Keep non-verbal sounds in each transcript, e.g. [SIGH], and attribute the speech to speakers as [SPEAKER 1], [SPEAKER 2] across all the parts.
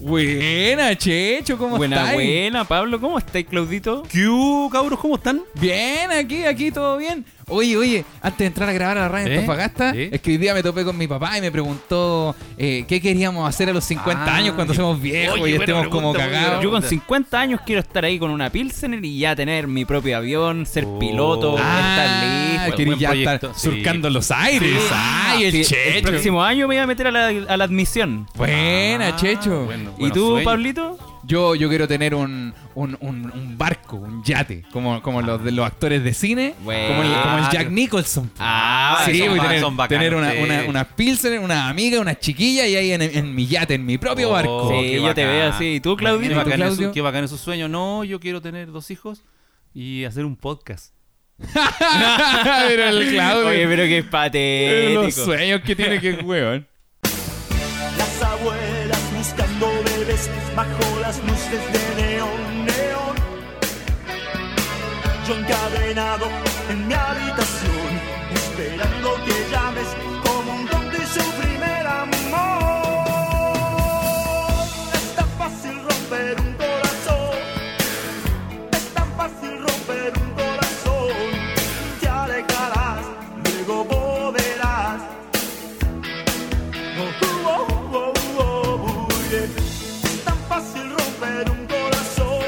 [SPEAKER 1] Buena, Checho, ¿cómo
[SPEAKER 2] buena,
[SPEAKER 1] estáis?
[SPEAKER 2] buena, Pablo. ¿Cómo estáis, Claudito?
[SPEAKER 3] ¿Qué hubo, cabros? ¿Cómo están?
[SPEAKER 1] Bien, aquí, aquí, todo bien. Oye, oye, antes de entrar a grabar a la radio
[SPEAKER 3] ¿Eh?
[SPEAKER 1] en Antofagasta,
[SPEAKER 3] ¿Sí?
[SPEAKER 1] es que hoy día me topé con mi papá y me preguntó eh, qué queríamos hacer a los 50
[SPEAKER 3] Ah,
[SPEAKER 1] años cuando
[SPEAKER 3] qué-
[SPEAKER 1] seamos viejos
[SPEAKER 3] Oye,
[SPEAKER 1] y
[SPEAKER 3] buena
[SPEAKER 1] estemos
[SPEAKER 3] pregunta,
[SPEAKER 1] como
[SPEAKER 3] muy buena
[SPEAKER 1] cagados.
[SPEAKER 2] Ah, Yo con
[SPEAKER 3] Puta.
[SPEAKER 2] 50 años quiero estar ahí con una Pilsener y ya tener mi propio avión, ser
[SPEAKER 3] Oh.
[SPEAKER 2] piloto,
[SPEAKER 1] Ah,
[SPEAKER 2] estar listo.
[SPEAKER 1] quería
[SPEAKER 3] buen
[SPEAKER 1] ya
[SPEAKER 3] proyecto,
[SPEAKER 1] estar
[SPEAKER 3] sí.
[SPEAKER 1] surcando los aires. Ay, el
[SPEAKER 2] Sí,
[SPEAKER 1] Checho.
[SPEAKER 2] el próximo año me voy a meter a la, a la admisión.
[SPEAKER 1] Buena,
[SPEAKER 3] Ah,
[SPEAKER 1] Checho.
[SPEAKER 3] bueno.
[SPEAKER 2] ¿Y tú,
[SPEAKER 3] sueño.
[SPEAKER 2] Pablito?
[SPEAKER 1] Yo, yo quiero tener un, un, un, un barco, un yate, como, como los de los actores de cine,
[SPEAKER 2] Bueno.
[SPEAKER 1] como, el, como el Jack Nicholson.
[SPEAKER 2] Ah,
[SPEAKER 1] sí,
[SPEAKER 3] son
[SPEAKER 1] voy a
[SPEAKER 3] ba-
[SPEAKER 1] tener,
[SPEAKER 3] son bacanos,
[SPEAKER 1] tener una,
[SPEAKER 3] sí.
[SPEAKER 1] una, una pilsener, una amiga, una chiquilla y ahí en, en mi yate, en mi propio
[SPEAKER 3] Oh,
[SPEAKER 1] barco.
[SPEAKER 3] qué
[SPEAKER 2] Sí, yo te
[SPEAKER 3] bacán.
[SPEAKER 2] veo así. ¿Y tú, Claudito?
[SPEAKER 3] Qué
[SPEAKER 1] ¿Y tú,
[SPEAKER 3] bacán,
[SPEAKER 1] Claudio?
[SPEAKER 3] eso, qué bacán esos sueños. No, yo quiero tener dos hijos y hacer un podcast.
[SPEAKER 1] [LAUGHS] pero el Claudio.
[SPEAKER 2] Oye, pero qué
[SPEAKER 1] los
[SPEAKER 2] patético.
[SPEAKER 1] sueños que tiene que huevón.
[SPEAKER 4] Las abuelas buscando bebés bajo las luces de neón, neón. Yo encadenado en mi habitación, esperando que llames como un don de su primer amor. Es tan fácil romper un corazón, es tan fácil romper un corazón. Te alejarás, luego volverás. Oh, oh, oh, oh, oh, yeah. Es tan fácil romper un corazón.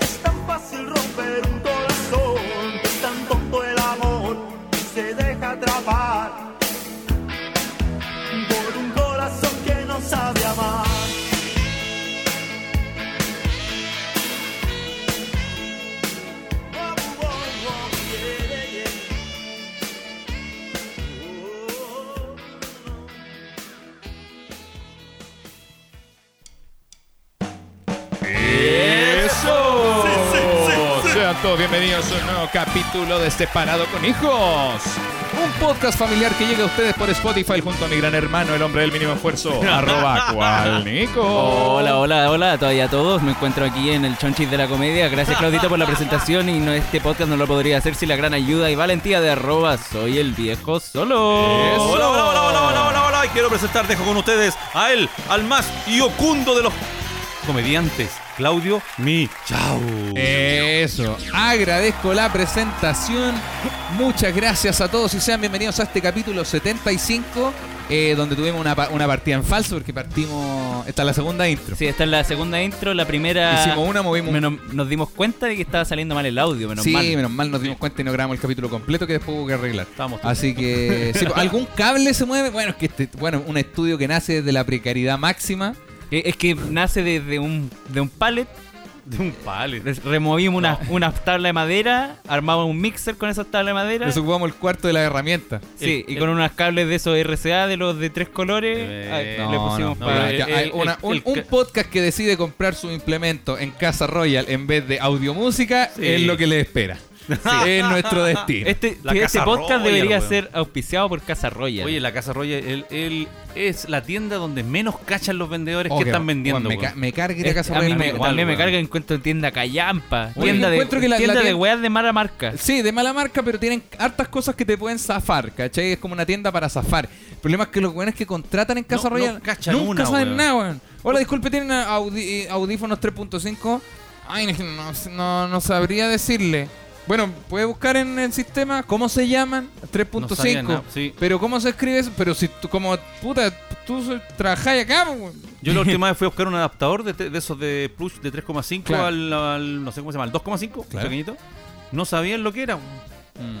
[SPEAKER 4] Es tan fácil romper un corazón. Es tan tonto el amor que se deja atrapar por un corazón que no sabe amar. Oh, oh, oh, yeah, yeah. Oh, oh, oh, oh.
[SPEAKER 1] ¡Eso! [LAUGHS] Sean todos bienvenidos a un nuevo capítulo de Separado con Hijos. Un podcast familiar que llega a ustedes por Spotify junto a mi gran hermano, el hombre del mínimo [LAUGHS] esfuerzo, arroba cual Nico.
[SPEAKER 2] Hola, hola, hola todavía a todos. Me encuentro aquí en el Chonchis de la Comedia. Gracias, Claudito, por la presentación. Y no, este podcast no lo podría hacer sin la gran ayuda y valentía de arroba Soy el Viejo Solo.
[SPEAKER 1] Eso.
[SPEAKER 3] Hola, hola, hola, hola, hola, hola, hola. Y Quiero presentar, dejo con ustedes a él, al más iocundo de los comediantes, Claudio Mi. Chao.
[SPEAKER 1] Eso, agradezco la presentación. Muchas gracias a todos y sean bienvenidos a este capítulo 75, eh, donde tuvimos una, pa- una partida en falso porque partimos. Esta es la segunda intro.
[SPEAKER 2] Sí, esta es la segunda intro. La primera.
[SPEAKER 1] Hicimos una, movimos un-
[SPEAKER 2] Menos- nos dimos cuenta de que estaba saliendo mal el audio, menos
[SPEAKER 1] sí,
[SPEAKER 2] mal.
[SPEAKER 1] menos mal nos dimos cuenta y no grabamos el capítulo completo que después hubo que arreglar.
[SPEAKER 3] Estábamos todos.
[SPEAKER 1] Así que, sí, pues,
[SPEAKER 2] [LAUGHS]
[SPEAKER 1] ¿algún cable se mueve? Bueno, es que este, bueno, un estudio que nace desde la precariedad máxima.
[SPEAKER 2] Eh, Es que nace de, de un, de un pallet.
[SPEAKER 3] De un palo.
[SPEAKER 2] Re- Removimos unas una tablas de madera, armamos un mixer con esas tablas de madera.
[SPEAKER 1] Nos ocupamos el cuarto de la herramienta.
[SPEAKER 2] Sí,
[SPEAKER 3] El-
[SPEAKER 2] y con unos cables de esos RCA de los de tres colores
[SPEAKER 3] Eh,
[SPEAKER 2] ah,
[SPEAKER 3] No,
[SPEAKER 2] le pusimos
[SPEAKER 3] no,
[SPEAKER 2] para-
[SPEAKER 3] pero
[SPEAKER 1] pero ya,
[SPEAKER 3] el-
[SPEAKER 1] hay
[SPEAKER 3] el-
[SPEAKER 1] una- un,
[SPEAKER 3] el-
[SPEAKER 1] un podcast que decide comprar su implemento en Casa Royal en vez de audiomúsica
[SPEAKER 3] Sí.
[SPEAKER 1] es lo que le espera. Es nuestro destino.
[SPEAKER 2] Este,
[SPEAKER 3] La
[SPEAKER 2] que este
[SPEAKER 3] Casa
[SPEAKER 2] podcast
[SPEAKER 3] Royal,
[SPEAKER 2] debería
[SPEAKER 3] weón.
[SPEAKER 2] ser auspiciado por Casa Royal.
[SPEAKER 3] Oye, la Casa Roya él, él es la tienda donde menos cachan los vendedores
[SPEAKER 1] Oh,
[SPEAKER 3] que están vendiendo.
[SPEAKER 1] Juan, me, ca-
[SPEAKER 3] weón.
[SPEAKER 1] me carga ir a
[SPEAKER 2] Este,
[SPEAKER 1] Casa
[SPEAKER 2] a mí
[SPEAKER 1] Royal.
[SPEAKER 2] me,
[SPEAKER 3] igual,
[SPEAKER 2] también me
[SPEAKER 3] weón.
[SPEAKER 2] carga que encuentro en tienda Callampa,
[SPEAKER 1] Oye,
[SPEAKER 2] tienda, de,
[SPEAKER 1] encuentro que la- la
[SPEAKER 2] tienda de
[SPEAKER 1] tienda-
[SPEAKER 2] weas de mala marca.
[SPEAKER 1] Sí, de mala marca, pero tienen hartas cosas que te pueden zafar, ¿cachai? Es como una tienda para zafar. El problema es que los weones que contratan en Casa
[SPEAKER 3] No- no
[SPEAKER 1] Royal
[SPEAKER 3] cachan
[SPEAKER 1] nunca
[SPEAKER 3] una,
[SPEAKER 1] saben
[SPEAKER 3] weón.
[SPEAKER 1] nada, weón. Hola, disculpe, ¿tienen audi- eh, audífonos 3.5? Ay, no, no, no sabría decirle. Bueno, puede buscar en el sistema cómo se llaman,
[SPEAKER 3] No sabía
[SPEAKER 1] 3.5.
[SPEAKER 3] nada, sí.
[SPEAKER 1] Pero cómo se escribe eso, pero si tú como, puta, tú so- trabajás acá, pues, weón.
[SPEAKER 2] [LAUGHS]
[SPEAKER 3] Yo la última vez fui a buscar un adaptador de, te- de esos de plus de 3,5
[SPEAKER 1] Claro.
[SPEAKER 3] al, al- no sé cómo se llama, al 2,5,
[SPEAKER 1] Claro.
[SPEAKER 3] pequeñito. No sabían lo que era.
[SPEAKER 2] Mm.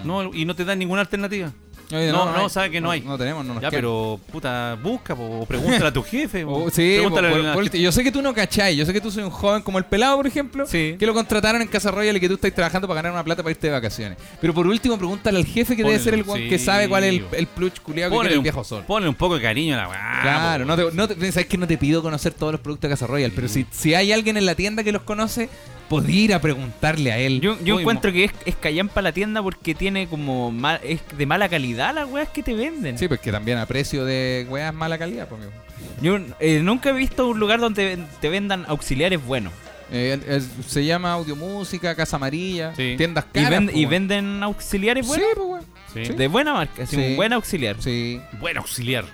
[SPEAKER 3] No, y no te dan ninguna alternativa.
[SPEAKER 1] Oye,
[SPEAKER 3] No, no,
[SPEAKER 1] hay.
[SPEAKER 3] sabe que no hay.
[SPEAKER 1] No tenemos, no nos
[SPEAKER 3] ya,
[SPEAKER 1] queda.
[SPEAKER 3] pero puta, busca po, o pregúntale a tu jefe.
[SPEAKER 1] [LAUGHS] Oh,
[SPEAKER 3] o
[SPEAKER 1] sí,
[SPEAKER 3] pregúntale
[SPEAKER 1] por-
[SPEAKER 3] a-
[SPEAKER 1] por- por- yo sé que tú no cacháis, yo sé que tú soy un joven como el pelado, por ejemplo,
[SPEAKER 2] Sí.
[SPEAKER 1] que lo contrataron en Casa Royal y que tú estás trabajando para ganar una plata para irte de vacaciones. Pero por último, pregúntale al jefe que debe
[SPEAKER 3] Ponele,
[SPEAKER 1] ser el guan que
[SPEAKER 3] sí,
[SPEAKER 1] sabe cuál es el,
[SPEAKER 3] bo.
[SPEAKER 1] el plush culiado que
[SPEAKER 3] ponle,
[SPEAKER 1] quiere el
[SPEAKER 3] un,
[SPEAKER 1] viejo sol.
[SPEAKER 3] ponle un poco de cariño a la weá,
[SPEAKER 1] Claro,
[SPEAKER 3] po.
[SPEAKER 1] no te, no te- sabes que no te pido conocer todos los productos de Casa Royal, pero si, si hay alguien en la tienda que los conoce, podí ir a preguntarle a él.
[SPEAKER 2] Yo, yo
[SPEAKER 3] Uy,
[SPEAKER 2] encuentro que es, es Callampa la tienda porque tiene como ma- es de mala calidad las weas que te venden.
[SPEAKER 1] Sí, pues que también a precio de weas mala calidad, pues, amigo.
[SPEAKER 2] Yo eh, nunca he visto un lugar donde te vendan auxiliares buenos.
[SPEAKER 1] Eh, el- el- se llama Audiomúsica, Casa Amarilla,
[SPEAKER 3] Sí.
[SPEAKER 1] tiendas
[SPEAKER 2] Y,
[SPEAKER 1] caras.
[SPEAKER 2] ven-
[SPEAKER 1] pues,
[SPEAKER 2] y
[SPEAKER 1] weón.
[SPEAKER 2] venden auxiliares
[SPEAKER 1] Sí,
[SPEAKER 2] buenos.
[SPEAKER 1] pues, weón.
[SPEAKER 3] Sí.
[SPEAKER 1] sí.
[SPEAKER 2] De buena marca, así,
[SPEAKER 1] Sí.
[SPEAKER 2] un buen auxiliar.
[SPEAKER 1] Sí.
[SPEAKER 3] Buen auxiliar.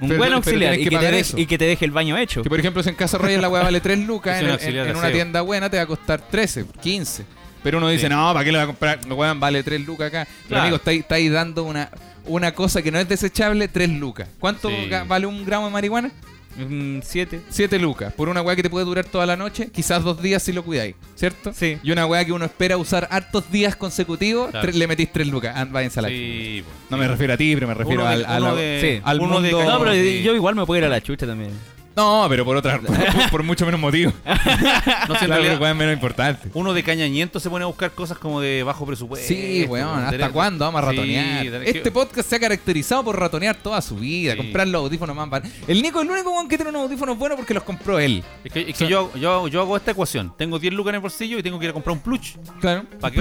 [SPEAKER 2] Un
[SPEAKER 1] Pero-
[SPEAKER 2] buen
[SPEAKER 1] pero
[SPEAKER 2] auxiliar
[SPEAKER 1] tienes
[SPEAKER 2] y
[SPEAKER 1] que
[SPEAKER 2] que, te
[SPEAKER 1] pagar
[SPEAKER 2] de-
[SPEAKER 1] eso.
[SPEAKER 2] y que te deje el baño hecho.
[SPEAKER 1] Que por ejemplo, si en Casa Reyes la weá vale 3 lucas,
[SPEAKER 3] [LAUGHS] Es
[SPEAKER 1] en,
[SPEAKER 3] un
[SPEAKER 1] en-
[SPEAKER 3] auxiliar
[SPEAKER 1] en
[SPEAKER 3] de
[SPEAKER 1] una
[SPEAKER 3] aseo.
[SPEAKER 1] tienda buena te va a costar 13, 15. Pero uno dice,
[SPEAKER 3] Sí.
[SPEAKER 1] no, ¿para qué lo voy a comprar? No, weón, vale 3 lucas acá. Pero
[SPEAKER 3] Claro.
[SPEAKER 1] amigo, estáis está ahí dando una, una cosa que no es desechable, 3 lucas. ¿Cuánto
[SPEAKER 3] Sí.
[SPEAKER 1] ga- vale un gramo de marihuana?
[SPEAKER 2] Mm, siete.
[SPEAKER 1] 7 lucas. Por una weá que te puede durar toda la noche, quizás dos días si lo cuidáis, ¿cierto?
[SPEAKER 2] Sí.
[SPEAKER 1] Y una weá que uno espera usar hartos días consecutivos,
[SPEAKER 3] Claro.
[SPEAKER 1] tre- le metís 3 lucas. Ah, váyanse a la chucha.
[SPEAKER 3] Sí, po.
[SPEAKER 1] No me refiero a ti, pero me refiero
[SPEAKER 3] Uno de-
[SPEAKER 1] al, al-
[SPEAKER 3] uno de-
[SPEAKER 1] sí, al
[SPEAKER 3] uno de
[SPEAKER 1] mundo-
[SPEAKER 3] cada
[SPEAKER 2] No, pero
[SPEAKER 3] Sí.
[SPEAKER 2] yo igual me puedo ir a la chucha también.
[SPEAKER 1] No, pero por otra, por, por mucho menos motivo.
[SPEAKER 3] [LAUGHS] No sé, en
[SPEAKER 1] Claro,
[SPEAKER 3] realidad,
[SPEAKER 1] weá es menos importante.
[SPEAKER 3] uno de cañañiento se pone a buscar cosas como de bajo presupuesto.
[SPEAKER 1] Sí, weón, ¿hasta
[SPEAKER 3] Tener-
[SPEAKER 1] cuándo vamos a
[SPEAKER 3] Sí,
[SPEAKER 1] ratonear?
[SPEAKER 3] tener que-
[SPEAKER 1] este podcast se ha caracterizado por ratonear toda su vida,
[SPEAKER 3] Sí.
[SPEAKER 1] comprar los audífonos más baratos. El Nico es el único weón que tiene unos audífonos buenos porque los compró él.
[SPEAKER 3] Es que, es que yo, yo, yo hago esta ecuación. Tengo 10 lucas en el bolsillo y tengo que ir a comprar un plush.
[SPEAKER 1] Claro.
[SPEAKER 3] ¿Para qué?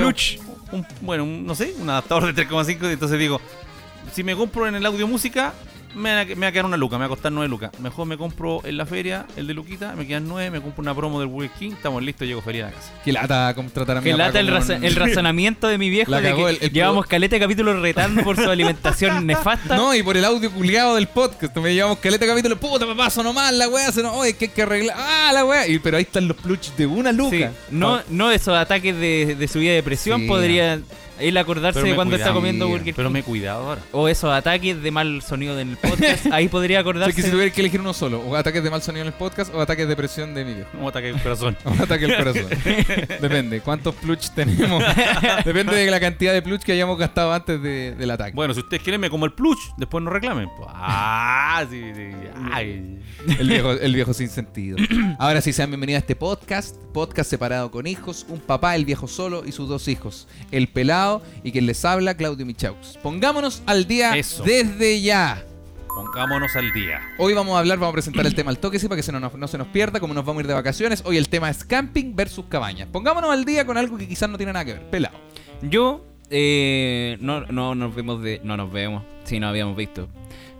[SPEAKER 3] Un, bueno, un- no sé, un adaptador de 3,5. Entonces digo, si me compro en el audio música, me va, a, me va a quedar una luca, me va a costar 9 lucas. Mejor me compro en la feria el de Luquita, me quedan 9, me compro una promo del Burger King, estamos listos, llego feliz a la casa.
[SPEAKER 1] Que lata contratar a mi
[SPEAKER 2] Que
[SPEAKER 1] papá
[SPEAKER 2] lata el,
[SPEAKER 1] como
[SPEAKER 2] raza-
[SPEAKER 1] un- [LAUGHS]
[SPEAKER 2] el razonamiento de mi viejo
[SPEAKER 1] La
[SPEAKER 2] de
[SPEAKER 1] cagó
[SPEAKER 2] que
[SPEAKER 1] el- el
[SPEAKER 2] llevamos caleta de capítulos retando
[SPEAKER 1] [LAUGHS]
[SPEAKER 2] por su alimentación nefasta.
[SPEAKER 1] No, y por el audio culiado del podcast. Me llevamos caleta de capítulo. Puta, papá, sonó mal la weá. Sonó, oye, que hay que arreglar. Ah, la weá. Y, pero ahí están los plush de una
[SPEAKER 2] Sí,
[SPEAKER 1] luca.
[SPEAKER 2] no, no esos ataques de, de subida de presión
[SPEAKER 1] Sí.
[SPEAKER 2] podría él acordarse
[SPEAKER 3] Pero me
[SPEAKER 2] de cuando
[SPEAKER 3] cuidaba.
[SPEAKER 2] está comiendo
[SPEAKER 1] Sí,
[SPEAKER 2] Burger
[SPEAKER 3] Pero
[SPEAKER 2] King.
[SPEAKER 3] me he cuidado ahora.
[SPEAKER 2] O esos ataques de mal sonido del podcast, [LAUGHS] ahí
[SPEAKER 1] O
[SPEAKER 2] podría
[SPEAKER 1] sea,
[SPEAKER 2] acordarse.
[SPEAKER 1] que si tuviera que elegir uno solo, o ataques de mal sonido en el podcast, o ataques de presión de mi viejo.
[SPEAKER 3] Un ataque al corazón. [LAUGHS]
[SPEAKER 1] Un ataque al corazón. Depende, ¿cuántos plush
[SPEAKER 3] [LAUGHS]
[SPEAKER 1] tenemos? Depende de la cantidad de plush que hayamos gastado antes de- del ataque.
[SPEAKER 3] Bueno, si ustedes quieren, me como el plush, después no reclamen. Pues, Ah, sí, sí. Ay.
[SPEAKER 1] El viejo, el viejo sin
[SPEAKER 3] [CLEARS THROAT]
[SPEAKER 1] sentido. Ahora sí, sean bienvenidos a este podcast. Podcast separado con hijos, un papá, el viejo solo y sus dos hijos. El pelado y quien les habla, Claudio Michaux. Pongámonos al día
[SPEAKER 3] Eso.
[SPEAKER 1] desde ya.
[SPEAKER 3] Pongámonos
[SPEAKER 2] [LAUGHS]
[SPEAKER 3] al día.
[SPEAKER 1] Hoy vamos a hablar, vamos a presentar el tema al toque, sí, para que se no, nos- no se nos pierda, como nos vamos a ir de vacaciones. Hoy el tema es camping versus cabañas. Pongámonos al día con algo que quizás no tiene nada que ver. Pelado.
[SPEAKER 2] Yo eh, no, no nos vemos de. No nos vemos. Sí, nos habíamos visto.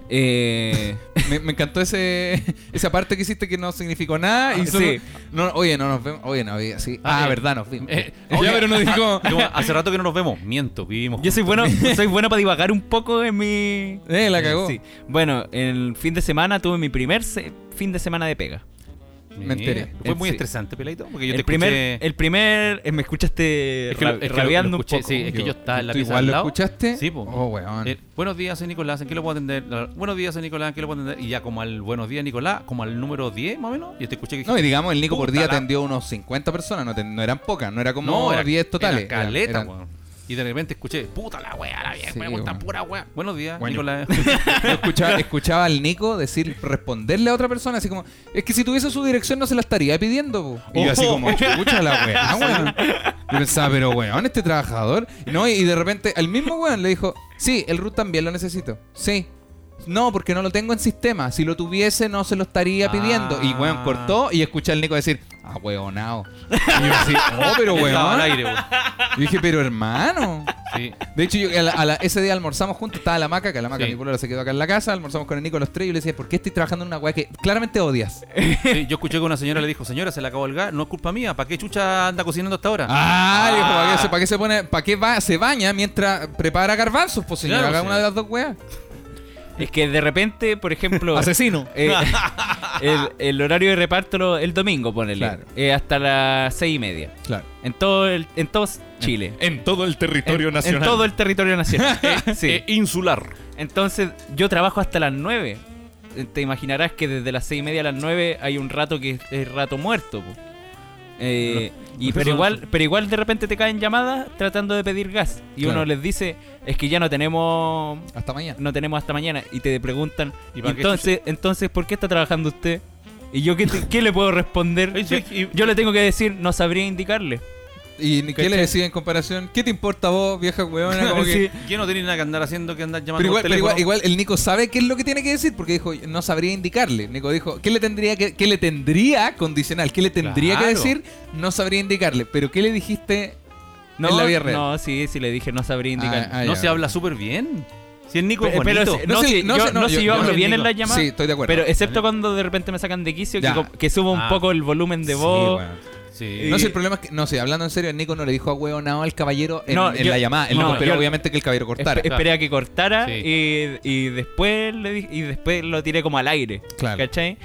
[SPEAKER 2] Eh,
[SPEAKER 1] Me, me encantó ese, [LAUGHS] esa parte que hiciste que no significó nada. Y
[SPEAKER 2] Ah,
[SPEAKER 1] solo-
[SPEAKER 2] sí.
[SPEAKER 1] no, oye, no nos vemos. Oye, no, oye, sí.
[SPEAKER 3] Ah,
[SPEAKER 1] Ah,
[SPEAKER 3] eh,
[SPEAKER 1] verdad, nos vimos. [LAUGHS]
[SPEAKER 3] eh,
[SPEAKER 1] ya,
[SPEAKER 3] oye.
[SPEAKER 1] pero no dijo.
[SPEAKER 3] Como, Hace rato que no nos vemos. Miento, vivimos.
[SPEAKER 2] yo soy [LAUGHS] bueno, soy bueno para divagar un poco en mi.
[SPEAKER 1] Eh, la cagó.
[SPEAKER 2] Sí. Bueno, el fin de semana tuve mi primer se- fin de semana de pega.
[SPEAKER 3] juntos.
[SPEAKER 1] me enteré.
[SPEAKER 3] Mira, Fue
[SPEAKER 2] El-
[SPEAKER 3] muy
[SPEAKER 2] sí.
[SPEAKER 3] estresante, peladito. Porque yo te
[SPEAKER 2] el primer,
[SPEAKER 3] escuché-
[SPEAKER 2] el primer, eh, me escuchaste
[SPEAKER 3] Es que lo-
[SPEAKER 2] ra-
[SPEAKER 3] es que lo-
[SPEAKER 2] rabiando
[SPEAKER 3] lo
[SPEAKER 2] un
[SPEAKER 3] escuché,
[SPEAKER 2] poco.
[SPEAKER 3] sí, [LAUGHS] es que yo estaba en la
[SPEAKER 1] ¿Tú
[SPEAKER 3] pieza
[SPEAKER 1] igual
[SPEAKER 3] al
[SPEAKER 1] lo
[SPEAKER 3] lado.
[SPEAKER 1] escuchaste?
[SPEAKER 3] Sí, po.
[SPEAKER 1] Oh, weón.
[SPEAKER 3] Eh, buenos días, soy Nicolás, ¿en qué lo puedo atender? La- buenos días, soy Nicolás, ¿en qué lo puedo atender? Y ya como al buenos días, Nicolás, como al número 10 más o menos, yo te escuché que
[SPEAKER 1] no, y digamos, el Nico por
[SPEAKER 3] Puta
[SPEAKER 1] día
[SPEAKER 3] la-
[SPEAKER 1] atendió unos 50 personas. No, te- no eran pocas, no era como
[SPEAKER 3] No, era-
[SPEAKER 1] 10 totales.
[SPEAKER 3] era caleta,
[SPEAKER 1] Eran-
[SPEAKER 3] weón. Y de repente escuché, puta la wea, la vieja,
[SPEAKER 1] Sí,
[SPEAKER 3] me gusta
[SPEAKER 1] weón.
[SPEAKER 3] pura wea. Buenos días,
[SPEAKER 1] Bueno.
[SPEAKER 3] Nicolás.
[SPEAKER 1] Yo [LAUGHS] escuchaba, escuchaba al Nico decir, responderle a otra persona, así como, es que si tuviese su dirección no se la estaría pidiendo. po". Y yo así como, escucha la [LAUGHS] weá, weón. Yo pensaba, pero weón, este trabajador. Y No, y, y de repente, el mismo weón le dijo, sí, el root también lo necesito. Sí. No, porque no lo tengo en sistema. Si lo tuviese, no se lo estaría pidiendo. Y weón
[SPEAKER 3] Ah.
[SPEAKER 1] cortó y escuché al Nico decir, ah, weonao. Y yo así, oh, pero
[SPEAKER 3] [LAUGHS]
[SPEAKER 1] [LAUGHS]
[SPEAKER 3] Estaba al
[SPEAKER 1] weón.
[SPEAKER 3] aire, weón.
[SPEAKER 1] Y dije, pero hermano.
[SPEAKER 3] Sí.
[SPEAKER 1] De hecho, yo, a la- a la- ese día almorzamos juntos, estaba la maca, que la maca
[SPEAKER 3] Sí.
[SPEAKER 1] mi polola se quedó acá en la casa, almorzamos con el Nico los tres y yo le decía, ¿por qué estoy trabajando en una weá que claramente odias?
[SPEAKER 3] Sí, yo escuché que una señora le dijo, señora, se la acabó el gas, no es culpa mía, ¿para qué chucha anda cocinando hasta ahora?
[SPEAKER 1] Ah, dijo, ¿para qué,
[SPEAKER 3] Ah.
[SPEAKER 1] se, para qué se pone, para qué va, se baña mientras prepara garbanzos? Pues señor,
[SPEAKER 3] Claro,
[SPEAKER 1] haga
[SPEAKER 3] sí.
[SPEAKER 1] una de las dos weas.
[SPEAKER 2] Es que de repente, por [LAUGHS] ejemplo,
[SPEAKER 1] Asesino.
[SPEAKER 2] eh, el, el horario de reparto lo- el domingo, ponele,
[SPEAKER 1] Claro.
[SPEAKER 2] eh, hasta las seis y media.
[SPEAKER 1] Claro.
[SPEAKER 2] En todo, el- en todo Chile.
[SPEAKER 3] En todo el territorio
[SPEAKER 2] En, en todo el territorio nacional. Eh, sí.
[SPEAKER 3] Eh, insular.
[SPEAKER 2] Entonces, yo trabajo hasta las 9. Te imaginarás que desde las seis y media a las 9 hay un rato que es, es rato muerto. po. Eh, y,
[SPEAKER 3] Eso
[SPEAKER 2] pero,
[SPEAKER 3] no-
[SPEAKER 2] igual, pero igual de repente te caen llamadas tratando de pedir gas. Y
[SPEAKER 1] Claro.
[SPEAKER 2] uno les dice, es que ya no tenemos
[SPEAKER 1] Hasta mañana.
[SPEAKER 2] no tenemos hasta mañana. Y te preguntan,
[SPEAKER 3] ¿Y para qué
[SPEAKER 2] entonces, entonces ¿por qué está trabajando usted? ¿Y yo qué, te- qué le puedo responder?
[SPEAKER 3] Oye,
[SPEAKER 2] Yo,
[SPEAKER 3] y-
[SPEAKER 2] yo le tengo que decir, no sabría indicarle.
[SPEAKER 1] ¿Y ni- qué
[SPEAKER 2] ¿Cachai?
[SPEAKER 1] le decía en comparación? ¿Qué te importa vos, vieja weona? Como que-
[SPEAKER 2] Sí.
[SPEAKER 3] Yo no tenía nada que andar haciendo que andar llamando
[SPEAKER 1] Pero, igual,
[SPEAKER 3] por
[SPEAKER 1] pero
[SPEAKER 3] teléfono.
[SPEAKER 1] igual, igual el Nico sabe qué es lo que tiene que decir porque dijo, no sabría indicarle. Nico dijo, ¿qué le tendría que, qué le tendría condicional? ¿Qué le tendría que
[SPEAKER 3] Claro.
[SPEAKER 1] decir? No sabría indicarle. Pero ¿qué le dijiste
[SPEAKER 2] No,
[SPEAKER 1] en la vida real?
[SPEAKER 2] no, sí, sí le dije, no sabría indicarle.
[SPEAKER 1] Ah,
[SPEAKER 3] no
[SPEAKER 1] ya.
[SPEAKER 3] se habla súper bien. Si el Nico es
[SPEAKER 2] Pe- pero
[SPEAKER 3] bonito.
[SPEAKER 2] si-
[SPEAKER 1] No
[SPEAKER 2] no,
[SPEAKER 1] sé-
[SPEAKER 2] si,
[SPEAKER 1] no
[SPEAKER 2] yo,
[SPEAKER 1] sé- no,
[SPEAKER 2] no si
[SPEAKER 1] yo-
[SPEAKER 2] yo,
[SPEAKER 1] yo
[SPEAKER 2] hablo
[SPEAKER 1] le
[SPEAKER 2] bien en
[SPEAKER 3] digo-
[SPEAKER 2] las llamadas,
[SPEAKER 1] Sí, estoy de acuerdo.
[SPEAKER 2] pero excepto cuando de repente me sacan de quicio, que,
[SPEAKER 1] Ya.
[SPEAKER 2] co- que subo
[SPEAKER 3] Ah.
[SPEAKER 2] un poco el volumen de
[SPEAKER 1] Sí,
[SPEAKER 2] voz,
[SPEAKER 1] weón.
[SPEAKER 3] Sí.
[SPEAKER 1] No sé, el problema es que, no sé, hablando en serio, el Nico no le dijo a huevonao al caballero en,
[SPEAKER 2] No,
[SPEAKER 1] en
[SPEAKER 2] yo-
[SPEAKER 1] la llamada. Él
[SPEAKER 2] no,
[SPEAKER 1] no, esperó
[SPEAKER 2] yo-
[SPEAKER 1] obviamente que el caballero cortara.
[SPEAKER 2] Espe- esperé a que cortara
[SPEAKER 3] Sí.
[SPEAKER 2] y, y después le di- y después lo tiré como al aire.
[SPEAKER 1] Claro.
[SPEAKER 2] ¿Cachai?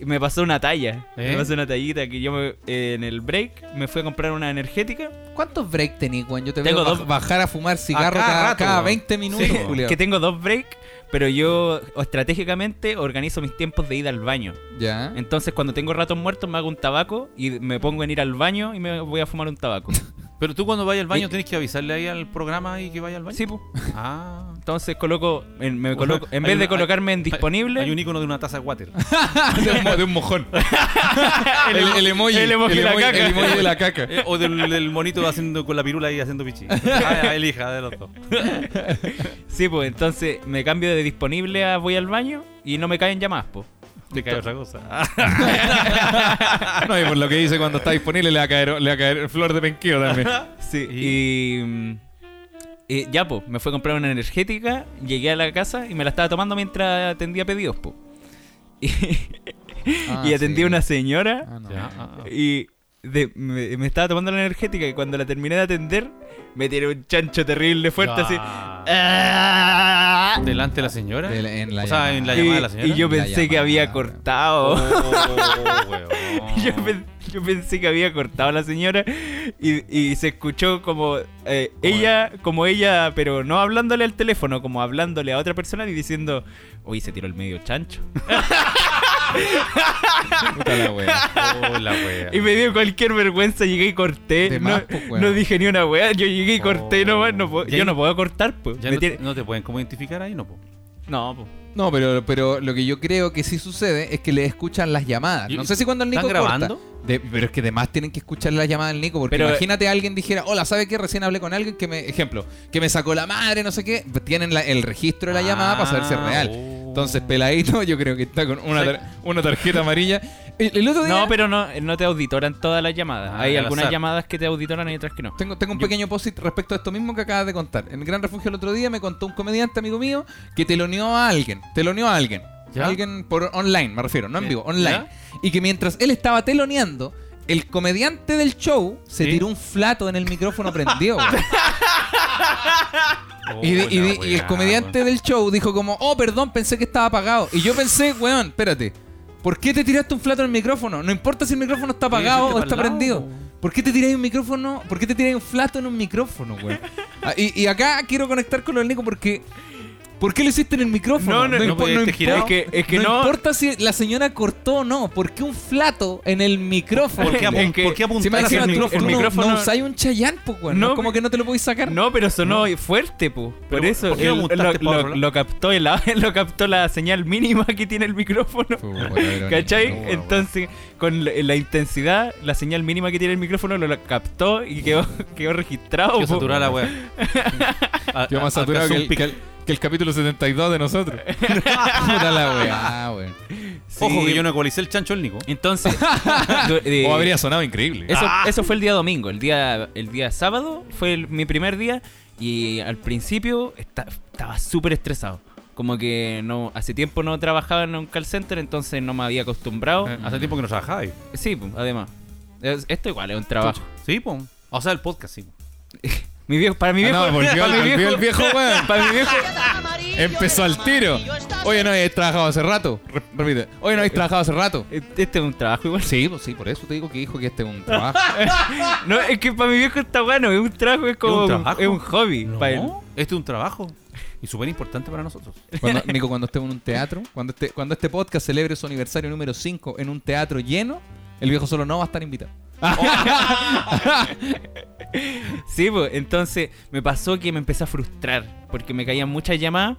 [SPEAKER 2] Y me pasó una talla.
[SPEAKER 3] ¿Eh?
[SPEAKER 2] Me pasó una tallita que yo me- eh, en el break me fui a comprar una energética.
[SPEAKER 1] ¿Cuántos break tenés, Juan? Yo te veo
[SPEAKER 2] Tengo dos-
[SPEAKER 1] baj- bajar a fumar cigarro
[SPEAKER 3] A cada
[SPEAKER 1] cada,
[SPEAKER 3] rato,
[SPEAKER 1] cada
[SPEAKER 3] weón.
[SPEAKER 1] 20 minutos,
[SPEAKER 3] Sí,
[SPEAKER 1] culiao.
[SPEAKER 2] Que tengo dos break, pero yo o, estratégicamente organizo mis tiempos de ida al baño. [LAUGHS]
[SPEAKER 1] Ya.
[SPEAKER 2] Entonces cuando tengo ratos muertos me hago un tabaco y me pongo en ir al baño y me voy a fumar un tabaco.
[SPEAKER 3] Pero tú cuando vayas al baño tienes que avisarle ahí al programa y que vaya al baño.
[SPEAKER 2] sí, po.
[SPEAKER 3] Ah.
[SPEAKER 2] Entonces coloco, en, me coloco, en
[SPEAKER 3] Hay
[SPEAKER 2] vez
[SPEAKER 3] una-
[SPEAKER 2] de colocarme en disponible,
[SPEAKER 3] Hay un icono de una taza de water. [LAUGHS]
[SPEAKER 1] [LAUGHS] de, un, mo- de un mojón. el, el emoji.
[SPEAKER 2] [LAUGHS] el emoji de la caca.
[SPEAKER 1] el emoji de la caca.
[SPEAKER 3] Eh, o del, del monito haciendo con la pirula ahí haciendo pichi. Ah, elija de los dos.
[SPEAKER 2] Sí, pues entonces me cambio de disponible a voy al baño y no me caen llamadas, pues.
[SPEAKER 3] Te cae otra cosa.
[SPEAKER 2] [LAUGHS]
[SPEAKER 3] Ah,
[SPEAKER 1] No, y por lo que dice cuando está disponible le va a caer, le va a caer flor de penqueo también.
[SPEAKER 2] Sí. Y, mm, eh, ya, pues, me fue a comprar una energética, llegué a la casa y me la estaba tomando mientras atendía pedidos, pues. Y, y atendí a una señora
[SPEAKER 1] Ah, no.
[SPEAKER 3] ya, ah, ah.
[SPEAKER 2] y de- me, me estaba tomando la energética y cuando la terminé de atender me tiré un chancho terrible fuerte así.
[SPEAKER 3] Ah.
[SPEAKER 2] ¡Ah!
[SPEAKER 3] Delante de la señora.
[SPEAKER 1] De la- en la
[SPEAKER 3] o sea,
[SPEAKER 1] llamada.
[SPEAKER 3] en la
[SPEAKER 2] Y,
[SPEAKER 3] llamada de la señora.
[SPEAKER 2] y yo
[SPEAKER 1] La
[SPEAKER 2] pensé que había
[SPEAKER 1] llamada.
[SPEAKER 2] cortado.
[SPEAKER 3] Oh, weón.
[SPEAKER 2] [LAUGHS] Yo, pen- yo pensé que había cortado la señora y, y se escuchó como eh, ella, como ella, pero no hablándole al teléfono, como hablándole a otra persona y diciendo, uy, se tiró el medio chancho.
[SPEAKER 1] Puta la wea.
[SPEAKER 3] Oh, la wea.
[SPEAKER 2] Y me dio cualquier vergüenza, llegué y corté.
[SPEAKER 1] De
[SPEAKER 2] No,
[SPEAKER 1] más, po, weón.
[SPEAKER 2] no dije ni una weá, yo llegué y corté
[SPEAKER 3] Oh.
[SPEAKER 2] nomás, no puedo-
[SPEAKER 3] Ya
[SPEAKER 2] yo
[SPEAKER 3] no-
[SPEAKER 2] no puedo cortar, pues.
[SPEAKER 3] Ya
[SPEAKER 2] Me
[SPEAKER 3] no,
[SPEAKER 2] tiene-
[SPEAKER 3] te, no te pueden como identificar ahí, no, po.
[SPEAKER 2] No, po.
[SPEAKER 1] No, pero, pero lo que yo creo que sí sucede es que le escuchan las llamadas.
[SPEAKER 3] Yo-
[SPEAKER 1] No sé si cuando el Nico
[SPEAKER 3] ¿Están
[SPEAKER 1] corta.
[SPEAKER 3] grabando?
[SPEAKER 1] De- pero es que además tienen que escuchar las llamadas del Nico. Porque
[SPEAKER 2] Pero-
[SPEAKER 1] imagínate alguien dijera, hola, ¿sabe qué? Recién hablé con alguien que me, ejemplo, que me sacó la madre, no sé qué. Pues Tienen la- el registro de la llamada para saber si es real.
[SPEAKER 3] oh.
[SPEAKER 1] Entonces, peladito, yo creo que está con una, tar- una tarjeta amarilla. El, el otro día
[SPEAKER 2] No, pero no, no te auditoran todas las llamadas.
[SPEAKER 3] Ah,
[SPEAKER 2] Hay
[SPEAKER 3] al
[SPEAKER 2] algunas
[SPEAKER 3] azar.
[SPEAKER 2] llamadas que te auditoran y otras que no.
[SPEAKER 1] Tengo, tengo un pequeño post respecto a esto mismo que acabas de contar. En el Gran Refugio el otro día me contó un comediante, amigo mío, que teloneó a alguien. Teloneó a alguien.
[SPEAKER 3] ¿Ya?
[SPEAKER 1] Alguien por online, me refiero, no en
[SPEAKER 3] Ya.
[SPEAKER 1] vivo, online.
[SPEAKER 3] ¿Ya?
[SPEAKER 1] Y que mientras él estaba teloneando, el comediante del show se
[SPEAKER 3] ¿Sí?
[SPEAKER 1] tiró un flato en el micrófono
[SPEAKER 3] [LAUGHS]
[SPEAKER 1] prendido. güey.
[SPEAKER 3] Oh,
[SPEAKER 1] y, de- y de-
[SPEAKER 3] la
[SPEAKER 1] y el
[SPEAKER 3] wea,
[SPEAKER 1] comediante del show dijo como, oh, perdón, pensé que estaba apagado. Y yo pensé, weón, espérate, ¿por qué te tiraste un flato en el micrófono? No importa si el micrófono está apagado
[SPEAKER 3] hiciste
[SPEAKER 1] o está
[SPEAKER 3] pa'l lado,
[SPEAKER 1] prendido. ¿Por qué te tiráis un micrófono? ¿Por qué te tiráis un flato en un micrófono, weón? Ah, y, y acá quiero conectar con lo del Nico porque... ¿Por qué lo hiciste en el micrófono?
[SPEAKER 2] No, no,
[SPEAKER 3] no,
[SPEAKER 1] impo-
[SPEAKER 3] este
[SPEAKER 1] impo-
[SPEAKER 3] girado.
[SPEAKER 2] Es que, es que
[SPEAKER 1] no
[SPEAKER 2] no.
[SPEAKER 1] importa si la señora cortó o no. ¿Por qué un flato en el micrófono?
[SPEAKER 3] ¿Por qué, apu-
[SPEAKER 2] Es que-
[SPEAKER 3] ¿por qué apuntáis
[SPEAKER 1] Si me
[SPEAKER 2] es que
[SPEAKER 1] el
[SPEAKER 2] el mic-
[SPEAKER 1] micrófono,
[SPEAKER 2] el micrófono-
[SPEAKER 1] no, no usáis un chayán, pues, weón.
[SPEAKER 2] No,
[SPEAKER 1] No, como que no te lo podéis sacar.
[SPEAKER 2] No, pero sonó fuerte, po. Por
[SPEAKER 3] Pero,
[SPEAKER 2] eso
[SPEAKER 3] ¿por qué no
[SPEAKER 2] el-
[SPEAKER 3] apuntaste
[SPEAKER 2] lo,
[SPEAKER 3] para
[SPEAKER 2] lo-
[SPEAKER 3] otro lado?
[SPEAKER 2] lo captó el- [LAUGHS] lo captó la señal mínima que tiene el micrófono. ¿Cachai? Entonces, con la, la intensidad, la señal mínima que tiene el micrófono lo, lo captó y quedó, [LAUGHS] quedó registrado.
[SPEAKER 3] Yo
[SPEAKER 2] po.
[SPEAKER 3] saturada
[SPEAKER 1] [LAUGHS]
[SPEAKER 3] la wea. A-
[SPEAKER 1] Yo más
[SPEAKER 3] a-
[SPEAKER 1] saturado
[SPEAKER 3] alcanzó
[SPEAKER 1] que
[SPEAKER 3] un
[SPEAKER 1] el,
[SPEAKER 3] pic.
[SPEAKER 1] que el- que el capítulo 72 de
[SPEAKER 3] [LAUGHS]
[SPEAKER 1] nosotros. Puta la weá, weón.
[SPEAKER 2] Sí.
[SPEAKER 3] Ojo que yo no ecualicé el chancho el Nico.
[SPEAKER 2] Entonces, [LAUGHS] du- eh, Ah.
[SPEAKER 1] O habría sonado increíble.
[SPEAKER 2] eso, eso fue el día domingo. El día, el día sábado fue el- mi primer día y al principio esta- estaba súper estresado. Como que no hace tiempo no trabajaba en un call center, entonces no me había acostumbrado.
[SPEAKER 3] Eh, Hace tiempo que no trabajabais.
[SPEAKER 2] Sí, pues, además. Es- Esto igual es un
[SPEAKER 1] Ah.
[SPEAKER 2] trabajo.
[SPEAKER 3] Sí, po. O sea, el podcast, sí. po.
[SPEAKER 2] Mi viejo, para mi
[SPEAKER 1] Ah,
[SPEAKER 2] viejo.
[SPEAKER 1] no, volvió,
[SPEAKER 2] [LAUGHS] para mi
[SPEAKER 1] volvió el viejo weón.
[SPEAKER 2] Para mi viejo.
[SPEAKER 1] Empezó al tiro. Oye, no habéis trabajado hace rato. Re- Repite. Oye, no habéis trabajado hace rato.
[SPEAKER 2] Este es un trabajo igual.
[SPEAKER 1] Sí, pues sí, por eso te digo que dijo que este es un trabajo.
[SPEAKER 2] No, es que para mi viejo está bueno. Es un trabajo, es como.
[SPEAKER 3] ¿Es un trabajo?
[SPEAKER 2] es un hobby.
[SPEAKER 3] No,
[SPEAKER 2] para él.
[SPEAKER 3] este es un trabajo. Y súper importante para nosotros.
[SPEAKER 1] [LAUGHS] Cuando- Nico, cuando estemos en un teatro, cuando este, cuando este podcast celebre su aniversario número 5 en un teatro lleno, el viejo solo no va a estar invitado.
[SPEAKER 2] Sí, pues. Entonces me pasó que me empecé a frustrar. Porque me caían muchas llamadas,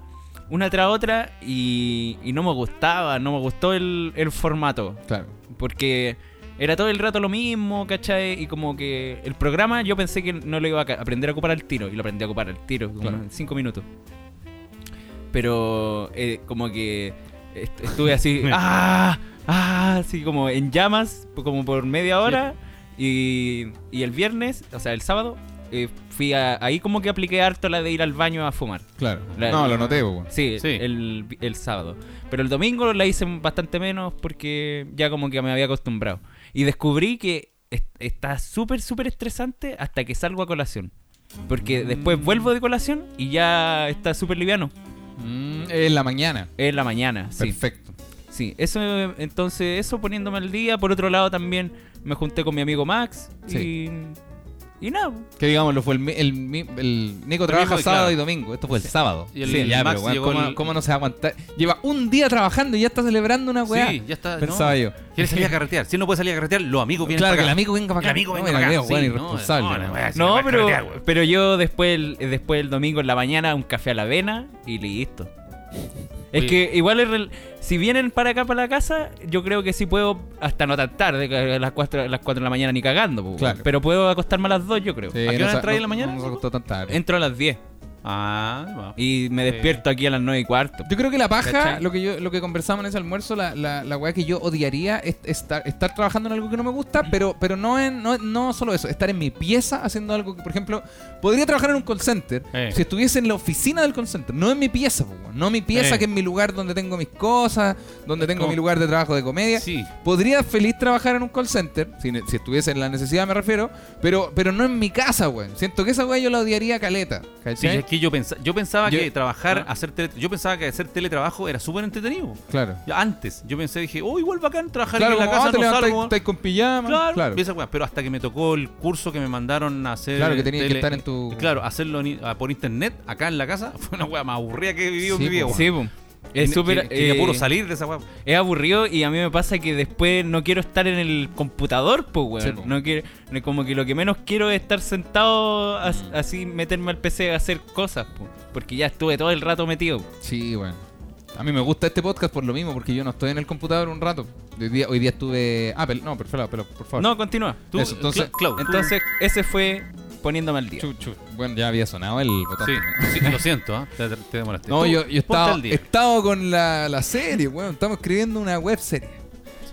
[SPEAKER 2] una tras otra. Y, y no me gustaba. No me gustó el, el formato.
[SPEAKER 1] Claro.
[SPEAKER 2] Porque era todo el rato lo mismo, ¿cachai? Y como que el programa yo pensé que no lo iba a ca- aprender a ocupar al tiro. Y lo aprendí a ocupar al tiro, como
[SPEAKER 1] Claro.
[SPEAKER 2] en cinco minutos. Pero eh, como que est- estuve así, ¡ah! ¡ah! Así como en llamas, po- como por media hora. Y, y el viernes, o sea, el sábado, eh, fui a- ahí como que apliqué harto la de ir al baño a fumar.
[SPEAKER 1] Claro.
[SPEAKER 2] La-
[SPEAKER 1] no, lo noté,
[SPEAKER 3] Ah.
[SPEAKER 1] weón.
[SPEAKER 2] Sí,
[SPEAKER 3] Sí.
[SPEAKER 2] El, el sábado. Pero el domingo la hice bastante menos porque ya como que me había acostumbrado. Y descubrí que es- está súper, súper estresante hasta que salgo a colación. Porque después vuelvo de colación y ya está súper liviano.
[SPEAKER 1] Mm, en la mañana.
[SPEAKER 2] Es la mañana, sí.
[SPEAKER 1] Perfecto.
[SPEAKER 2] Sí, eso, eh, entonces, eso poniéndome al día. Por otro lado, también me junté con mi amigo Max.
[SPEAKER 1] Sí.
[SPEAKER 2] Y, y nada,
[SPEAKER 1] Que digámoslo, fue el, mi- el, mi- el Nico trabaja
[SPEAKER 3] mismo,
[SPEAKER 1] sábado
[SPEAKER 3] claro.
[SPEAKER 1] y domingo. Esto fue el sábado.
[SPEAKER 3] Y el
[SPEAKER 1] sí, ya,
[SPEAKER 3] Max
[SPEAKER 1] pero, weón,
[SPEAKER 3] llegó
[SPEAKER 1] ¿cómo,
[SPEAKER 3] mal-
[SPEAKER 1] cómo no se va a aguantar? Lleva un día trabajando y ya está celebrando una weá.
[SPEAKER 3] Sí, ya está.
[SPEAKER 1] Pensaba
[SPEAKER 3] no.
[SPEAKER 1] yo.
[SPEAKER 3] Quiere salir a carretear. Si él no puede salir a carretear, los amigos vienen
[SPEAKER 1] Claro, que
[SPEAKER 3] para
[SPEAKER 1] el
[SPEAKER 3] acá.
[SPEAKER 1] amigo venga para acá.
[SPEAKER 3] El amigo
[SPEAKER 1] No,
[SPEAKER 3] venga
[SPEAKER 1] me la
[SPEAKER 3] para acá,
[SPEAKER 1] creo, weón,
[SPEAKER 3] sí,
[SPEAKER 1] irresponsable,
[SPEAKER 3] no, no,
[SPEAKER 1] weón.
[SPEAKER 3] la weá, sí,
[SPEAKER 2] No,
[SPEAKER 3] la
[SPEAKER 2] pero,
[SPEAKER 3] carretea, güey.
[SPEAKER 2] pero yo después el, después el domingo en la mañana un café a la avena y listo. Es
[SPEAKER 3] Oye.
[SPEAKER 2] que igual es rel- si vienen para acá, para la casa, yo creo que sí puedo hasta no tan tarde, que a las 4, las cuatro de la mañana ni cagando, po,
[SPEAKER 1] Claro.
[SPEAKER 2] pero puedo acostarme a las 2 yo creo.
[SPEAKER 1] Sí,
[SPEAKER 3] ¿A qué
[SPEAKER 1] no
[SPEAKER 3] hora
[SPEAKER 1] sa-
[SPEAKER 3] entra ahí en la
[SPEAKER 1] no-
[SPEAKER 3] mañana,
[SPEAKER 1] No nos
[SPEAKER 3] Nico?
[SPEAKER 1] acostó tan tarde.
[SPEAKER 2] Entro a las 10
[SPEAKER 3] Ah, va.
[SPEAKER 2] y me
[SPEAKER 3] Sí.
[SPEAKER 2] despierto aquí a las 9 y cuarto.
[SPEAKER 1] Yo creo que la paja,
[SPEAKER 2] ¿Cachai?
[SPEAKER 1] lo que, yo, lo que conversamos en ese almuerzo, la, la, la weá que yo odiaría es estar, estar trabajando en algo que no me gusta, pero, pero no, en, no, no solo eso, estar en mi pieza haciendo algo que, por ejemplo, podría trabajar en un call center
[SPEAKER 3] Eh.
[SPEAKER 1] si estuviese en la oficina del call center, no en mi pieza, po, weón. no mi pieza
[SPEAKER 3] Eh.
[SPEAKER 1] que es mi lugar donde tengo mis cosas, donde tengo
[SPEAKER 3] como-
[SPEAKER 1] mi lugar de trabajo de comedia.
[SPEAKER 3] Sí.
[SPEAKER 1] Podría feliz trabajar en un call center, si, ne- si estuviese en la necesidad me refiero, pero, pero no en mi casa, weón. Siento que esa weá yo la odiaría caleta.
[SPEAKER 3] Sí,
[SPEAKER 1] ¿cachai?
[SPEAKER 3] es que yo, pensaba yo pensaba
[SPEAKER 1] Yo-
[SPEAKER 3] que trabajar,
[SPEAKER 1] Ah.
[SPEAKER 3] hacer tele- yo pensaba que hacer teletrabajo era súper entretenido.
[SPEAKER 1] Claro.
[SPEAKER 3] Yo Antes, yo pensé, dije, oh, igual bacán trabajar
[SPEAKER 1] Claro,
[SPEAKER 3] en la
[SPEAKER 1] como, ah,
[SPEAKER 3] casa,
[SPEAKER 1] te
[SPEAKER 3] no
[SPEAKER 1] levantas y
[SPEAKER 3] salgo.
[SPEAKER 1] estás con pijama.
[SPEAKER 3] Claro, y esa weá. pero hasta que me tocó el curso que me mandaron a hacer.
[SPEAKER 1] Claro, que tenía que
[SPEAKER 3] tele-
[SPEAKER 1] estar en tu-
[SPEAKER 3] Claro, hacerlo en- ah, por internet, acá en la casa, [LAUGHS] fue una weá más aburrida que he vivido
[SPEAKER 1] Sí,
[SPEAKER 3] en mi vida.
[SPEAKER 1] po.
[SPEAKER 3] weón.
[SPEAKER 2] Sí, po. es
[SPEAKER 3] Que-
[SPEAKER 2] súper
[SPEAKER 3] que- que
[SPEAKER 2] eh,
[SPEAKER 3] puro salir de esa weá.
[SPEAKER 2] es aburrido y a mí me pasa que después no quiero estar en el computador, pues, weón.
[SPEAKER 1] Sí, po.
[SPEAKER 2] No quiero, no- como que lo que menos quiero es estar sentado as-
[SPEAKER 1] Mm.
[SPEAKER 2] así, meterme al PC a hacer cosas, po, porque ya estuve todo el rato metido.
[SPEAKER 1] Sí, bueno. A mí me gusta este podcast por lo mismo, porque yo no estoy en el computador un rato. Hoy día, hoy día estuve. Ah, pel- no, perfecto, pero por favor.
[SPEAKER 2] No, continúa.
[SPEAKER 3] Tú,
[SPEAKER 1] Eso, entonces-
[SPEAKER 3] Cla- Clau, tú-
[SPEAKER 2] Entonces, ese fue poniéndome al día.
[SPEAKER 1] Chu, chu. Bueno, ya había sonado el botón. [LAUGHS]
[SPEAKER 3] Sí, sí, lo siento, ah, te, te demoraste.
[SPEAKER 1] No,
[SPEAKER 3] Tú,
[SPEAKER 1] yo, yo
[SPEAKER 3] ponte
[SPEAKER 1] estaba,
[SPEAKER 3] al día.
[SPEAKER 1] estaba con la, la serie, weón. Estamos escribiendo una web serie.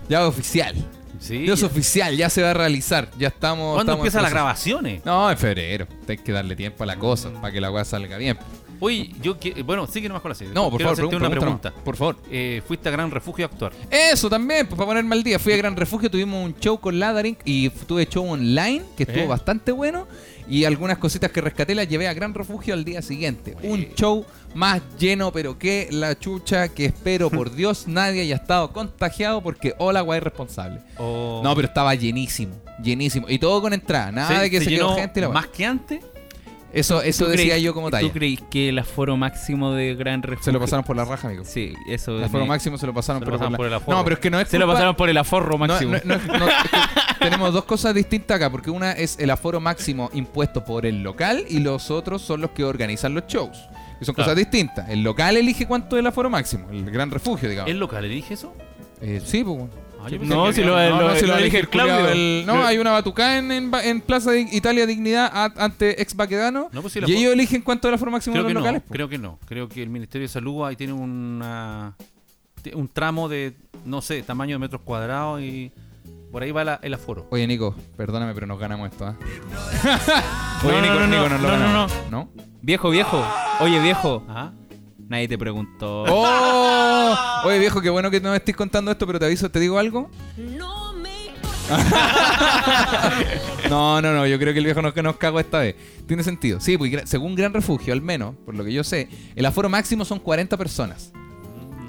[SPEAKER 1] Ya oficial.
[SPEAKER 3] Sí.
[SPEAKER 1] Ya es oficial, ya se va a realizar. Ya estamos.
[SPEAKER 3] ¿Cuándo
[SPEAKER 1] estamos en
[SPEAKER 3] empiezan las
[SPEAKER 1] proceso.
[SPEAKER 3] grabaciones?
[SPEAKER 1] No, en febrero. Hay que darle tiempo a la cosa para que la web salga bien.
[SPEAKER 3] Oye, yo que, bueno, sigue nomás con la serie.
[SPEAKER 1] No, por
[SPEAKER 3] Quiero
[SPEAKER 1] favor,
[SPEAKER 3] hacerte
[SPEAKER 1] pregun-
[SPEAKER 3] una
[SPEAKER 1] pregúntame,
[SPEAKER 3] pregunta.
[SPEAKER 1] Por favor.
[SPEAKER 3] Eh, fuiste a Gran Refugio a actuar.
[SPEAKER 1] Eso también, pues para ponerme al día. Fui a Gran Refugio, tuvimos un show con Ladarink y f- tuve show online, que estuvo
[SPEAKER 3] ¿Eh?
[SPEAKER 1] bastante bueno. Y algunas cositas que rescaté las llevé a Gran Refugio al día siguiente. Un show más lleno, pero que la chucha que espero,
[SPEAKER 3] [LAUGHS]
[SPEAKER 1] por Dios, nadie haya estado contagiado porque oh, hola, guay responsable.
[SPEAKER 3] O-
[SPEAKER 1] No, pero estaba llenísimo, llenísimo. Y todo con entrada, nada
[SPEAKER 3] ¿Se-
[SPEAKER 1] de que se, quedó
[SPEAKER 3] llenó
[SPEAKER 1] gente. y La
[SPEAKER 3] más
[SPEAKER 1] más
[SPEAKER 3] que antes.
[SPEAKER 1] eso eso
[SPEAKER 2] ¿Tú
[SPEAKER 1] decía
[SPEAKER 2] crees-
[SPEAKER 1] yo como
[SPEAKER 2] ¿Tú
[SPEAKER 1] talla.
[SPEAKER 2] crees que el aforo máximo de Gran Refugio...
[SPEAKER 1] Se lo pasaron por la raja, amigo.
[SPEAKER 2] Sí, eso...
[SPEAKER 1] El aforo
[SPEAKER 2] me-
[SPEAKER 1] máximo se lo pasaron,
[SPEAKER 3] Se lo
[SPEAKER 1] pero
[SPEAKER 3] pasaron por el
[SPEAKER 1] la...
[SPEAKER 3] aforo.
[SPEAKER 1] No, pero es que no es
[SPEAKER 2] Se lo
[SPEAKER 1] culpa-
[SPEAKER 2] pasaron por el aforo
[SPEAKER 1] No,
[SPEAKER 2] máximo.
[SPEAKER 1] no, no, no, es que tenemos dos cosas distintas acá, porque una es el aforo máximo impuesto por el local y los otros son los que organizan los shows. Y son
[SPEAKER 3] Claro.
[SPEAKER 1] cosas distintas. El local elige cuánto es el aforo máximo, el gran refugio, digamos.
[SPEAKER 3] ¿Es local? ¿Le dije eso?
[SPEAKER 1] Eh, sí, pues. bueno.
[SPEAKER 3] Ah, yo pensé
[SPEAKER 2] No,
[SPEAKER 3] que
[SPEAKER 2] si
[SPEAKER 3] había-
[SPEAKER 2] lo-
[SPEAKER 1] No, no, se lo
[SPEAKER 2] lo
[SPEAKER 1] elige
[SPEAKER 2] elige
[SPEAKER 1] el
[SPEAKER 2] el Claudio.
[SPEAKER 1] culiao del- No, hay una batucada en, en, Ba- en Plaza de Italia Dignidad a- ante ex Baquedano.
[SPEAKER 3] No, pues sí, la
[SPEAKER 1] y
[SPEAKER 3] fo-
[SPEAKER 1] ellos eligen cuánto es el aforo máximo de
[SPEAKER 3] Creo
[SPEAKER 1] los
[SPEAKER 3] que no,
[SPEAKER 1] locales. pues. po.
[SPEAKER 3] creo que no. Creo que el Ministerio de Salud ahí tiene una, ti- un tramo de, no sé, tamaño de metros cuadrados y por ahí va la- el aforo.
[SPEAKER 1] Oye, Nico, perdóname, pero nos ganamos esto. ¿ah?
[SPEAKER 2] No, no, no, no,
[SPEAKER 1] nos
[SPEAKER 2] no, no,
[SPEAKER 1] ¿No?
[SPEAKER 2] Viejo, viejo. Oye, viejo.
[SPEAKER 3] Ajá.
[SPEAKER 2] Nadie te preguntó.
[SPEAKER 1] ¡Oh! Oye, viejo, qué bueno que no me estés contando esto, pero te aviso, te digo algo.
[SPEAKER 5] No me
[SPEAKER 1] [LAUGHS] No, no, no, yo creo que el viejo nos, nos cagó esta vez. Tiene sentido. Sí, porque gra- según Gran Refugio, al menos, por lo que yo sé, el aforo máximo son 40 personas.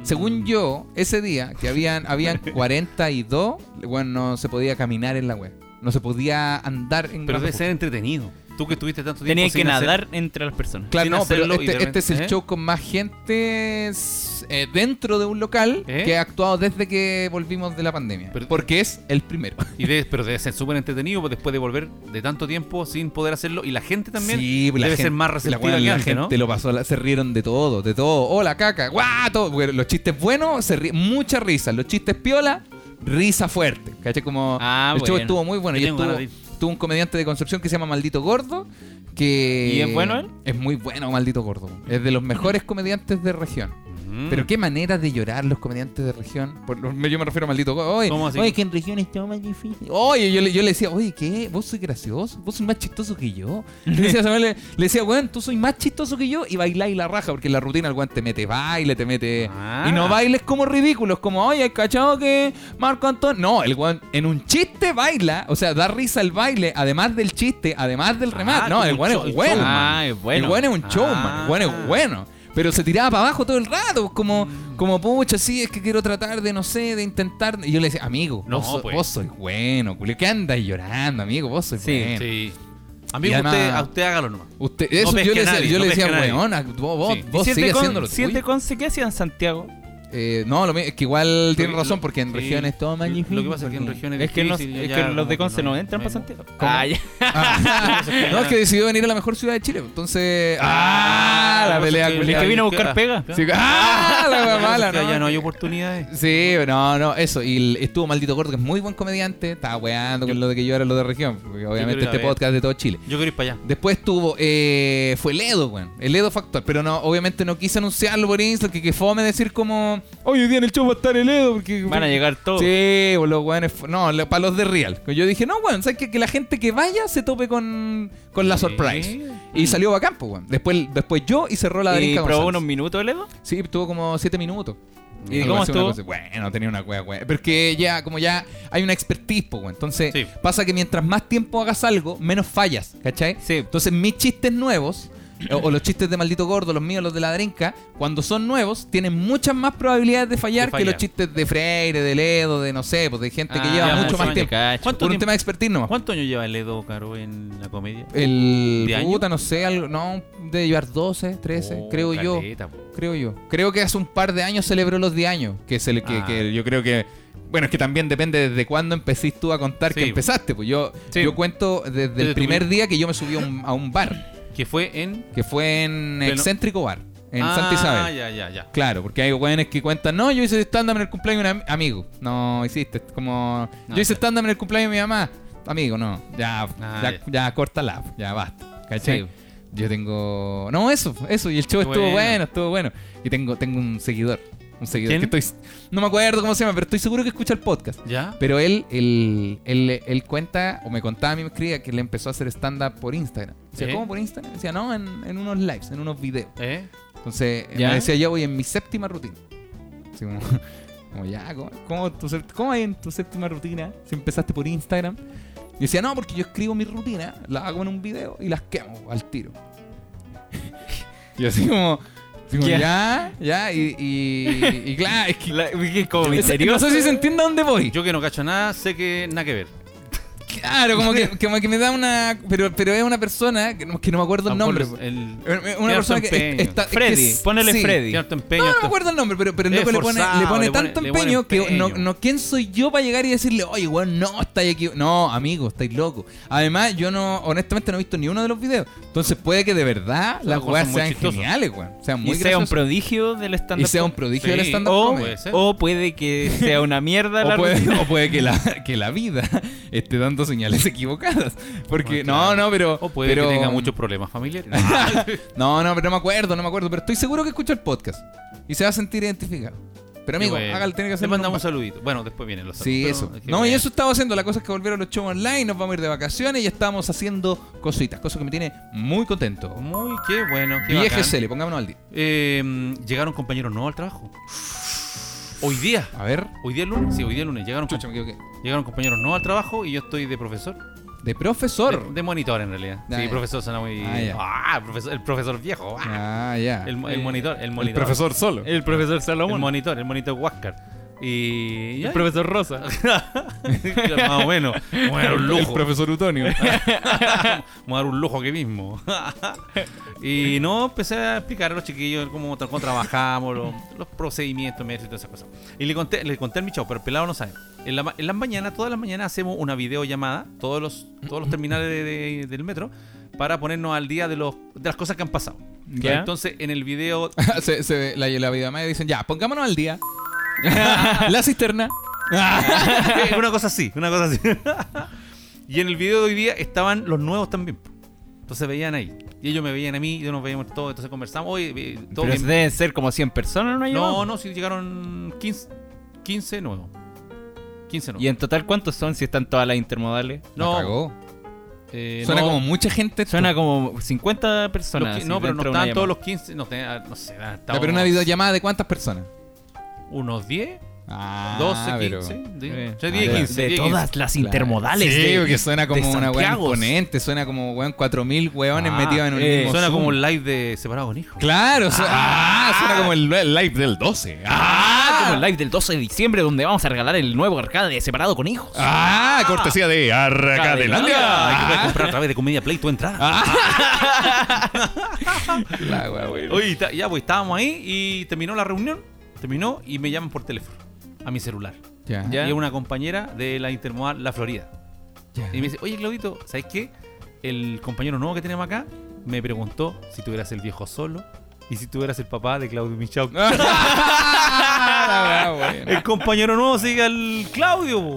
[SPEAKER 1] Según yo, ese día que habían, habían 42, bueno, no se podía caminar en la web. No se podía andar en Gran
[SPEAKER 3] Pero debe
[SPEAKER 1] Refugio.
[SPEAKER 3] ser entretenido. Tú que estuviste tanto tiempo
[SPEAKER 2] Tenía que
[SPEAKER 3] sin hacer-
[SPEAKER 2] nadar entre las personas.
[SPEAKER 1] Claro,
[SPEAKER 3] sin
[SPEAKER 1] no, pero
[SPEAKER 3] hacerlo y
[SPEAKER 1] este,
[SPEAKER 3] de
[SPEAKER 1] este
[SPEAKER 3] repente-
[SPEAKER 1] es el
[SPEAKER 3] ¿eh?
[SPEAKER 1] show con más gente s- eh, dentro de un local
[SPEAKER 3] ¿Eh?
[SPEAKER 1] que ha actuado desde que volvimos de la pandemia.
[SPEAKER 3] Pero-
[SPEAKER 1] porque es el primero.
[SPEAKER 3] y debe- pero debe ser súper entretenido pues, después de volver de tanto tiempo sin poder hacerlo. Y la gente también
[SPEAKER 1] Sí, pues, la
[SPEAKER 3] debe
[SPEAKER 1] gente-
[SPEAKER 3] ser más
[SPEAKER 1] la,
[SPEAKER 3] receptiva
[SPEAKER 1] weá,
[SPEAKER 3] que
[SPEAKER 1] la
[SPEAKER 3] antes, ¿no?
[SPEAKER 1] gente lo pasó, la- se rieron de todo, de todo. Hola, caca, guato. Porque los chistes buenos, se ri- mucha risa. Los chistes piola, risa fuerte. ¿Cachai? Como
[SPEAKER 2] Ah,
[SPEAKER 1] el show
[SPEAKER 2] bueno.
[SPEAKER 1] estuvo muy bueno.
[SPEAKER 3] Yo
[SPEAKER 1] Y
[SPEAKER 3] tengo
[SPEAKER 1] estuvo,
[SPEAKER 3] ganas de ir.
[SPEAKER 1] estuvo un comediante de Concepción que se llama Maldito Gordo. Que
[SPEAKER 2] ¿Y es bueno él?
[SPEAKER 1] Es muy bueno, Maldito Gordo. Es de los mejores comediantes de región.
[SPEAKER 3] Mm.
[SPEAKER 1] Pero qué manera de llorar los comediantes de región. Por lo- yo me refiero a maldito. Go- Oye,
[SPEAKER 3] ¿Cómo así?
[SPEAKER 1] oye, que en región es todo más difícil. Oye, yo le, yo le decía, oye, ¿qué? ¿Vos sois gracioso? ¿Vos sois más chistoso que yo? Le decía, a Samuel, le, le decía, weón, tú sois más chistoso que yo y bailáis la raja, porque en la rutina el weón te mete baile, te mete.
[SPEAKER 3] Ah.
[SPEAKER 1] Y no bailes como ridículos, como, oye, ¿cachado que Marco Antonio? No, el weón en un chiste baila, o sea, da risa el baile, además del chiste, además del remate. no,
[SPEAKER 3] Ah, como
[SPEAKER 1] el
[SPEAKER 3] un
[SPEAKER 1] weón
[SPEAKER 3] show-
[SPEAKER 1] es
[SPEAKER 3] un
[SPEAKER 1] bueno.
[SPEAKER 3] showman.
[SPEAKER 1] man.
[SPEAKER 3] Ah, es bueno.
[SPEAKER 1] El weón es un showman, el weón
[SPEAKER 3] Ah.
[SPEAKER 1] es bueno. Pero se tiraba para abajo todo el rato, como,
[SPEAKER 3] Mm.
[SPEAKER 1] como pucha, sí, es que quiero tratar de, no sé, de intentar. Y yo le decía, amigo,
[SPEAKER 3] No,
[SPEAKER 1] vos, so-
[SPEAKER 3] pues.
[SPEAKER 1] vos sois bueno, culio. ¿Qué andas llorando, amigo? Vos sois bueno.
[SPEAKER 3] Sí. Amigo,
[SPEAKER 1] Y además-
[SPEAKER 3] usted, a usted hágalo nomás.
[SPEAKER 1] Usted, eso
[SPEAKER 3] pesque
[SPEAKER 1] yo
[SPEAKER 3] a
[SPEAKER 1] le decía,
[SPEAKER 3] nadie,
[SPEAKER 1] yo
[SPEAKER 3] no
[SPEAKER 1] le
[SPEAKER 3] pesque
[SPEAKER 1] decía,
[SPEAKER 3] a nadie.
[SPEAKER 1] weona, vos, vos,
[SPEAKER 3] Sí.
[SPEAKER 1] vos
[SPEAKER 2] ¿Y
[SPEAKER 1] sigues
[SPEAKER 2] Conce-
[SPEAKER 1] haciendo lo
[SPEAKER 2] Siete
[SPEAKER 1] tuyo.
[SPEAKER 2] Conce, ¿qué hacía en Santiago?
[SPEAKER 1] Eh, no, lo mi- es que igual tiene
[SPEAKER 3] Lo-
[SPEAKER 1] razón,
[SPEAKER 3] lo-
[SPEAKER 1] porque en
[SPEAKER 3] sí.
[SPEAKER 1] regiones todo
[SPEAKER 3] [LAUGHS] Lo
[SPEAKER 1] magnífico.
[SPEAKER 3] que pasa es que en regiones
[SPEAKER 2] Es que, no-
[SPEAKER 3] difíciles
[SPEAKER 2] es
[SPEAKER 3] ya
[SPEAKER 2] que
[SPEAKER 3] como
[SPEAKER 2] los de Conce
[SPEAKER 3] no
[SPEAKER 2] no
[SPEAKER 3] hay-
[SPEAKER 2] entran
[SPEAKER 3] no hay-
[SPEAKER 2] para Santiago.
[SPEAKER 3] ¿Cómo?
[SPEAKER 2] Ah, ya.
[SPEAKER 1] Ah, [LAUGHS] no, es que decidió venir a la mejor ciudad de Chile. Entonces. ¡Ah! La
[SPEAKER 3] lo que
[SPEAKER 1] pelea
[SPEAKER 3] pasa es
[SPEAKER 2] El
[SPEAKER 1] culiao.
[SPEAKER 2] que vino a
[SPEAKER 3] Ah,
[SPEAKER 2] buscar pega.
[SPEAKER 1] Sí, ¡Ah! La wea mala,
[SPEAKER 3] Ya,
[SPEAKER 1] ¿no?
[SPEAKER 3] ya no hay oportunidades.
[SPEAKER 1] Sí, no, no, eso. Y el- estuvo Maldito Gordo, que es muy buen comediante. Estaba weando con lo de que yo era lo de región. Porque
[SPEAKER 3] quiero
[SPEAKER 1] obviamente
[SPEAKER 3] ir a
[SPEAKER 1] este
[SPEAKER 3] ver.
[SPEAKER 1] podcast es de todo Chile.
[SPEAKER 3] Yo quiero ir para allá.
[SPEAKER 1] Después tuvo, eh, fue Ledo, weón. El Ledo Factor. Pero no, obviamente no quise anunciarlo por Instagram. Que, que fome decir como, oye, hoy día en el show va a estar el Ledo. Porque,
[SPEAKER 2] Van a llegar todos.
[SPEAKER 1] Sí, o los weones. fu- No, para los de Real. Yo dije, no, weón, ¿sabes qué? que la gente que vaya se tope con, con la surprise. Y salió bacán, pues, weón. Después, después yo y cerró la
[SPEAKER 2] ¿Y
[SPEAKER 1] Darinka
[SPEAKER 2] probó
[SPEAKER 1] González.
[SPEAKER 2] unos minutos, Ledo?
[SPEAKER 1] Sí, tuvo como 7 minutos.
[SPEAKER 2] ¿Y
[SPEAKER 1] Algo
[SPEAKER 2] cómo
[SPEAKER 1] así, una
[SPEAKER 2] estuvo?
[SPEAKER 1] cosa- Bueno, tenía una cueva, cueva. Porque ya, como ya hay una expertise, po, weón. Entonces,
[SPEAKER 3] Sí.
[SPEAKER 1] pasa que mientras más tiempo hagas algo, menos fallas, ¿cachai?
[SPEAKER 2] Sí.
[SPEAKER 1] Entonces, mis chistes nuevos, o, o los chistes de maldito gordo, los míos, los de la drenca, cuando son nuevos, tienen muchas más probabilidades de fallar,
[SPEAKER 3] De
[SPEAKER 1] que
[SPEAKER 3] fallar.
[SPEAKER 1] los chistes de Freire, de Ledo, de no sé, pues de gente que
[SPEAKER 2] Ah,
[SPEAKER 1] lleva
[SPEAKER 2] ya,
[SPEAKER 1] mucho
[SPEAKER 2] sí,
[SPEAKER 1] más
[SPEAKER 2] te
[SPEAKER 1] tiempo.
[SPEAKER 2] cacho.
[SPEAKER 3] ¿Cuánto
[SPEAKER 1] Por un
[SPEAKER 3] tiempo-
[SPEAKER 1] tema de expertise nomás.
[SPEAKER 3] ¿Cuánto años lleva el Edo Caro en la comedia?
[SPEAKER 1] El
[SPEAKER 3] ¿De año?
[SPEAKER 1] puta, no sé, algo, no, debe llevar 12, 13,
[SPEAKER 3] Oh,
[SPEAKER 1] creo yo.
[SPEAKER 3] caleta, po.
[SPEAKER 1] Creo yo. Creo que hace un par de años celebró los 10 años. Que, se le- que,
[SPEAKER 3] Ah.
[SPEAKER 1] que yo creo que. Bueno, es que también depende desde cuándo empecés tú a contar
[SPEAKER 3] Sí,
[SPEAKER 1] que
[SPEAKER 3] po.
[SPEAKER 1] empezaste. Pues yo,
[SPEAKER 2] Sí.
[SPEAKER 1] yo cuento desde,
[SPEAKER 3] Desde
[SPEAKER 1] el
[SPEAKER 3] tu
[SPEAKER 1] primer
[SPEAKER 3] prim-
[SPEAKER 1] día que yo me subí a un, a un bar.
[SPEAKER 3] Que fue en.
[SPEAKER 1] Que fue en
[SPEAKER 3] Pero-
[SPEAKER 1] Excéntrico Bar. En
[SPEAKER 3] ah,
[SPEAKER 1] Santa Isabel.
[SPEAKER 3] ya, ya, ya.
[SPEAKER 1] Claro, porque hay weones que cuentan, no, yo hice stand-up en el cumpleaños de un am- amigo. No, hiciste. Como,
[SPEAKER 3] No,
[SPEAKER 1] yo hice
[SPEAKER 3] ya.
[SPEAKER 1] stand-up en el cumpleaños de mi mamá. Amigo, no. Ya,
[SPEAKER 3] Ah,
[SPEAKER 1] ya,
[SPEAKER 3] ya.
[SPEAKER 1] ya, córtala. Ya basta. ¿Cachai?
[SPEAKER 2] Sí.
[SPEAKER 1] Yo tengo. No, eso, eso. Y el show
[SPEAKER 3] Qué
[SPEAKER 1] estuvo
[SPEAKER 3] bueno.
[SPEAKER 1] bueno, estuvo bueno. Y tengo, tengo un seguidor. Un seguidor.
[SPEAKER 3] ¿Quién?
[SPEAKER 1] Que estoy... No me acuerdo cómo se llama, pero estoy seguro que escucha el podcast.
[SPEAKER 3] ¿Ya?
[SPEAKER 1] Pero él, él, él, él cuenta, o me contaba a mí, me escribía que él empezó a hacer stand-up por Instagram. Decía,
[SPEAKER 3] ¿Eh?
[SPEAKER 1] ¿cómo por Instagram? Decía, no, en, en unos lives, en unos videos.
[SPEAKER 3] ¿Eh?
[SPEAKER 1] Entonces,
[SPEAKER 2] ¿Ya?
[SPEAKER 1] me decía, ya voy en mi séptima rutina. Así como, [LAUGHS] como, ya, ¿cómo, cómo tu sép- cómo hay en tu séptima rutina si empezaste por Instagram? Y decía, no, porque yo escribo mis rutinas, las hago en un video y las quemo al tiro. [LAUGHS] y así como, así como,
[SPEAKER 2] Ya.
[SPEAKER 1] ya, ya, y, y, y claro, es que...
[SPEAKER 2] La- que como
[SPEAKER 1] es- No sé si se entiende a dónde voy.
[SPEAKER 3] Yo que no cacho nada, sé que nada que ver.
[SPEAKER 1] claro, como que, como que me da una... Pero, pero es una persona, que no, que no me acuerdo el
[SPEAKER 3] A lo
[SPEAKER 1] nombre. pues.
[SPEAKER 3] mejor El.
[SPEAKER 1] Una
[SPEAKER 3] Tiene
[SPEAKER 1] persona
[SPEAKER 3] harto
[SPEAKER 1] que
[SPEAKER 3] empeño.
[SPEAKER 1] está... es que
[SPEAKER 2] Freddy,
[SPEAKER 1] es-
[SPEAKER 2] ponele
[SPEAKER 1] eh, sí.
[SPEAKER 2] Freddy.
[SPEAKER 3] Tiene harto empeño.
[SPEAKER 1] No, no me
[SPEAKER 3] harto-
[SPEAKER 1] acuerdo el nombre, pero, pero el loco
[SPEAKER 3] Es
[SPEAKER 1] le pone,
[SPEAKER 3] forzado,
[SPEAKER 1] le pone
[SPEAKER 3] le pone-
[SPEAKER 1] tanto
[SPEAKER 3] le pone
[SPEAKER 1] empeño, que
[SPEAKER 3] empeño.
[SPEAKER 1] no, no, ¿quién soy yo para llegar y decirle, oye, weón, no, estáis aquí? No, amigo, estáis loco. Además, yo no, honestamente no he visto ni uno de los videos. Entonces puede que de verdad
[SPEAKER 3] Son
[SPEAKER 1] las
[SPEAKER 3] cosas
[SPEAKER 1] weas
[SPEAKER 3] muy
[SPEAKER 1] sean
[SPEAKER 3] chistosas.
[SPEAKER 1] geniales, weón. Sean
[SPEAKER 2] [LAUGHS] Y
[SPEAKER 1] muy
[SPEAKER 2] sea un
[SPEAKER 1] graciosas.
[SPEAKER 2] prodigio del stand-up.
[SPEAKER 1] Y sea un prodigio del
[SPEAKER 3] Sí, oh, pues,
[SPEAKER 1] stand-up
[SPEAKER 2] o,
[SPEAKER 1] comedy.
[SPEAKER 3] puede ser.
[SPEAKER 2] o puede
[SPEAKER 3] [LAUGHS]
[SPEAKER 2] que sea una mierda la
[SPEAKER 1] O puede, [LAUGHS]
[SPEAKER 2] rutina.
[SPEAKER 1] o puede que la, que la vida [LAUGHS] esté dando señales equivocadas. Porque,
[SPEAKER 3] Bueno, claro.
[SPEAKER 1] no, no, pero.
[SPEAKER 3] O Oh, puede
[SPEAKER 1] pero-
[SPEAKER 3] que tenga muchos
[SPEAKER 1] [LAUGHS]
[SPEAKER 3] problemas familiares.
[SPEAKER 1] No, no, pero no me acuerdo, no me acuerdo. Pero estoy seguro que escucha el podcast. Y se va a sentir identificado. Pero amigo,
[SPEAKER 3] [LAUGHS] Bueno,
[SPEAKER 1] hágalo, tiene que hacer
[SPEAKER 3] Le mandamos un saludito. Bueno, después vienen los
[SPEAKER 1] Sí, eso.
[SPEAKER 3] saludos. pero-
[SPEAKER 1] No, y eso estamos haciendo. La cosa es que volvieron los shows online, nos vamos a ir de vacaciones y estamos haciendo cositas, cosa que me tiene muy contento.
[SPEAKER 3] Muy, qué bueno. Qué bacán.
[SPEAKER 1] Viejecele, pongámonos al día.
[SPEAKER 3] Eh, llegaron compañeros nuevos al trabajo. Hoy día.
[SPEAKER 1] A ver.
[SPEAKER 3] Hoy día lunes. Sí, hoy día lunes. Llegaron,
[SPEAKER 1] Chucha, me equivoqué.
[SPEAKER 3] llegaron compañeros nuevos al trabajo y yo estoy de profesor.
[SPEAKER 1] De
[SPEAKER 3] De,
[SPEAKER 1] profesor.
[SPEAKER 3] de monitor, en realidad.
[SPEAKER 1] Ah,
[SPEAKER 3] sí,
[SPEAKER 1] ya.
[SPEAKER 3] profesor suena muy.
[SPEAKER 1] Ah, ya.
[SPEAKER 3] Ah, profesor- el profesor viejo. Ah.
[SPEAKER 1] Ah, ya.
[SPEAKER 3] El, el monitor. El monitor.
[SPEAKER 1] solo.
[SPEAKER 2] El profesor
[SPEAKER 3] El
[SPEAKER 2] Salomón.
[SPEAKER 3] monitor, el monitor Huáscar. Y.
[SPEAKER 2] el profesor Rosa.
[SPEAKER 3] [LAUGHS] Ah, Más o
[SPEAKER 2] [LAUGHS]
[SPEAKER 3] menos. Vamos a dar un lujo.
[SPEAKER 1] profesor
[SPEAKER 3] [LAUGHS]
[SPEAKER 1] Utonio. [LAUGHS]
[SPEAKER 3] Vamos a dar un lujo aquí mismo. [LAUGHS] y no, empecé a explicar a los chiquillos cómo, tra- cómo trabajamos, los, los procedimientos, medios y todas esas cosas. Y le conté, le conté a mi chavo, pero el pelado no sabe. En, la ma- en las mañanas, todas las mañanas hacemos una videollamada, todos los, todos los terminales de- de- del metro, para ponernos al día de, los, de las cosas que han pasado.
[SPEAKER 2] Ya.
[SPEAKER 3] Entonces, en el video [LAUGHS]
[SPEAKER 1] se, se ve la, la vida media dicen, ya, pongámonos al día. la cisterna.
[SPEAKER 3] una cosa así, [LAUGHS] una cosa así. y en el video de hoy día estaban los nuevos también. po. Entonces veían ahí. Y ellos me veían a mí, yo nos veíamos todos, entonces conversamos. Oye, eh, todo
[SPEAKER 2] Pero
[SPEAKER 3] bien.
[SPEAKER 2] deben ser como 100 personas, ¿no?
[SPEAKER 3] No,
[SPEAKER 2] Llevamos.
[SPEAKER 3] no, si llegaron 15, 15 nuevos. 15 nuevos.
[SPEAKER 2] ¿Y en total cuántos son si están todas las intermodales?
[SPEAKER 1] No.
[SPEAKER 3] no, eh,
[SPEAKER 1] Suena
[SPEAKER 3] no,
[SPEAKER 1] como mucha gente. esto.
[SPEAKER 2] Suena como 50
[SPEAKER 3] los
[SPEAKER 2] personas.
[SPEAKER 3] qui-
[SPEAKER 2] así,
[SPEAKER 3] no, pero no
[SPEAKER 2] dentro de
[SPEAKER 3] estaban
[SPEAKER 2] una llamada.
[SPEAKER 3] todos los 15. No, tenía- no sé, estaban
[SPEAKER 1] Ya, pero una videollamada de cuántas personas?
[SPEAKER 3] unos 10,
[SPEAKER 1] Ah,
[SPEAKER 3] 12,
[SPEAKER 1] pero-
[SPEAKER 3] 15. de-
[SPEAKER 2] Eh,
[SPEAKER 3] entre
[SPEAKER 1] ah,
[SPEAKER 3] 10 y
[SPEAKER 1] de-
[SPEAKER 3] 15.
[SPEAKER 2] de
[SPEAKER 3] 10 y 15.
[SPEAKER 2] todas las
[SPEAKER 1] Claro.
[SPEAKER 2] intermodales.
[SPEAKER 1] Sí,
[SPEAKER 2] de-
[SPEAKER 1] porque suena como
[SPEAKER 2] de
[SPEAKER 1] una weá
[SPEAKER 2] Santiago.
[SPEAKER 1] imponente. Suena como, weón, 4.000 weones
[SPEAKER 3] Ah,
[SPEAKER 1] metidos en un
[SPEAKER 2] eh,
[SPEAKER 1] mismo
[SPEAKER 3] Suena
[SPEAKER 1] Zoom.
[SPEAKER 3] como un live de separado con hijos.
[SPEAKER 1] Claro, su- ah, suena como el, el live del 12. Ah,
[SPEAKER 2] Ah, como el live del 12 de diciembre donde vamos a regalar el nuevo arcade separado con hijos.
[SPEAKER 1] Ah, cortesía de Arracadelandia.
[SPEAKER 3] Hay que puedes
[SPEAKER 1] Ah,
[SPEAKER 3] comprar a través de Comedia Play tu entrada.
[SPEAKER 1] la weá, weón.
[SPEAKER 3] Oye, y ta- ya pues estábamos ahí y terminó la reunión, terminó y me llaman por teléfono a mi celular.
[SPEAKER 1] Ya,
[SPEAKER 3] Y es una compañera de la Intermodal La Florida.
[SPEAKER 1] ya. [LAUGHS]
[SPEAKER 3] Y me dice, oye Claudito, ¿sabes qué? El compañero nuevo que tenemos acá me preguntó si tú eras el viejo solo y si tú eras el papá de Claudio Michau.
[SPEAKER 1] Ah, la weá, weón.
[SPEAKER 3] El compañero nuevo sigue al
[SPEAKER 1] [LAUGHS]
[SPEAKER 3] Claudio. po.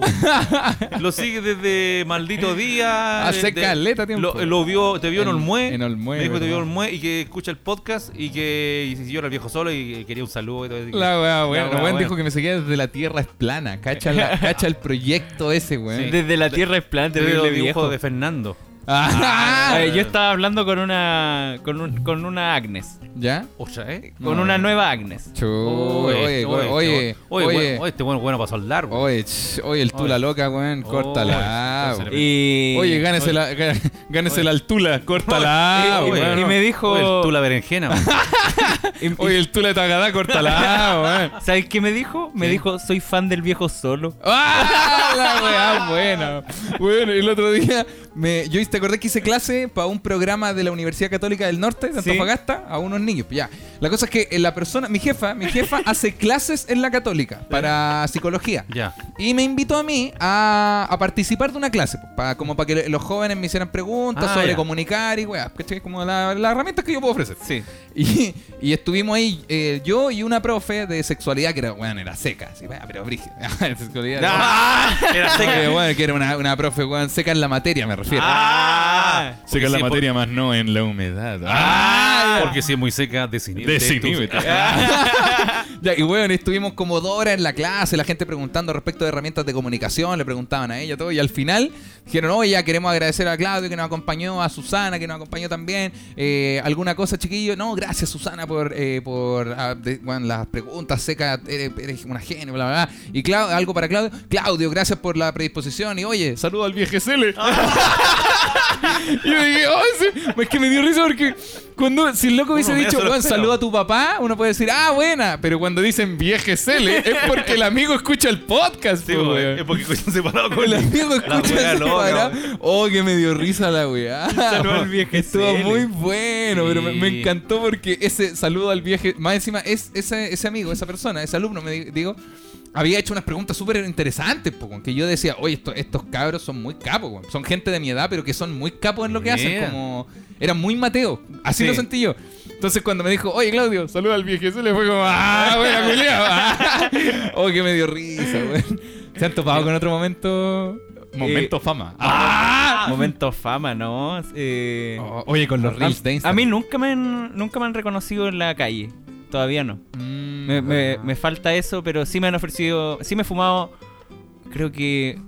[SPEAKER 3] Lo sigue desde maldito día.
[SPEAKER 1] Hace
[SPEAKER 3] desde-
[SPEAKER 1] Ah, caleta tiempo.
[SPEAKER 3] Lo, lo vio, te vio en,
[SPEAKER 1] En-
[SPEAKER 3] Olmué.
[SPEAKER 1] en Olmué,
[SPEAKER 3] Me dijo que te
[SPEAKER 1] ¿verdad?
[SPEAKER 3] vio en Olmué y que escucha el podcast y que y si yo era el viejo solo y que quería un saludo y todo eso.
[SPEAKER 1] La weá, weón.
[SPEAKER 3] La weá,
[SPEAKER 1] Weón
[SPEAKER 3] weón.
[SPEAKER 1] dijo que me seguía desde la tierra es plana. Cacha, [LAUGHS] la- cacha el proyecto ese, weón.
[SPEAKER 2] Desde la tierra es plana,
[SPEAKER 3] Te veo
[SPEAKER 2] terrible
[SPEAKER 3] el dibujo
[SPEAKER 2] viejo.
[SPEAKER 3] de Fernando.
[SPEAKER 1] Ah,
[SPEAKER 2] Eh, yo estaba hablando con una con, un- con una Agnes,
[SPEAKER 1] ¿Ya?
[SPEAKER 3] Otra, ¿eh?
[SPEAKER 2] con
[SPEAKER 1] No.
[SPEAKER 2] una nueva Agnes.
[SPEAKER 1] Chu, oye, oye, oye,
[SPEAKER 3] oye,
[SPEAKER 1] oye,
[SPEAKER 3] bueno, este bueno, bueno pasó al largo.
[SPEAKER 1] oye, ch, oye, el Tula
[SPEAKER 3] Oye.
[SPEAKER 1] loca, weón, córtala.
[SPEAKER 3] Oye,
[SPEAKER 1] weón.
[SPEAKER 2] Y
[SPEAKER 1] Oye, gánese la, gá- gánese la al Tula, córtala.
[SPEAKER 2] y- y-
[SPEAKER 1] weón.
[SPEAKER 2] y me dijo-
[SPEAKER 3] Oye, tú la berenjena. weón.
[SPEAKER 2] y- y-
[SPEAKER 1] Oye, el Tula de Tagadá, córtala, weón.
[SPEAKER 2] ¿Sabes qué me dijo? Me dijo, "Soy fan del viejo solo."
[SPEAKER 1] ¡Ah! La weá buena. Bueno, el otro día me, yo te acordé que hice clase para un programa de la Universidad Católica del Norte, de
[SPEAKER 2] Sí.
[SPEAKER 1] Antofagasta, a unos niños. Ya. La cosa es que eh, la persona, mi jefa, mi jefa [LAUGHS] hace clases en la Católica para psicología.
[SPEAKER 3] ya.
[SPEAKER 1] Y me invitó a mí a, a participar de una clase, pues, pa- como para que los jóvenes me hicieran preguntas
[SPEAKER 3] Ah,
[SPEAKER 1] sobre
[SPEAKER 3] ya.
[SPEAKER 1] comunicar y weá, ¿cachai? Como la- las herramientas que yo puedo ofrecer.
[SPEAKER 3] Sí.
[SPEAKER 1] Y, y estuvimos ahí, eh, yo y una profe de sexualidad que era, bueno, era seca, así, weá, pero brígida. [LAUGHS] sexualidad.
[SPEAKER 3] Era
[SPEAKER 1] No,
[SPEAKER 3] seca.
[SPEAKER 1] que, bueno, que era una, una profe, weón, seca en la materia, me refiero.
[SPEAKER 2] Ah.
[SPEAKER 3] Porque sí, Ah. por-
[SPEAKER 6] más no en la humedad.
[SPEAKER 3] Porque si es muy seca, desinhibe.
[SPEAKER 6] Desiníbete.
[SPEAKER 1] Ya, y bueno, estuvimos como dos horas en la clase, la gente preguntando respecto de herramientas de comunicación, le preguntaban a ella todo, y al final dijeron, oye, ya queremos agradecer a Claudio que nos acompañó, a Susana que nos acompañó también, eh, alguna cosa, chiquillo, no, gracias Susana por, eh, por ah, de- bueno, las preguntas secas, eres, eres una genio, bla, bla, bla, y Clau- algo para Claudio, Claudio, gracias por la predisposición, y oye, saludo al
[SPEAKER 3] [LAUGHS]
[SPEAKER 1] viejecele. [LAUGHS] Y yo dije, oh, sí. es que me dio risa porque cuando, si el loco hubiese
[SPEAKER 3] Uno me
[SPEAKER 1] dicho,
[SPEAKER 3] hace los
[SPEAKER 1] "Weón,
[SPEAKER 3] pelos".
[SPEAKER 1] saludo a tu papá, uno puede decir, ah, buena. Pero cuando dicen vieje cele, es porque el amigo escucha el podcast,
[SPEAKER 3] Sí,
[SPEAKER 1] po,
[SPEAKER 3] po,
[SPEAKER 1] weón.
[SPEAKER 3] es porque escuchan separado con
[SPEAKER 1] El amigo
[SPEAKER 3] la
[SPEAKER 1] escucha
[SPEAKER 3] wea
[SPEAKER 1] ese
[SPEAKER 3] loca,
[SPEAKER 1] pará.
[SPEAKER 3] weón.
[SPEAKER 1] Oh, que me dio risa la weá.
[SPEAKER 3] [LAUGHS]
[SPEAKER 2] Saludo [LAUGHS] al vieje
[SPEAKER 1] Estuvo
[SPEAKER 2] cele.
[SPEAKER 1] muy bueno, pero me, me
[SPEAKER 3] Sí.
[SPEAKER 1] encantó porque ese saludo al vieje. Más encima, es, ese, ese amigo, esa persona, ese alumno, me di- digo. Había hecho unas preguntas súper interesantes, po, con que yo decía, oye, esto- estos cabros son muy capos, weón. son gente de mi edad, pero que son muy capos en lo que hacen,
[SPEAKER 3] Mira.
[SPEAKER 1] como... Eran muy Mateo, así
[SPEAKER 3] Sí.
[SPEAKER 1] lo sentí yo. Entonces cuando me dijo, oye, Claudio, saluda al viejo, se le fue como, ah, buena [LAUGHS] culiao, ah". Oh, que me dio risa, weón. ¿Se han topado con otro momento?
[SPEAKER 3] Eh,
[SPEAKER 1] Eh, Momento fama.
[SPEAKER 2] Momento fama, ¿no? Eh,
[SPEAKER 1] Oh, oye, con los reels de
[SPEAKER 2] a,
[SPEAKER 1] Instagram.
[SPEAKER 2] a mí nunca me han, nunca me han reconocido en la calle. Todavía no.
[SPEAKER 1] Mm,
[SPEAKER 2] Me, me- me falta eso, pero sí me han ofrecido. Sí me he fumado. Creo que.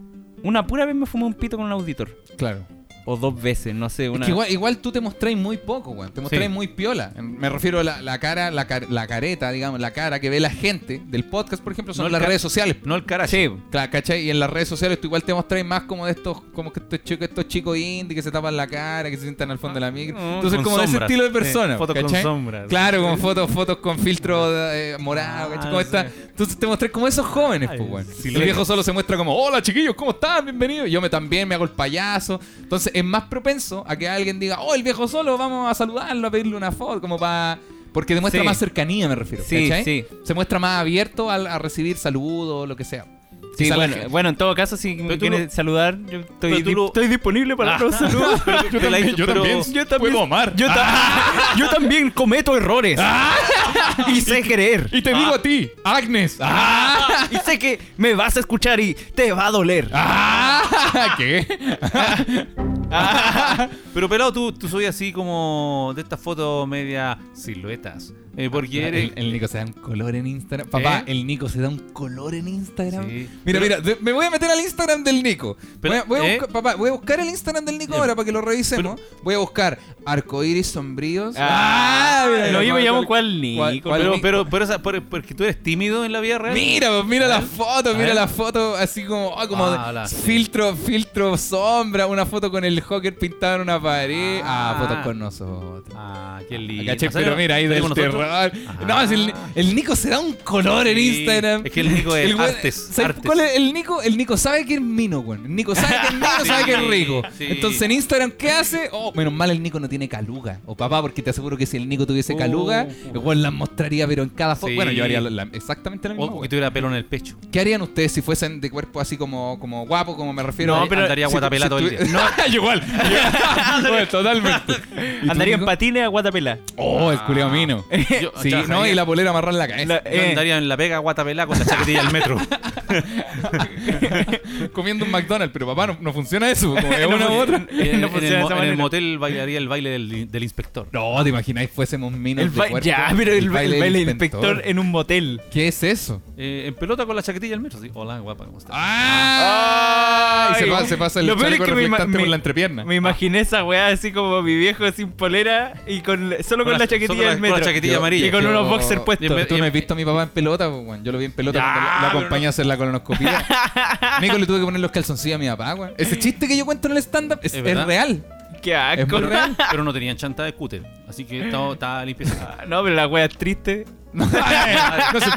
[SPEAKER 2] Una pura vez me fumé un pito con un auditor.
[SPEAKER 1] Claro.
[SPEAKER 2] O dos veces, no sé.
[SPEAKER 1] Es
[SPEAKER 2] Una...
[SPEAKER 1] que igual, igual tú te mostráis muy poco, weón. Te mostráis
[SPEAKER 3] Sí.
[SPEAKER 1] muy piola. Me refiero a la, la cara, la, car- la careta, digamos, la cara que ve la gente del podcast, por ejemplo, son
[SPEAKER 3] No el
[SPEAKER 1] las
[SPEAKER 3] ca-
[SPEAKER 1] redes sociales.
[SPEAKER 3] No el caracho.
[SPEAKER 2] Sí.
[SPEAKER 1] Claro, ¿cachai? Y en las redes sociales tú igual te mostráis más como de estos, como que estos chicos, estos chicos indie que se tapan la cara, que se sientan al fondo de la micro.
[SPEAKER 3] Mm,
[SPEAKER 1] Entonces,
[SPEAKER 3] con
[SPEAKER 1] como de ese
[SPEAKER 3] sombras.
[SPEAKER 1] estilo de
[SPEAKER 3] Sí,
[SPEAKER 1] persona.
[SPEAKER 3] fotos con
[SPEAKER 1] ¿cachai?
[SPEAKER 3] sombras.
[SPEAKER 1] Claro, con fotos, fotos con filtro
[SPEAKER 3] [LAUGHS]
[SPEAKER 1] eh, morado, ¿cachai? Como
[SPEAKER 3] Ah,
[SPEAKER 1] esta-
[SPEAKER 3] sí.
[SPEAKER 1] Entonces te mostré como esos jóvenes, pues, weón. El viejo solo se muestra como, hola chiquillos, ¿cómo están? Bienvenidos. Yo me también me hago el payaso. Entonces es más propenso a que alguien diga, oh, el viejo solo, vamos a saludarlo, a pedirle una foto, como para. Porque demuestra
[SPEAKER 2] Sí.
[SPEAKER 1] más cercanía, me refiero.
[SPEAKER 2] Sí,
[SPEAKER 1] ¿cachai?
[SPEAKER 2] sí.
[SPEAKER 1] Se muestra más abierto al- a, recibir saludos, lo que sea.
[SPEAKER 2] Sí,
[SPEAKER 1] Quizá la
[SPEAKER 2] bueno,
[SPEAKER 1] gente-
[SPEAKER 2] bueno, en todo caso, si me
[SPEAKER 3] tú
[SPEAKER 2] quieres
[SPEAKER 3] lo-
[SPEAKER 2] saludar, yo estoy,
[SPEAKER 3] pero tú
[SPEAKER 2] di-
[SPEAKER 3] lo-
[SPEAKER 2] estoy disponible para los saludos.
[SPEAKER 3] [LAUGHS] Yo también,
[SPEAKER 6] yo
[SPEAKER 2] [LAUGHS]
[SPEAKER 6] también.
[SPEAKER 3] [LAUGHS]
[SPEAKER 2] Yo también,
[SPEAKER 6] Puedo amar.
[SPEAKER 2] yo, ta- yo también cometo errores. [LAUGHS] Y sé querer.
[SPEAKER 1] Y te digo a ti, Agnes.
[SPEAKER 2] Ah. Y sé que
[SPEAKER 1] [LAUGHS]
[SPEAKER 2] me vas a escuchar y te va a doler.
[SPEAKER 1] ¡Ah! ¿Qué?
[SPEAKER 3] Pero pelado, tú, tú soy así como de estas fotos media siluetas. Eh, porque eres.
[SPEAKER 1] Ah, El, el Nico se da un color en Instagram. Papá,
[SPEAKER 3] ¿Eh?
[SPEAKER 1] el Nico se da un color en Instagram.
[SPEAKER 3] Sí.
[SPEAKER 1] Mira,
[SPEAKER 3] Pero-
[SPEAKER 1] mira, de- me voy a meter al Instagram del Nico.
[SPEAKER 3] Pero-
[SPEAKER 1] voy, a, voy a
[SPEAKER 3] ¿eh?
[SPEAKER 1] buscar, papá, voy a buscar el Instagram del Nico ahora para que lo revisemos. voy a buscar arcoíris sombríos.
[SPEAKER 2] Ah,
[SPEAKER 1] mira,
[SPEAKER 2] lo mismo
[SPEAKER 1] cuál-
[SPEAKER 2] llamo cuál
[SPEAKER 1] cuál-
[SPEAKER 2] Nico.
[SPEAKER 1] cuál
[SPEAKER 3] Pero,
[SPEAKER 1] Nico.
[SPEAKER 3] pero, pero, esa- pero- porque tú eres tímido en la vida real.
[SPEAKER 1] Mira, pues, mira la foto, mira
[SPEAKER 3] ver.
[SPEAKER 1] la foto así como, ah, como
[SPEAKER 3] Ah,
[SPEAKER 1] de-
[SPEAKER 3] la-
[SPEAKER 1] filtro, filtro sombra, una foto con el hocker pintado en una pared. Ah,
[SPEAKER 3] Ah.
[SPEAKER 1] fotos con nosotros.
[SPEAKER 3] Ah, qué lindo.
[SPEAKER 1] Caché,
[SPEAKER 3] ¿Sale-
[SPEAKER 1] pero mira ahí
[SPEAKER 3] sale
[SPEAKER 1] del
[SPEAKER 3] con nosotros?
[SPEAKER 1] terror.
[SPEAKER 3] Ajá.
[SPEAKER 1] No, si el, el Nico se da un color en
[SPEAKER 3] Sí,
[SPEAKER 1] Instagram.
[SPEAKER 3] es que el Nico es
[SPEAKER 1] güey-
[SPEAKER 3] artes,
[SPEAKER 1] ¿sabes
[SPEAKER 3] artes.
[SPEAKER 1] cuál es el Nico? El Nico sabe que es mino, güey. El Nico sabe que es mino,
[SPEAKER 3] [LAUGHS]
[SPEAKER 1] sabe que es rico.
[SPEAKER 3] sí.
[SPEAKER 1] Entonces en Instagram, ¿qué hace? Oh, menos mal el Nico no tiene caluga. O papá, porque te aseguro que si el Nico tuviese caluga, el güey las mostraría, pero en cada foto.
[SPEAKER 3] Oh, Sí. Oh,
[SPEAKER 1] Bueno, yo haría la- exactamente la misma.
[SPEAKER 3] O
[SPEAKER 1] güey.
[SPEAKER 3] que tuviera pelo en el pecho.
[SPEAKER 1] ¿Qué harían ustedes si fuesen de cuerpo así como, como guapo, como me refiero?
[SPEAKER 3] No, pero- Andaría guatapelá todo el día.
[SPEAKER 1] [LAUGHS] No,
[SPEAKER 3] [LAUGHS]
[SPEAKER 1] igual. Bueno, totalmente. ¿Y tú,
[SPEAKER 2] Andaría en
[SPEAKER 1] Nico?
[SPEAKER 2] patines a Guatapela.
[SPEAKER 1] Oh, el culiao
[SPEAKER 2] Ah. [LAUGHS]
[SPEAKER 1] mino.
[SPEAKER 3] Yo
[SPEAKER 1] Sí, no, y la polera amarrar en la
[SPEAKER 2] La-
[SPEAKER 1] cabeza.
[SPEAKER 3] yo
[SPEAKER 2] eh.
[SPEAKER 3] andaría en la pega guatapelá con la chaquetilla del metro.
[SPEAKER 1] [LAUGHS] Comiendo un McDonald's, pero papá, no, no funciona eso. Como es
[SPEAKER 2] [LAUGHS] No
[SPEAKER 1] una u
[SPEAKER 2] funciona.
[SPEAKER 1] otra.
[SPEAKER 3] Y en,
[SPEAKER 2] No
[SPEAKER 3] en
[SPEAKER 2] funciona
[SPEAKER 3] el,
[SPEAKER 2] de esa
[SPEAKER 3] mo- en el
[SPEAKER 2] manera.
[SPEAKER 3] motel bailaría el baile del, del inspector.
[SPEAKER 1] No, ¿te imagináis fuésemos minos
[SPEAKER 2] El
[SPEAKER 1] de
[SPEAKER 2] ba-
[SPEAKER 1] cuerpo?
[SPEAKER 2] ya, pero el, el baile, del inspector en un motel.
[SPEAKER 1] ¿Qué es eso?
[SPEAKER 3] Eh, en pelota con la chaquetilla del metro. sí. Hola, guapa, ¿cómo estás?
[SPEAKER 1] ¡Ah! Y se pasa, se pasa el
[SPEAKER 2] Lo peor es
[SPEAKER 1] chaleco
[SPEAKER 2] que me ima-
[SPEAKER 1] reflectante
[SPEAKER 2] me-
[SPEAKER 1] por la entrepierna.
[SPEAKER 2] Me imaginé esa weá así como mi viejo sin polera y con solo con,
[SPEAKER 3] Con la-
[SPEAKER 2] la chaquetilla
[SPEAKER 3] solo con la-
[SPEAKER 2] del
[SPEAKER 3] con la
[SPEAKER 2] metro.
[SPEAKER 3] chaquetilla amarilla.
[SPEAKER 2] Y con
[SPEAKER 1] Yo-
[SPEAKER 2] unos boxers
[SPEAKER 3] Yo me-
[SPEAKER 2] puestos.
[SPEAKER 1] Tú no has visto a mi papá en pelota, pues, weón. Yo lo vi en pelota
[SPEAKER 3] Ya,
[SPEAKER 1] cuando lo- lo
[SPEAKER 3] pero
[SPEAKER 1] acompañé a hacer la
[SPEAKER 2] [LAUGHS]
[SPEAKER 1] colonoscopia. Nico le tuve que poner los calzoncillos a mi papá, weón. Ese chiste que yo cuento en el stand-up es,
[SPEAKER 3] ¿Es
[SPEAKER 1] es
[SPEAKER 3] verdad?
[SPEAKER 1] real.
[SPEAKER 2] Qué
[SPEAKER 1] Es
[SPEAKER 2] asco.
[SPEAKER 1] muy real.
[SPEAKER 3] Pero no tenían chanta de scooter. Así que estaba, estaba limpieza.
[SPEAKER 2] [LAUGHS] No, pero la weá es [LAUGHS] triste.
[SPEAKER 1] No, sé, el,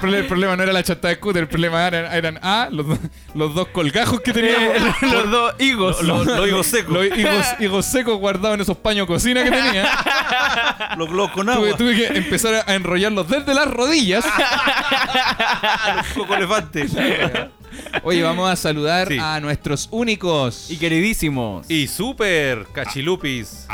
[SPEAKER 1] problema, el problema [LAUGHS] no era la chata de scooter, el problema eran, eran A, los, do- los dos colgajos que
[SPEAKER 2] Eh,
[SPEAKER 1] teníamos.
[SPEAKER 2] [LAUGHS] los dos higos. [LAUGHS]
[SPEAKER 3] Los lo digo seco.
[SPEAKER 1] Los higos, higos secos guardados en esos paños cocina que tenía.
[SPEAKER 2] [LAUGHS]
[SPEAKER 3] Los globos con
[SPEAKER 1] Tuve,
[SPEAKER 3] agua.
[SPEAKER 1] tuve que empezar a enrollarlos desde las rodillas.
[SPEAKER 3] Coco elefante.
[SPEAKER 1] Oye, vamos a saludar
[SPEAKER 3] Sí.
[SPEAKER 1] a nuestros únicos.
[SPEAKER 2] y queridísimos.
[SPEAKER 3] Y super cachilupis.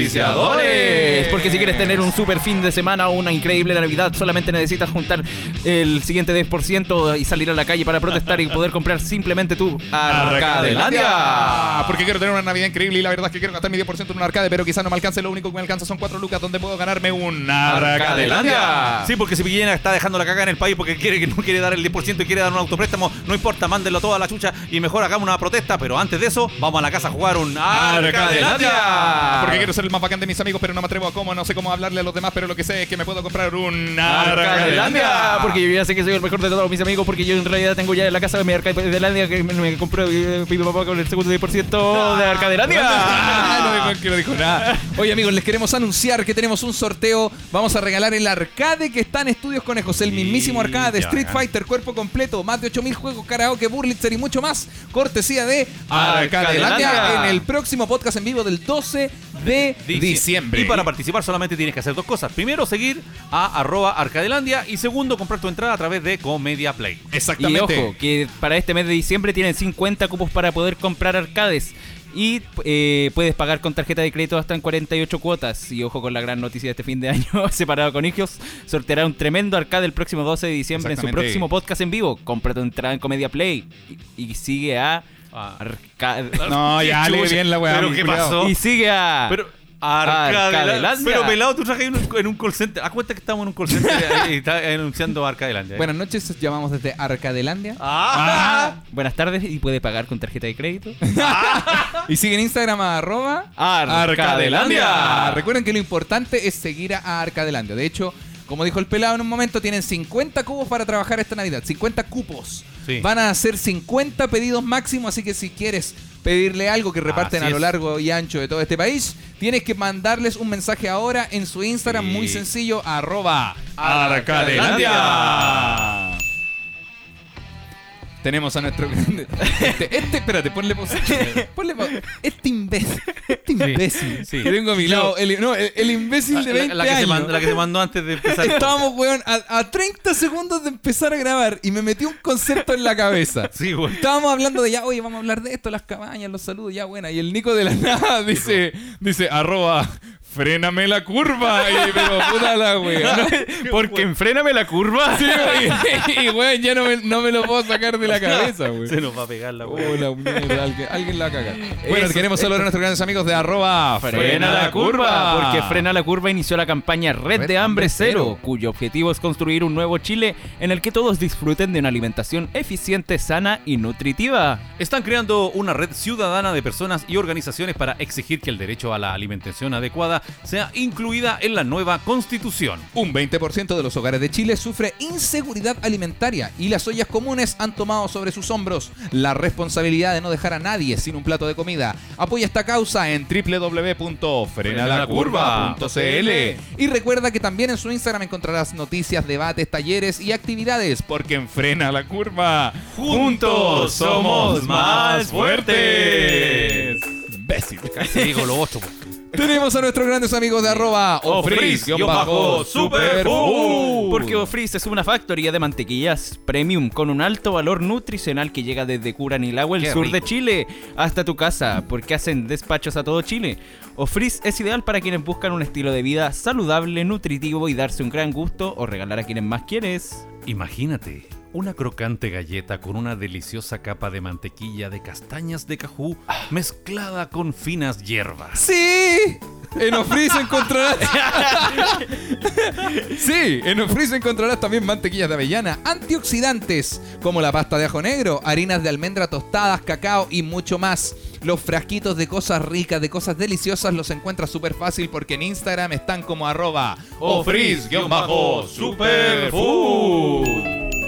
[SPEAKER 1] ¡Auspiciadores!
[SPEAKER 2] Porque si quieres tener un super fin de semana o una increíble Navidad, solamente necesitas juntar el siguiente 10% y salir a la calle para protestar y poder comprar simplemente tú
[SPEAKER 1] ¡Arcadelandia!
[SPEAKER 2] Arcadelandia.
[SPEAKER 1] Ah, Porque quiero tener una Navidad increíble y la verdad es que quiero gastar mi 10% en un arcade, pero quizás no me alcance. Lo único que me alcanza son 4 lucas donde puedo ganarme un
[SPEAKER 3] Arcadelandia.
[SPEAKER 1] Arcadelandia.
[SPEAKER 3] Sí, porque si Piquillena está dejando la caga en el país porque quiere [LAUGHS] que no quiere dar el 10% y quiere dar un autopréstamo, no importa, mándenlo todo a la chucha y mejor hagamos una protesta, pero antes de eso, vamos a la casa a jugar un Arcadelandia.
[SPEAKER 1] Porque quiero ser el más bacán de mis amigos, pero no me atrevo a cómo, no sé cómo hablarle a los demás, pero lo que sé es que me puedo comprar un
[SPEAKER 2] Arcadelandia.
[SPEAKER 1] Arcadelandia.
[SPEAKER 2] Porque yo ya sé que soy el mejor de todos mis amigos, porque yo en realidad tengo ya en la casa de mi Arcadelandia que me, me compré eh, mi papá con el segundo 10% de
[SPEAKER 1] Ah, no
[SPEAKER 2] Arcadelandia.
[SPEAKER 1] dijo- que no dijo nada. Oye amigos, les queremos anunciar que tenemos un sorteo. Vamos a regalar el arcade que está en Estudios Conejos, el mismísimo arcade de Street Fighter, cuerpo completo, más de 8000 juegos, karaoke, burlitzer y mucho más. Cortesía de Arcadelandia
[SPEAKER 2] Arcadelandia.
[SPEAKER 1] en el próximo podcast en vivo del 12 de diciembre.
[SPEAKER 3] Y para participar solamente tienes que hacer dos cosas. Primero, seguir a arroba arcadelandia y segundo, comprar tu entrada a través de Comedia Play.
[SPEAKER 2] Y
[SPEAKER 1] Exactamente.
[SPEAKER 2] ojo, que para este mes de diciembre tienen 50 cupos para poder comprar arcades. Y eh, puedes pagar con tarjeta de crédito hasta en 48 cuotas. Y ojo con la gran noticia de este fin de año, [LAUGHS] separado con Igios, sorteará un tremendo arcade el próximo 12 de diciembre en su
[SPEAKER 1] Exactamente.
[SPEAKER 2] próximo podcast en vivo. Compra tu entrada en Comedia Play y, y sigue a Arcade.
[SPEAKER 1] No, ya, lee bien la weá.
[SPEAKER 3] Pero,
[SPEAKER 1] mi
[SPEAKER 3] ¿qué
[SPEAKER 1] culiao.
[SPEAKER 3] pasó?
[SPEAKER 2] Y sigue a...
[SPEAKER 3] Pero
[SPEAKER 2] Arcadelandia.
[SPEAKER 3] Arcadelandia. Pero pelado, tú trajes en un, en un call center. Ah, cuenta que estamos en un call center y está anunciando Arcadelandia.
[SPEAKER 1] Buenas noches, os llamamos desde Arcadelandia.
[SPEAKER 3] Ah.
[SPEAKER 2] Buenas tardes y puede pagar con tarjeta de crédito.
[SPEAKER 1] Y siguen Instagram a arroba
[SPEAKER 2] Arcadelandia.
[SPEAKER 1] Ah, Recuerden que lo importante es seguir a Arcadelandia. De hecho, como dijo el pelado en un momento, tienen 50 cupos para trabajar esta Navidad. 50 cupos.
[SPEAKER 3] Sí.
[SPEAKER 1] Van a hacer 50 pedidos máximo, así que si quieres pedirle algo que reparten
[SPEAKER 3] Así
[SPEAKER 1] a lo
[SPEAKER 3] es.
[SPEAKER 1] largo y ancho de todo este país, tienes que mandarles un mensaje ahora en su Instagram
[SPEAKER 3] Sí.
[SPEAKER 1] muy sencillo, arroba
[SPEAKER 3] Arcadelandia.
[SPEAKER 1] Tenemos a nuestro grande. Este, este- espérate, ponle pausa. Ponle pausa. Este imbécil. Este imbécil.
[SPEAKER 3] sí.
[SPEAKER 1] Que tengo a mi lado. El, no, el, el imbécil de
[SPEAKER 3] La-
[SPEAKER 1] 20
[SPEAKER 3] la, que Se
[SPEAKER 1] años.
[SPEAKER 3] mandó, la que se mandó antes de empezar.
[SPEAKER 1] Estábamos, weón, a, a 30 segundos de empezar a grabar y me metí un concepto en la cabeza.
[SPEAKER 3] Sí, güey.
[SPEAKER 1] Estábamos hablando de ya, oye, vamos a
[SPEAKER 6] [LAUGHS]
[SPEAKER 1] hablar de esto, las cabañas, los saludos, ya buena. Y el Nico de la nada dice, dice, arroba
[SPEAKER 6] fréname la curva. Y, pero puta la
[SPEAKER 3] [LAUGHS]
[SPEAKER 6] wea. ¿no?
[SPEAKER 2] Porque enfréname la curva.
[SPEAKER 6] Sí, güey. y weón, ya no me, no me lo puedo sacar de la cabeza, güey.
[SPEAKER 3] Se nos va a pegar la
[SPEAKER 6] Oh,
[SPEAKER 3] wea.
[SPEAKER 6] la mierda, alguien, alguien la caga. Bueno,
[SPEAKER 2] Eso,
[SPEAKER 6] queremos saludar a nuestros grandes amigos de arroba
[SPEAKER 2] Frena la curva. Porque
[SPEAKER 6] frena
[SPEAKER 2] Frena la curva inició la campaña Red,
[SPEAKER 6] Red
[SPEAKER 2] de Hambre
[SPEAKER 6] Hambre
[SPEAKER 2] Cero,
[SPEAKER 6] Cero,
[SPEAKER 2] cuyo objetivo es construir un nuevo Chile en el que todos disfruten de una alimentación eficiente, sana y nutritiva.
[SPEAKER 3] Están creando una red ciudadana de personas y organizaciones para exigir que el derecho a la alimentación adecuada sea incluida en la nueva constitución.
[SPEAKER 6] Un 20% de los hogares de Chile sufre inseguridad alimentaria y las ollas comunes han tomado sobre sus hombros la responsabilidad de no dejar a nadie sin un plato de comida. Apoya esta causa en www.frenalacurva.cl y recuerda que también en su Instagram encontrarás noticias, debates, talleres y actividades porque en Frena la Curva
[SPEAKER 3] Juntos somos más fuertes.
[SPEAKER 6] Imbécil.
[SPEAKER 3] Casi digo lo otro.
[SPEAKER 6] Tenemos a nuestros grandes amigos de arroba
[SPEAKER 3] Ofriz-superfood.
[SPEAKER 2] Porque Ofriz es una factoría de mantequillas premium con un alto valor nutricional que llega desde Curanilagua, el
[SPEAKER 3] Qué
[SPEAKER 2] sur de
[SPEAKER 3] rico.
[SPEAKER 2] Chile, hasta tu casa, porque hacen despachos a todo Chile. Ofriz es ideal para quienes buscan un estilo de vida saludable, nutritivo y darse un gran gusto o regalar a quienes más quieres.
[SPEAKER 3] Imagínate una crocante galleta con una deliciosa capa de mantequilla de castañas de cajú mezclada con finas hierbas.
[SPEAKER 6] Sí, en Ofriz encontrarás. sí, en Ofriz encontrarás también mantequillas de avellana, antioxidantes como la pasta de ajo negro, harinas de almendra tostadas, cacao y mucho más. Los frasquitos de cosas ricas, de cosas deliciosas, los encuentras súper fácil porque en Instagram están como arroba
[SPEAKER 3] Ofriz-superfood.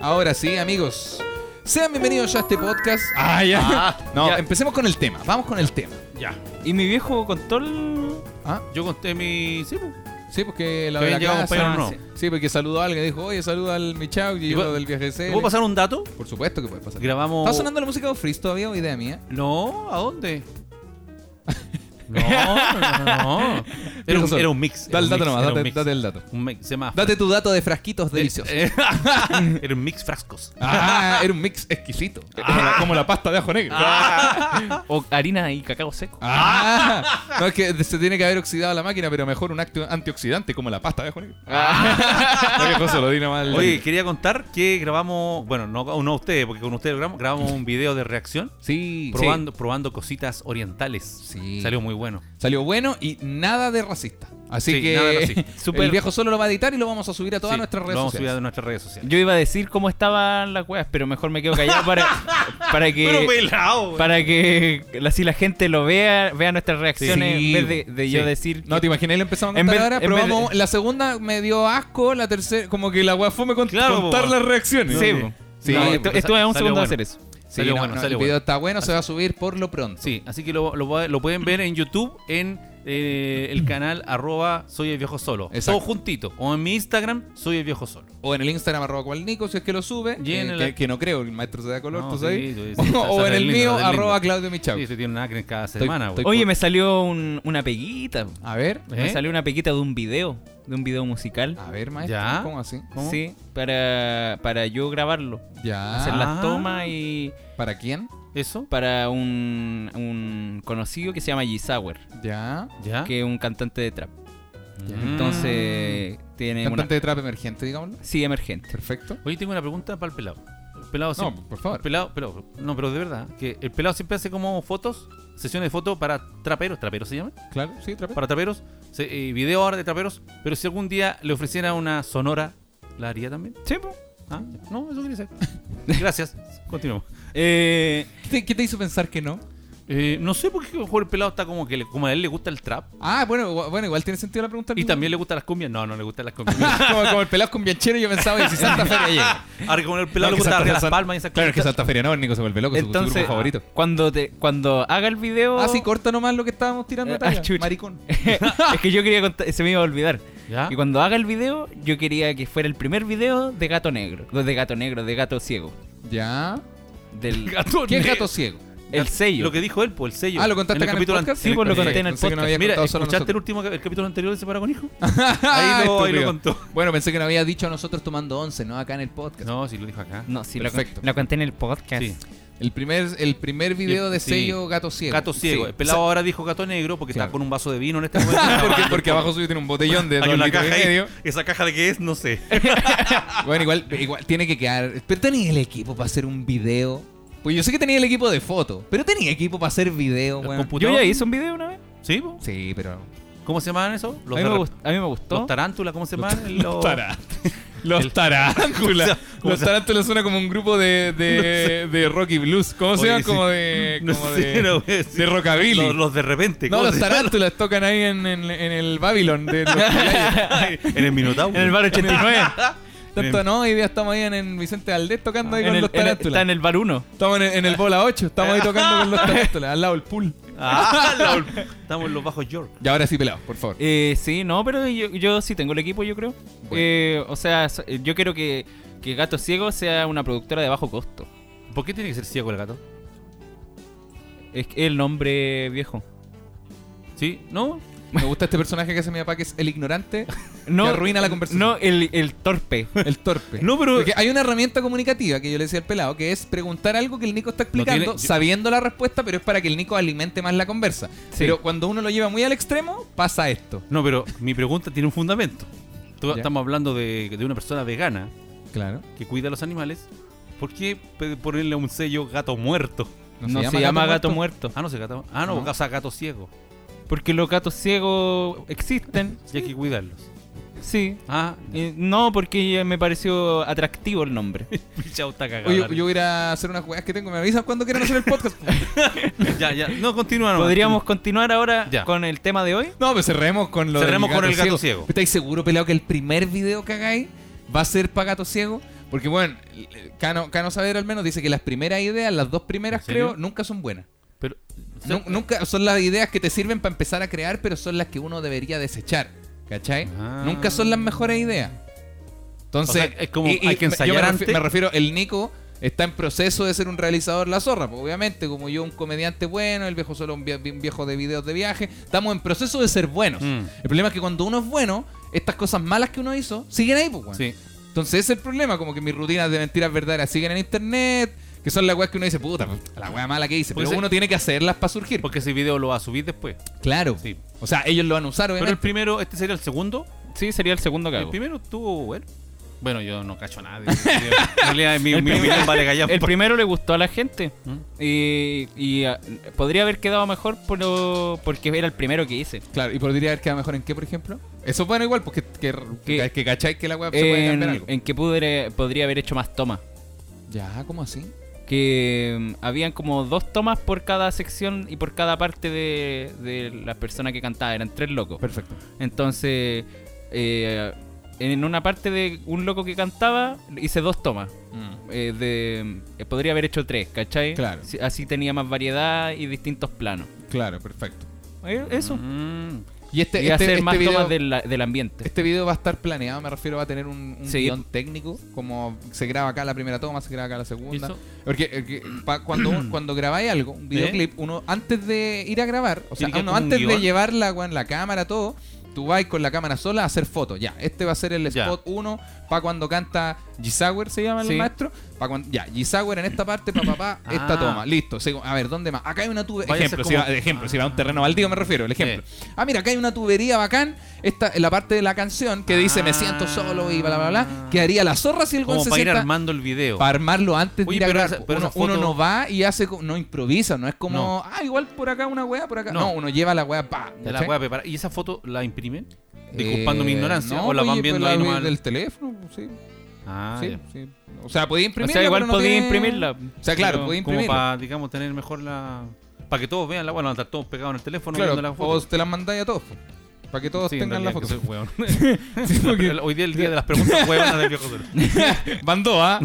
[SPEAKER 6] Ahora sí, amigos. Sean bienvenidos ya a este podcast. Ah, ya. no,
[SPEAKER 2] ya.
[SPEAKER 6] empecemos con el tema. Vamos con el tema.
[SPEAKER 3] Ya.
[SPEAKER 2] Y mi viejo contó el...
[SPEAKER 6] ¿Ah?
[SPEAKER 3] Yo conté mi. Sí, pues.
[SPEAKER 6] Sí, porque la
[SPEAKER 3] Que habían
[SPEAKER 6] de la
[SPEAKER 3] llegado
[SPEAKER 6] casa,
[SPEAKER 3] compañeros nuevos.
[SPEAKER 6] sí. Sí, porque saludó a alguien, dijo, oye, saluda al Michao y
[SPEAKER 3] ¿Y
[SPEAKER 6] yo
[SPEAKER 3] pu-
[SPEAKER 6] del viaje de
[SPEAKER 3] ¿Te
[SPEAKER 6] Cele.
[SPEAKER 3] ¿Puedo pasar un dato?
[SPEAKER 6] Por supuesto que puede pasar.
[SPEAKER 3] Grabamos.
[SPEAKER 6] ¿Está sonando la música de Freeze todavía o idea mía?
[SPEAKER 3] No, ¿a dónde? No, no, no,
[SPEAKER 6] [LAUGHS]
[SPEAKER 3] no. Era
[SPEAKER 6] Dijo
[SPEAKER 3] un,
[SPEAKER 6] solo.
[SPEAKER 3] era un mix.
[SPEAKER 6] Dale el
[SPEAKER 3] era un mix,
[SPEAKER 6] dato nomás,
[SPEAKER 3] era un
[SPEAKER 6] date,
[SPEAKER 3] mix.
[SPEAKER 6] date el dato.
[SPEAKER 3] Un mix, se llama.
[SPEAKER 6] Date tu dato de frasquitos deliciosos.
[SPEAKER 3] Era un mix frascos.
[SPEAKER 6] Ah, era un mix [LAUGHS] exquisito. Como, la, como la pasta de ajo negro.
[SPEAKER 2] O harina y cacao seco.
[SPEAKER 6] Ah. no, es que se tiene que haber oxidado la máquina, pero mejor un acto antioxidante como la pasta de ajo negro. No, viejo, se [LAUGHS] lo di nomás al-
[SPEAKER 3] Oye, quería contar que grabamos, bueno, no, no ustedes, porque con ustedes grabamos, grabamos un video de reacción
[SPEAKER 6] sí, sí.
[SPEAKER 3] probando, probando cositas orientales.
[SPEAKER 6] Sí.
[SPEAKER 3] Salió muy bueno.
[SPEAKER 6] Salió bueno y nada de racista. Así
[SPEAKER 3] Sí,
[SPEAKER 6] que
[SPEAKER 3] nada de racista.
[SPEAKER 6] [LAUGHS] el
[SPEAKER 2] Súper-
[SPEAKER 6] viejo solo lo va a editar y lo vamos a subir a todas
[SPEAKER 3] Sí,
[SPEAKER 6] nuestras
[SPEAKER 3] lo
[SPEAKER 6] redes
[SPEAKER 3] vamos a subir
[SPEAKER 6] sociales.
[SPEAKER 3] a nuestras redes sociales.
[SPEAKER 2] Yo iba a decir cómo estaban las weas, pero mejor me quedo callado
[SPEAKER 3] [LAUGHS]
[SPEAKER 2] para, para que...
[SPEAKER 3] Pero pelado.
[SPEAKER 2] Para que así la gente lo vea, vea nuestras reacciones
[SPEAKER 6] Sí,
[SPEAKER 2] en vez de, de yo
[SPEAKER 6] sí.
[SPEAKER 2] decir.
[SPEAKER 6] No, te imaginas, lo empezamos a
[SPEAKER 2] En
[SPEAKER 6] contar
[SPEAKER 2] vez-
[SPEAKER 6] ahora.
[SPEAKER 2] en vez de-
[SPEAKER 6] Probamos, la segunda me dio asco, la tercera, como que la weá fue me cont-
[SPEAKER 3] Claro,
[SPEAKER 6] contar
[SPEAKER 3] po.
[SPEAKER 6] las reacciones.
[SPEAKER 2] Sí,
[SPEAKER 6] No,
[SPEAKER 2] po.
[SPEAKER 6] sí. pues,
[SPEAKER 2] No,
[SPEAKER 6] Sí,
[SPEAKER 2] estu-
[SPEAKER 3] pero
[SPEAKER 2] estuve a un
[SPEAKER 3] salió
[SPEAKER 2] segundo de
[SPEAKER 3] bueno.
[SPEAKER 2] hacer eso.
[SPEAKER 3] salió
[SPEAKER 6] no,
[SPEAKER 3] bueno,
[SPEAKER 6] no,
[SPEAKER 3] salió
[SPEAKER 6] el video
[SPEAKER 3] bueno.
[SPEAKER 6] está bueno, se va a subir por lo pronto.
[SPEAKER 3] Sí, así que lo, lo, lo pueden ver en YouTube en eh, el
[SPEAKER 6] [CLEARS THROAT]
[SPEAKER 3] canal arroba soy el viejo solo.
[SPEAKER 6] Exacto.
[SPEAKER 3] Todo juntito. O en mi Instagram, soy el viejo solo.
[SPEAKER 6] O en el Instagram arroba cual Nico, si es que lo sube.
[SPEAKER 3] Y en
[SPEAKER 6] eh,
[SPEAKER 3] el-
[SPEAKER 6] que, que no creo, el maestro se da color,
[SPEAKER 3] No,
[SPEAKER 6] tú
[SPEAKER 3] sí,
[SPEAKER 6] sabes. [LAUGHS]
[SPEAKER 3] sí, sí,
[SPEAKER 6] o
[SPEAKER 3] sí,
[SPEAKER 6] o
[SPEAKER 3] está
[SPEAKER 6] en el
[SPEAKER 3] lindo,
[SPEAKER 6] mío
[SPEAKER 3] está lindo.
[SPEAKER 6] arroba Claudio Michau.
[SPEAKER 3] Sí, se tiene una acre cada
[SPEAKER 6] Estoy-
[SPEAKER 3] semana,
[SPEAKER 6] estoy-
[SPEAKER 3] güey.
[SPEAKER 2] Oye, me salió un- una peguita.
[SPEAKER 6] A ver,
[SPEAKER 3] ¿Eh?
[SPEAKER 2] Me salió una peguita de un video, de un video musical.
[SPEAKER 6] a ver, maestro.
[SPEAKER 3] ¿Ya?
[SPEAKER 6] Ah, ¿Cómo así?
[SPEAKER 2] Sí, para, para yo grabarlo. Hacer
[SPEAKER 6] Ya.
[SPEAKER 3] la-
[SPEAKER 2] las tomas y
[SPEAKER 6] ¿Para quién?
[SPEAKER 3] ¿Eso?
[SPEAKER 2] para un, un conocido que se llama G-Sauer,
[SPEAKER 6] Ya.
[SPEAKER 3] ¿Ya? Mm.
[SPEAKER 2] que es un cantante de trap.
[SPEAKER 3] Ya.
[SPEAKER 2] Entonces, tiene una-
[SPEAKER 6] Mm. Cantante de trap emergente, digámoslo.
[SPEAKER 2] Sí, emergente.
[SPEAKER 6] Perfecto.
[SPEAKER 3] Oye, tengo una pregunta para el pelado. El pelado
[SPEAKER 6] No,
[SPEAKER 3] siempre-
[SPEAKER 6] por favor.
[SPEAKER 3] pelado, pero, no, pero de verdad, que el pelado siempre hace como fotos, sesiones de fotos para traperos, traperos se llaman,
[SPEAKER 6] Claro, sí, trap.
[SPEAKER 3] para traperos, se, eh, video ahora de traperos, pero si algún día le ofreciera una sonora, ¿la haría también?
[SPEAKER 2] Sí, po.
[SPEAKER 3] Ah, ya. no, eso quería [LAUGHS] decir. Gracias, continuemos.
[SPEAKER 2] Eh,
[SPEAKER 6] ¿Qué te- ¿Qué te hizo pensar que no?
[SPEAKER 3] Eh, no sé por qué a lo mejor el pelado está como que le- como a él le gusta el trap
[SPEAKER 6] Ah, bueno, gu- bueno, igual tiene sentido la pregunta.
[SPEAKER 3] y también le gustan las cumbias. No, no le gustan las cumbias. [LAUGHS]
[SPEAKER 6] [LAUGHS] como, como el pelado con bianchero, yo pensaba que si Santa Feria llega.
[SPEAKER 3] Ahora como el pelado le
[SPEAKER 6] No, que
[SPEAKER 3] gusta
[SPEAKER 6] Santa-
[SPEAKER 3] arriba las
[SPEAKER 6] Santa-
[SPEAKER 3] palmas y esas
[SPEAKER 6] Claro, es que
[SPEAKER 3] cosas.
[SPEAKER 6] Santa Feria no, el Nico se vuelve loco, su- su
[SPEAKER 2] Entonces,
[SPEAKER 6] grupo favorito. Ah,
[SPEAKER 2] cuando te cuando haga el video,
[SPEAKER 3] ah,
[SPEAKER 6] Así corta nomás lo que estábamos tirando
[SPEAKER 2] Eh,
[SPEAKER 6] talla,
[SPEAKER 2] ah, chucha.
[SPEAKER 6] maricón.
[SPEAKER 2] [LAUGHS]
[SPEAKER 3] [LAUGHS]
[SPEAKER 2] es que yo quería contar, se me iba a olvidar.
[SPEAKER 3] ¿Ya?
[SPEAKER 2] Y cuando haga el video, yo quería que fuera el primer video de gato negro, no, de gato negro, de gato ciego,
[SPEAKER 3] [LAUGHS]
[SPEAKER 6] Ya.
[SPEAKER 2] del
[SPEAKER 3] Gato
[SPEAKER 6] ¿Qué
[SPEAKER 3] negro.
[SPEAKER 6] gato ciego?
[SPEAKER 2] el sello.
[SPEAKER 3] Lo que dijo él, pues el sello.
[SPEAKER 6] Ah, lo contaste
[SPEAKER 3] En el
[SPEAKER 6] acá en el
[SPEAKER 3] capítulo
[SPEAKER 6] podcast.
[SPEAKER 3] an-
[SPEAKER 2] Sí, pues, lo
[SPEAKER 3] capítulo
[SPEAKER 2] conté en el
[SPEAKER 6] Pensé que no
[SPEAKER 2] podcast.
[SPEAKER 6] había
[SPEAKER 3] Mira,
[SPEAKER 6] contado solo
[SPEAKER 3] ¿escuchaste el
[SPEAKER 6] nosotros.
[SPEAKER 3] último el capítulo anterior de Separa con
[SPEAKER 6] [LAUGHS]
[SPEAKER 3] Hijo?
[SPEAKER 6] Ah,
[SPEAKER 3] [LAUGHS] Ahí lo, ahí lo
[SPEAKER 6] estúpido.
[SPEAKER 3] contó.
[SPEAKER 6] Bueno, pensé que no había dicho a nosotros tomando once, ¿no? Acá en el podcast.
[SPEAKER 3] No, sí lo dijo acá.
[SPEAKER 2] No, sí, lo,
[SPEAKER 6] Perfecto.
[SPEAKER 2] lo conté en el podcast.
[SPEAKER 3] Sí.
[SPEAKER 6] El primer, el primer video de
[SPEAKER 3] Sí.
[SPEAKER 6] sello Gato Ciego.
[SPEAKER 3] Gato ciego.
[SPEAKER 6] Sí.
[SPEAKER 3] El pelado ahora dijo gato negro porque
[SPEAKER 6] Claro.
[SPEAKER 3] está con un vaso de vino en este momento.
[SPEAKER 6] [LAUGHS] porque, porque abajo suyo tiene un botellón de
[SPEAKER 3] Hay
[SPEAKER 6] dos
[SPEAKER 3] una
[SPEAKER 6] litros
[SPEAKER 3] caja
[SPEAKER 6] y
[SPEAKER 3] ahí.
[SPEAKER 6] medio.
[SPEAKER 3] Esa caja de qué es, no sé.
[SPEAKER 6] Bueno, igual, igual tiene que quedar. Pero tenía el equipo para hacer un video. Pues yo sé que tenía el equipo de foto, pero tenía equipo para hacer
[SPEAKER 3] [LAUGHS]
[SPEAKER 6] video, weón.
[SPEAKER 2] Yo
[SPEAKER 3] computador?
[SPEAKER 2] ya hice un video una vez.
[SPEAKER 3] ¿Sí? po.
[SPEAKER 6] Sí, pero.
[SPEAKER 3] ¿Cómo se llamaban eso?
[SPEAKER 2] A
[SPEAKER 3] Los,
[SPEAKER 2] mí, me
[SPEAKER 3] de-
[SPEAKER 2] gust- a mí me
[SPEAKER 3] los
[SPEAKER 2] gustó.
[SPEAKER 3] tarántulas, ¿cómo se llaman? Los-
[SPEAKER 6] Los tarántulas.
[SPEAKER 3] ¿Cómo
[SPEAKER 6] [LAUGHS] Los
[SPEAKER 3] se-
[SPEAKER 6] tarántulas suena como un grupo de, de, de rock y blues. ¿Cómo se
[SPEAKER 3] Oye,
[SPEAKER 6] llama?
[SPEAKER 3] sí.
[SPEAKER 6] Como de.
[SPEAKER 3] No
[SPEAKER 6] Como
[SPEAKER 3] sé,
[SPEAKER 6] de,
[SPEAKER 3] no voy a decir.
[SPEAKER 6] de rockabilly.
[SPEAKER 3] Los, los de repente.
[SPEAKER 6] no,
[SPEAKER 3] ¿cómo
[SPEAKER 6] los
[SPEAKER 3] se llaman?
[SPEAKER 6] tarántulas tocan ahí en, en- en el Babylon. De los
[SPEAKER 3] en el Minotauro.
[SPEAKER 2] [LAUGHS] En el bar 89.
[SPEAKER 6] Tanto no, hoy día estamos ahí en, en Vicente Valdés tocando ahí
[SPEAKER 2] Ah, En
[SPEAKER 6] con
[SPEAKER 2] el-
[SPEAKER 6] los
[SPEAKER 2] en el-
[SPEAKER 6] tarántulas.
[SPEAKER 2] está en el bar 1.
[SPEAKER 6] Estamos en el, en el bola 8, estamos ahí tocando con los tarántulas, al lado del pool.
[SPEAKER 3] Ah, la- [LAUGHS] estamos en los bajos York.
[SPEAKER 6] Y ahora sí, pelado, por favor.
[SPEAKER 2] Eh, sí, no, pero yo, yo sí tengo el equipo, yo creo. Eh, o sea, so- eh, yo quiero que, que Gato Ciego sea una productora de bajo costo.
[SPEAKER 3] ¿Por qué tiene que ser ciego el gato?
[SPEAKER 2] Es que el nombre viejo.
[SPEAKER 3] ¿Sí? ¿No?
[SPEAKER 6] Me gusta este personaje que hace mi papá, que es el ignorante,
[SPEAKER 2] No, eh,
[SPEAKER 6] que arruina la conversación.
[SPEAKER 2] No, el, el torpe. [LAUGHS]
[SPEAKER 6] el torpe.
[SPEAKER 3] No, pero-
[SPEAKER 6] Porque hay una herramienta comunicativa que yo le decía al pelado, que es preguntar algo que el Nico está explicando,
[SPEAKER 3] tiene- yo-
[SPEAKER 6] sabiendo la respuesta, pero es para que el Nico alimente más la conversa.
[SPEAKER 2] Sí.
[SPEAKER 6] Pero cuando uno lo lleva muy al extremo, pasa esto.
[SPEAKER 3] No, pero mi pregunta tiene un fundamento. Tú-
[SPEAKER 6] Ya.
[SPEAKER 3] Estamos hablando de, de una persona vegana
[SPEAKER 6] Claro.
[SPEAKER 3] que cuida a los animales. ¿Por qué pe- ponerle un sello gato muerto?
[SPEAKER 2] No, se llama, gato, muerto.
[SPEAKER 3] Ah, no sé, gato. Ah, no,
[SPEAKER 2] No.
[SPEAKER 3] o sea, gato ciego.
[SPEAKER 2] Porque los gatos ciegos existen.
[SPEAKER 3] Y hay que cuidarlos.
[SPEAKER 2] Sí.
[SPEAKER 3] [LAUGHS] Ah,
[SPEAKER 2] Eh, no, porque me pareció atractivo el nombre.
[SPEAKER 3] chao, está cagado.
[SPEAKER 6] Oye, yo, voy a ir a hacer unas jugadas que tengo. Me avisan cuando quieran hacer el podcast.
[SPEAKER 3] Ya, ya. No, continúa nomás.
[SPEAKER 2] Podríamos continuar ahora
[SPEAKER 3] Ya.
[SPEAKER 2] con el tema de hoy.
[SPEAKER 6] No, pues cerremos con lo
[SPEAKER 3] Cerremos
[SPEAKER 6] del
[SPEAKER 3] con el gato ciego.
[SPEAKER 6] ¿Estáis seguro, pelado, que el primer video que hagáis va a ser para gato ciego? Porque, bueno, Cano, Cano Saber al menos dice que las primeras ideas, las dos primeras,
[SPEAKER 3] ¿En serio?
[SPEAKER 6] creo, nunca son buenas.
[SPEAKER 3] Pero,
[SPEAKER 6] Nu- nunca son las ideas que te sirven para empezar a crear, pero son las que uno debería desechar. ¿Cachai?
[SPEAKER 3] Ah.
[SPEAKER 6] Nunca son las mejores ideas. Entonces,
[SPEAKER 3] O sea, es como hay que
[SPEAKER 6] me- yo
[SPEAKER 3] ensayar
[SPEAKER 6] me, refi-
[SPEAKER 3] antes.
[SPEAKER 6] me refiero, el Nico está en proceso de ser un realizador la zorra. pues, obviamente, como yo, un comediante bueno, el viejo solo un, vie- un viejo de videos de viaje, estamos en proceso de ser buenos.
[SPEAKER 3] Mm.
[SPEAKER 6] El problema es que cuando uno es bueno, estas cosas malas que uno hizo siguen ahí, pues, weón.
[SPEAKER 3] Sí.
[SPEAKER 6] Entonces ese es el problema, como que mis rutinas de mentiras verdaderas siguen en internet, que son las weas que uno dice, puta, la wea mala que hice.
[SPEAKER 3] Porque
[SPEAKER 6] Pero
[SPEAKER 3] se-
[SPEAKER 6] uno tiene que hacerlas para surgir.
[SPEAKER 3] Porque ese video lo va a subir después.
[SPEAKER 6] Claro.
[SPEAKER 3] Sí.
[SPEAKER 6] O sea, ellos lo van a usar,
[SPEAKER 3] Pero el
[SPEAKER 6] obviamente.
[SPEAKER 3] primero, este sería el segundo.
[SPEAKER 2] Sí, sería el segundo que
[SPEAKER 3] El
[SPEAKER 2] hago.
[SPEAKER 3] primero estuvo bueno. Bueno, yo no cacho nada. de- de- en realidad, mi,
[SPEAKER 2] El
[SPEAKER 3] mi
[SPEAKER 2] primer-
[SPEAKER 3] opinión vale callar.
[SPEAKER 2] El
[SPEAKER 3] [LAUGHS]
[SPEAKER 2] primero le gustó a la gente.
[SPEAKER 3] ¿Mm?
[SPEAKER 2] Y, y, ah, podría haber quedado mejor pero porque era el primero que hice.
[SPEAKER 6] Claro, y podría haber quedado mejor en qué, por ejemplo. Eso es bueno igual, porque que, que,
[SPEAKER 2] Que-
[SPEAKER 6] que cacháis que la wea Ah, se puede cambiar
[SPEAKER 2] En,
[SPEAKER 6] algo.
[SPEAKER 2] en que pudre- podría haber hecho más tomas.
[SPEAKER 6] Ya, ¿cómo así?
[SPEAKER 2] Que mm, habían como dos tomas por cada sección y por cada parte de, de la persona que cantaba. Eran tres locos.
[SPEAKER 6] Perfecto.
[SPEAKER 2] Entonces, eh, en una parte de un loco que cantaba, hice dos tomas.
[SPEAKER 6] Mm,
[SPEAKER 2] Eh, de, eh, podría haber hecho tres, ¿cachai?
[SPEAKER 6] Claro.
[SPEAKER 2] Si- Así tenía más variedad y distintos planos.
[SPEAKER 6] Claro, perfecto.
[SPEAKER 2] Eh, Eso.
[SPEAKER 3] Mm.
[SPEAKER 6] Y este,
[SPEAKER 2] y
[SPEAKER 6] este,
[SPEAKER 2] hacer
[SPEAKER 6] este
[SPEAKER 2] más
[SPEAKER 6] video,
[SPEAKER 2] tomas del, del ambiente.
[SPEAKER 6] este video va a estar planeado, me refiero, va a tener un, un
[SPEAKER 2] Sí.
[SPEAKER 6] guión técnico, como se graba acá la primera toma, se graba acá la segunda.
[SPEAKER 3] Eso-
[SPEAKER 6] Porque eh, que pa- cuando,
[SPEAKER 3] [CLEARS THROAT]
[SPEAKER 6] un- cuando grabáis algo, un videoclip, uno antes de ir a grabar, o sea,
[SPEAKER 3] Tiene que
[SPEAKER 6] uno
[SPEAKER 3] haber como un
[SPEAKER 6] antes de
[SPEAKER 3] guión.
[SPEAKER 6] llevarla con la cámara, todo, tú vas con la cámara sola a hacer fotos. Ya, este va a ser el
[SPEAKER 3] Ya.
[SPEAKER 6] spot 1 para cuando canta Gisauer, se llama el
[SPEAKER 2] Sí.
[SPEAKER 6] maestro. Pa cuan- ya, Gisauer en esta parte, pa,
[SPEAKER 3] [CLEARS THROAT]
[SPEAKER 6] pa, pa,
[SPEAKER 3] Ah.
[SPEAKER 6] esta toma, listo. Sigo- a ver, ¿dónde más? Acá hay una tubería.
[SPEAKER 3] Vaya a ser
[SPEAKER 6] Ejemplo, si
[SPEAKER 3] como- Ah.
[SPEAKER 6] va, ejemplo si va a un terreno baldío, me refiero, el ejemplo. Ah, mira, acá hay una tubería bacán, esta en la parte de la canción que dice me siento solo y bla, bla, bla. Quedaría la zorra si el
[SPEAKER 3] Ah.
[SPEAKER 6] weón
[SPEAKER 3] Como
[SPEAKER 6] se
[SPEAKER 3] para ir
[SPEAKER 6] sienta
[SPEAKER 3] armando el video.
[SPEAKER 6] para armarlo antes
[SPEAKER 3] Oye,
[SPEAKER 6] de ir a
[SPEAKER 3] pero
[SPEAKER 6] grabar.
[SPEAKER 3] esa- pero
[SPEAKER 6] uno,
[SPEAKER 3] esa foto-
[SPEAKER 6] uno no va y hace, co- no improvisa, no es como,
[SPEAKER 3] No.
[SPEAKER 6] ah, igual por acá una weá, por acá. No,
[SPEAKER 3] No.
[SPEAKER 6] uno lleva la weá, pa.
[SPEAKER 3] Ya la
[SPEAKER 6] ¿cachai?
[SPEAKER 3] voy a preparar. ¿Y esa foto la imprimen?
[SPEAKER 6] Eh,
[SPEAKER 3] Disculpando mi ignorancia.
[SPEAKER 6] no,
[SPEAKER 3] ¿O la
[SPEAKER 6] oye,
[SPEAKER 3] van
[SPEAKER 6] pues
[SPEAKER 3] viendo
[SPEAKER 6] la
[SPEAKER 3] ahí
[SPEAKER 6] ve
[SPEAKER 3] nomás?
[SPEAKER 6] del teléfono, pues, sí,
[SPEAKER 3] Ah,
[SPEAKER 6] sí,
[SPEAKER 3] ya.
[SPEAKER 6] sí. O sea,
[SPEAKER 2] o
[SPEAKER 6] podía imprimirla.
[SPEAKER 2] sea, igual
[SPEAKER 6] pero no
[SPEAKER 2] podía
[SPEAKER 6] tiene-
[SPEAKER 2] imprimirla.
[SPEAKER 6] O sea, claro,
[SPEAKER 2] pero
[SPEAKER 6] podía
[SPEAKER 3] Como
[SPEAKER 6] imprimirla.
[SPEAKER 3] para, digamos, tener mejor la... Para que todos vean la... Bueno, estar todos pegados en el teléfono
[SPEAKER 6] Claro,
[SPEAKER 3] viendo la foto.
[SPEAKER 6] o te la mandáis a todos. pues, Para que todos
[SPEAKER 3] Sí, en
[SPEAKER 6] tengan la
[SPEAKER 3] realidad
[SPEAKER 6] foto. [LAUGHS]
[SPEAKER 3] que soy hueón. Pero Hoy día es el día de las preguntas hueonas del viejo Sol.
[SPEAKER 6] Mandó, ¿ah?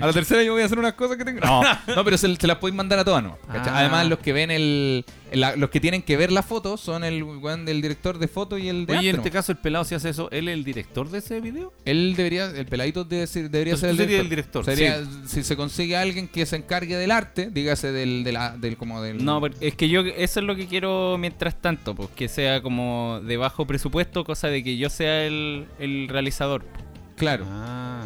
[SPEAKER 6] A la tercera yo voy a hacer unas cosas que tengo. No, no pero se, se las podéis mandar a todas, ¿no? ¿cachai?
[SPEAKER 3] Ah.
[SPEAKER 6] Además, los que ven el. la- los que tienen que ver la foto son el weón del director de foto y el de
[SPEAKER 3] Oye, en
[SPEAKER 6] arte,
[SPEAKER 3] este
[SPEAKER 6] ¿no?
[SPEAKER 3] caso el pelado si hace eso, ¿él es el director de ese video?
[SPEAKER 6] Él debería, el peladito debe ser- debería
[SPEAKER 3] Entonces,
[SPEAKER 6] ser
[SPEAKER 3] tú
[SPEAKER 6] el
[SPEAKER 3] serías
[SPEAKER 6] director.
[SPEAKER 3] el director,
[SPEAKER 6] Sería- Si se consigue alguien que se encargue del arte, dígase del, de la- del como del.
[SPEAKER 2] No, pero es que yo eso es lo que quiero mientras tanto, pues que sea como de pues, bajo presupuesto, cosa de que yo sea el, el realizador.
[SPEAKER 6] claro.
[SPEAKER 3] Ah.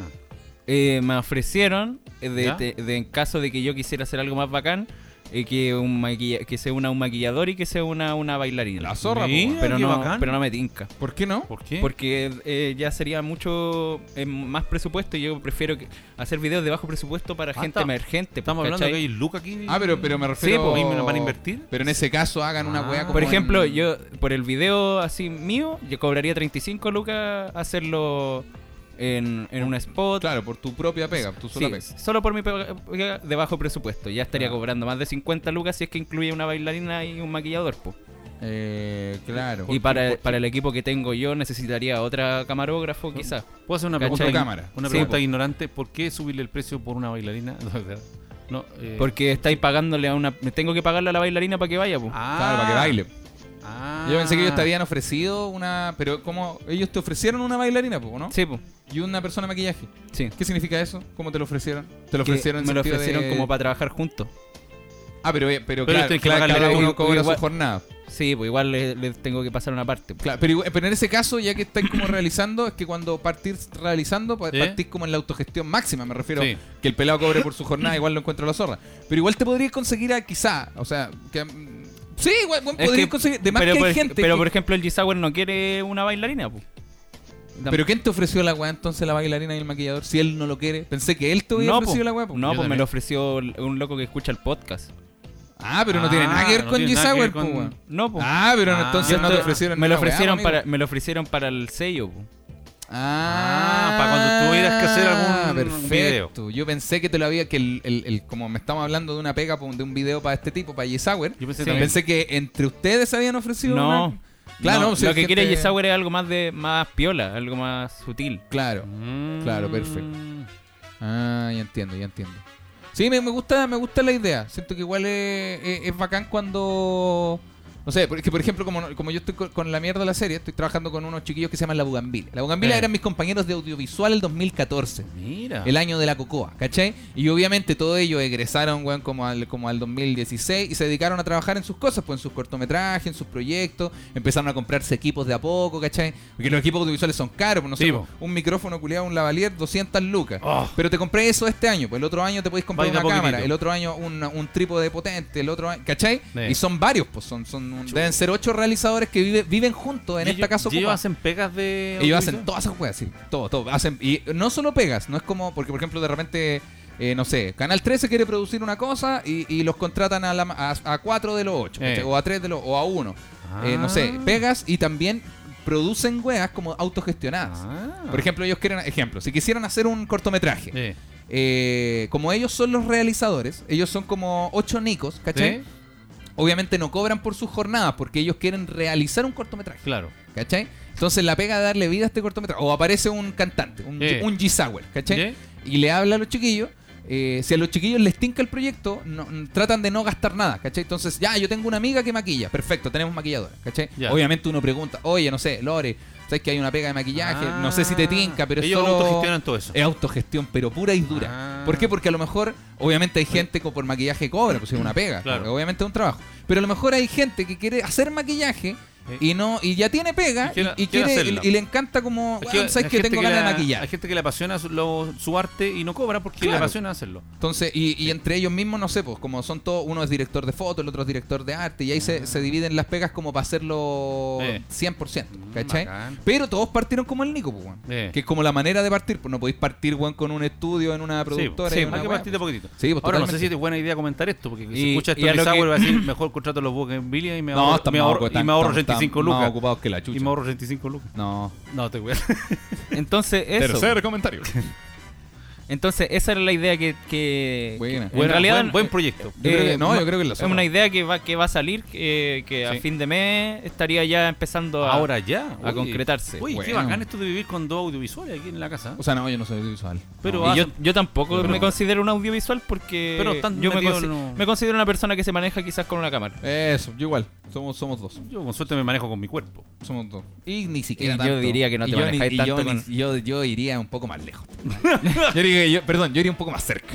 [SPEAKER 2] eh, me ofrecieron, eh, de,
[SPEAKER 3] ¿Ya?
[SPEAKER 2] de- de- en caso de que yo quisiera hacer algo más bacán, eh, que, un maquilla- que sea una, un maquillador y que sea una, una bailarina.
[SPEAKER 6] La zorra, po,
[SPEAKER 3] Mira,
[SPEAKER 6] weón.
[SPEAKER 2] pero,
[SPEAKER 3] qué
[SPEAKER 2] no,
[SPEAKER 3] bacán.
[SPEAKER 2] pero no me tinca.
[SPEAKER 6] ¿Por qué no?
[SPEAKER 3] ¿Por qué?
[SPEAKER 2] Porque eh, ya sería mucho eh, más presupuesto y yo prefiero que- hacer videos de bajo presupuesto para
[SPEAKER 3] Ah,
[SPEAKER 2] gente
[SPEAKER 3] está-
[SPEAKER 2] emergente. pues,
[SPEAKER 3] Estamos hablando
[SPEAKER 2] ¿cachai?
[SPEAKER 3] que hay Luca aquí.
[SPEAKER 6] Ah, pero, pero me
[SPEAKER 2] Sí,
[SPEAKER 6] refiero.
[SPEAKER 2] po.
[SPEAKER 3] pues, ¿Ahí me lo van a invertir?
[SPEAKER 6] Pero en ese caso hagan una
[SPEAKER 3] Ah.
[SPEAKER 6] weá como.
[SPEAKER 2] Por ejemplo,
[SPEAKER 6] en-
[SPEAKER 2] yo por el video así mío, yo cobraría 35 lucas hacerlo en, en un spot.
[SPEAKER 6] Claro, por tu propia pega, tu sola
[SPEAKER 2] Sí,
[SPEAKER 6] pega.
[SPEAKER 2] solo por mi pega pega de bajo presupuesto. Ya estaría
[SPEAKER 6] Ah.
[SPEAKER 2] cobrando más de 50 lucas si es que incluye una bailarina y un maquillador. po.
[SPEAKER 6] Eh, claro.
[SPEAKER 2] Y para, para el equipo que tengo yo necesitaría otra camarógrafo quizás.
[SPEAKER 3] ¿Puedo hacer una
[SPEAKER 2] ¿Cachai?
[SPEAKER 3] pregunta?
[SPEAKER 6] Cámara.
[SPEAKER 3] Una
[SPEAKER 2] Sí,
[SPEAKER 6] pues.
[SPEAKER 3] pregunta
[SPEAKER 2] po.
[SPEAKER 3] ignorante. ¿Por qué subirle el precio por una bailarina? [LAUGHS] no, eh,
[SPEAKER 2] Porque estáis pagándole a una... me Tengo que pagarle a la bailarina para que vaya. po.
[SPEAKER 3] Ah,
[SPEAKER 6] Claro, para que baile.
[SPEAKER 3] Ah.
[SPEAKER 6] Yo pensé que ellos te habían ofrecido una. Pero, ¿cómo? Ellos te ofrecieron una bailarina, po, ¿no?
[SPEAKER 2] Sí, po.
[SPEAKER 6] Y una persona de maquillaje.
[SPEAKER 2] sí.
[SPEAKER 6] ¿Qué significa eso? ¿Cómo te lo ofrecieron? ¿Te lo
[SPEAKER 2] Que
[SPEAKER 6] ofrecieron en
[SPEAKER 2] me lo
[SPEAKER 6] sentido
[SPEAKER 2] ofrecieron
[SPEAKER 6] de-
[SPEAKER 2] como para trabajar juntos.
[SPEAKER 6] Ah, pero, eh, pero,
[SPEAKER 3] Pero
[SPEAKER 6] claro,
[SPEAKER 3] tenés que
[SPEAKER 6] claro,
[SPEAKER 3] pagarle
[SPEAKER 6] cada
[SPEAKER 2] a
[SPEAKER 6] uno
[SPEAKER 2] ellos,
[SPEAKER 6] cobra su
[SPEAKER 2] igual-
[SPEAKER 6] jornada.
[SPEAKER 2] Sí, pues igual les tengo que pasar una parte. po.
[SPEAKER 6] Claro, pero, igual- pero en ese caso, ya que estáis como realizando, es que cuando partís realizando, pa-
[SPEAKER 3] Sí.
[SPEAKER 6] partís como en la autogestión máxima, me refiero.
[SPEAKER 3] Sí.
[SPEAKER 6] Que el pelado cobre por su jornada, igual lo encuentro la zorra. Pero igual te podrías conseguir a quizá, o sea, que... mm, Sí, igual bueno,
[SPEAKER 2] Es
[SPEAKER 6] podrías
[SPEAKER 2] que-
[SPEAKER 6] conseguir... De más
[SPEAKER 2] pero
[SPEAKER 6] que
[SPEAKER 2] por,
[SPEAKER 6] hay
[SPEAKER 2] ej-
[SPEAKER 6] gente...
[SPEAKER 2] pero
[SPEAKER 6] que-
[SPEAKER 2] por ejemplo, el G-Sauer no quiere una bailarina. po.
[SPEAKER 6] ¿Pero quién te ofreció la weá entonces, la bailarina y el maquillador? Si él no lo quiere. Pensé que él te hubiera
[SPEAKER 2] no,
[SPEAKER 6] ofrecido
[SPEAKER 2] po.
[SPEAKER 6] la weá. po.
[SPEAKER 2] No,
[SPEAKER 3] Yo
[SPEAKER 2] pues me
[SPEAKER 3] también.
[SPEAKER 2] lo ofreció un loco que escucha el podcast.
[SPEAKER 6] Ah, pero no tiene
[SPEAKER 3] Ah,
[SPEAKER 6] nada que ver
[SPEAKER 3] no
[SPEAKER 6] con
[SPEAKER 3] tiene nada que ver
[SPEAKER 6] G-Sauer,
[SPEAKER 3] con-
[SPEAKER 2] No, pues.
[SPEAKER 6] Ah, pero
[SPEAKER 3] Ah.
[SPEAKER 6] entonces no te ofrecieron
[SPEAKER 2] me lo
[SPEAKER 6] ni una weá,
[SPEAKER 2] ofrecieron
[SPEAKER 6] amigo.
[SPEAKER 2] para me lo ofrecieron para el sello. po.
[SPEAKER 6] Ah,
[SPEAKER 3] Ah, para cuando tuvieras que hacer algún
[SPEAKER 6] perfecto. Yo pensé que te lo había, que el, el- el- como me estamos hablando de una pega pa- de un video para este tipo, para Yesauer,
[SPEAKER 3] Yo pensé
[SPEAKER 2] Sí.
[SPEAKER 3] también.
[SPEAKER 6] pensé que entre ustedes habían ofrecido.
[SPEAKER 2] No.
[SPEAKER 6] una- Claro,
[SPEAKER 2] No,
[SPEAKER 6] no, si
[SPEAKER 2] lo
[SPEAKER 6] hay
[SPEAKER 2] que quiere
[SPEAKER 6] gente-
[SPEAKER 2] G-Sauer es algo más de más piola, algo más sutil.
[SPEAKER 6] Claro.
[SPEAKER 3] Mm.
[SPEAKER 6] Claro, perfecto. Ah, ya entiendo, ya entiendo. Sí, me, me gusta, me gusta la idea. Siento que igual es, es- es bacán cuando. No sé, porque por ejemplo, como, no- como yo estoy co- con, la mierda de la serie, estoy trabajando con unos chiquillos que se llaman La Bugambila. La Bugambila
[SPEAKER 3] Eh.
[SPEAKER 6] eran mis compañeros de audiovisual el 2014.
[SPEAKER 3] Mira.
[SPEAKER 6] el año de la cocoa, ¿cachai? Y obviamente todos ellos egresaron, weón, como al, como al 2016 y se dedicaron a trabajar en sus cosas, pues en sus cortometrajes, en sus proyectos, empezaron a comprarse equipos de a poco, ¿cachai? Porque los equipos audiovisuales son caros, pues, no sé,
[SPEAKER 3] Sí,
[SPEAKER 6] pues,
[SPEAKER 3] po.
[SPEAKER 6] un micrófono culiado, un lavalier, 200 lucas.
[SPEAKER 3] Oh.
[SPEAKER 6] Pero te compré eso este año, pues el otro año te podéis comprar
[SPEAKER 3] Vais de
[SPEAKER 6] una
[SPEAKER 3] a poquitito.
[SPEAKER 6] cámara, el otro año una- un trípode potente, el otro año, ¿cachai?
[SPEAKER 3] Sí.
[SPEAKER 6] Y son varios, pues son, son un- deben ser ocho realizadores que vive- viven juntos, en
[SPEAKER 3] ¿Y
[SPEAKER 6] este
[SPEAKER 3] ellos-
[SPEAKER 6] caso
[SPEAKER 3] y ellos
[SPEAKER 6] cocoa.
[SPEAKER 3] hacen pegas de.
[SPEAKER 6] Ellos
[SPEAKER 3] audiovisual?
[SPEAKER 6] hacen todas esas weas, sí. Todo, todo. Hacen, y no solo pegas, no es como, porque por ejemplo, de repente, eh, no sé, Canal 13 quiere producir una cosa y, y los contratan a, la ma- a, a cuatro de los ocho,
[SPEAKER 3] Eh.
[SPEAKER 6] ¿cachai? o a tres de los, o a uno. Eh, no sé,
[SPEAKER 3] Ah.
[SPEAKER 6] pegas y también producen weas como autogestionadas.
[SPEAKER 3] Ah.
[SPEAKER 6] Por ejemplo, ellos quieren, ejemplo, si quisieran hacer un cortometraje,
[SPEAKER 3] Eh,
[SPEAKER 6] eh, como ellos son los realizadores, ellos son como ocho nicos, ¿cachai?
[SPEAKER 3] ¿sí?
[SPEAKER 6] Obviamente no cobran por sus jornadas porque ellos quieren realizar un cortometraje.
[SPEAKER 3] Claro.
[SPEAKER 6] ¿Cachai? Entonces la pega de darle vida a este cortometraje. O aparece un cantante, un,
[SPEAKER 3] Eh.
[SPEAKER 6] un G-Sauer, ¿cachai?
[SPEAKER 3] ¿Sí?
[SPEAKER 6] Y le habla a los chiquillos. eh, si a los chiquillos les tinca el proyecto, no- mm, tratan de no gastar nada, ¿cachai? Entonces, ya, yo tengo una amiga que maquilla. Perfecto, tenemos maquilladora, ¿cachai?
[SPEAKER 3] Ya.
[SPEAKER 6] Obviamente uno pregunta, oye, no sé, Lore, ¿sabes que hay una pega de maquillaje? no sé si te
[SPEAKER 3] Ah.
[SPEAKER 6] tinca, pero es
[SPEAKER 3] Ellos
[SPEAKER 6] solo... Eh,
[SPEAKER 3] autogestionan todo eso.
[SPEAKER 6] Es autogestión, pero pura y dura.
[SPEAKER 3] Ah.
[SPEAKER 6] ¿Por qué? Porque a lo mejor, obviamente hay gente que por maquillaje cobra, pues es una pega.
[SPEAKER 3] Claro.
[SPEAKER 6] porque Obviamente es un trabajo. Pero a lo mejor hay gente que quiere hacer maquillaje
[SPEAKER 3] Sí.
[SPEAKER 6] y no y ya tiene pega
[SPEAKER 3] Y quiere-
[SPEAKER 6] y, y
[SPEAKER 3] quiere
[SPEAKER 6] quiere-
[SPEAKER 3] hacerla.
[SPEAKER 6] y- y le encanta como,
[SPEAKER 3] Es
[SPEAKER 6] "Weón,
[SPEAKER 3] hay
[SPEAKER 6] ¿sabes que
[SPEAKER 3] gente
[SPEAKER 6] tengo ganas
[SPEAKER 3] la-
[SPEAKER 6] de maquillar?
[SPEAKER 3] Hay gente que le apasiona su, lo- su arte y no cobra porque le
[SPEAKER 6] Claro.
[SPEAKER 3] apasiona hacerlo.
[SPEAKER 6] Entonces, y, y entre ellos mismos, no sé, pues como son todos, uno es director de foto, el otro es director de arte, y ahí se,
[SPEAKER 3] Ah.
[SPEAKER 6] se dividen las pegas como para hacerlo
[SPEAKER 3] Eh.
[SPEAKER 6] 100%, ¿cachai?
[SPEAKER 3] bacán.
[SPEAKER 6] Pero todos partieron como el Nico, pues, weón.
[SPEAKER 3] Eh.
[SPEAKER 6] Que es como la manera de partir, pues no podéis partir, weón, con un estudio en una productora.
[SPEAKER 3] pues. sí,
[SPEAKER 6] y
[SPEAKER 3] hay
[SPEAKER 6] una
[SPEAKER 3] que
[SPEAKER 6] weá,
[SPEAKER 3] partir de poquitito.
[SPEAKER 6] Sí, pues,
[SPEAKER 3] Ahora, no sé si
[SPEAKER 6] totalmente.
[SPEAKER 3] es buena idea comentar esto, porque si
[SPEAKER 2] Y-
[SPEAKER 3] escucha
[SPEAKER 2] y
[SPEAKER 3] esto
[SPEAKER 2] a
[SPEAKER 3] el
[SPEAKER 2] lo
[SPEAKER 3] Sauer
[SPEAKER 2] que-
[SPEAKER 3] va a
[SPEAKER 6] [CLEARS THROAT]
[SPEAKER 3] decir, mejor contrato a los Bougainvillea y me
[SPEAKER 6] No,
[SPEAKER 3] ahorro,
[SPEAKER 6] están
[SPEAKER 3] me
[SPEAKER 6] más
[SPEAKER 3] ahorro,
[SPEAKER 6] ocupados,
[SPEAKER 3] y me ahorro
[SPEAKER 6] están- están
[SPEAKER 3] 85
[SPEAKER 6] Más
[SPEAKER 3] lucas.
[SPEAKER 6] ocupados que la chucha.
[SPEAKER 3] Y me ahorro 85 lucas.
[SPEAKER 6] No.
[SPEAKER 3] No, te voy a...
[SPEAKER 2] Entonces, eso.
[SPEAKER 6] comentario.
[SPEAKER 2] Entonces, esa era la idea que, que-
[SPEAKER 6] Buena.
[SPEAKER 2] que en realidad
[SPEAKER 3] [LAUGHS]
[SPEAKER 2] eh,
[SPEAKER 3] buen, buen proyecto.
[SPEAKER 6] Yo creo que- no,
[SPEAKER 2] ma-
[SPEAKER 6] yo creo que la
[SPEAKER 2] es
[SPEAKER 6] zorra.
[SPEAKER 2] una idea que va que va a salir eh, que a
[SPEAKER 3] Sí.
[SPEAKER 2] fin de mes estaría ya empezando a,
[SPEAKER 3] Ahora ya.
[SPEAKER 2] a concretarse.
[SPEAKER 3] Uy, qué
[SPEAKER 6] Bueno.
[SPEAKER 3] bacán esto de vivir con dos audiovisuales aquí en la casa.
[SPEAKER 6] [LAUGHS] O sea, no, yo no soy visual.
[SPEAKER 3] Pero,
[SPEAKER 2] Y yo,
[SPEAKER 3] hacen-
[SPEAKER 2] yo tampoco
[SPEAKER 6] Pero-
[SPEAKER 2] me considero un audiovisual porque
[SPEAKER 3] Pero están
[SPEAKER 2] yo me,
[SPEAKER 3] metidos
[SPEAKER 2] consi-
[SPEAKER 3] en lo-
[SPEAKER 2] me considero una persona que se maneja quizás con una cámara.
[SPEAKER 6] Eso, yo igual. Somos, somos dos.
[SPEAKER 3] yo con suerte me manejo con mi cuerpo.
[SPEAKER 6] Somos dos. Y ni
[SPEAKER 2] Y
[SPEAKER 6] siquiera
[SPEAKER 2] yo
[SPEAKER 6] tanto.
[SPEAKER 2] diría que no
[SPEAKER 6] Y
[SPEAKER 2] te
[SPEAKER 6] yo
[SPEAKER 2] manejáis
[SPEAKER 6] ni- y
[SPEAKER 2] tanto
[SPEAKER 6] Yo, ni-
[SPEAKER 2] con-
[SPEAKER 6] yo, yo iría un poco más lejos. [LAUGHS] yo iría, yo- perdón, yo iría un poco más cerca.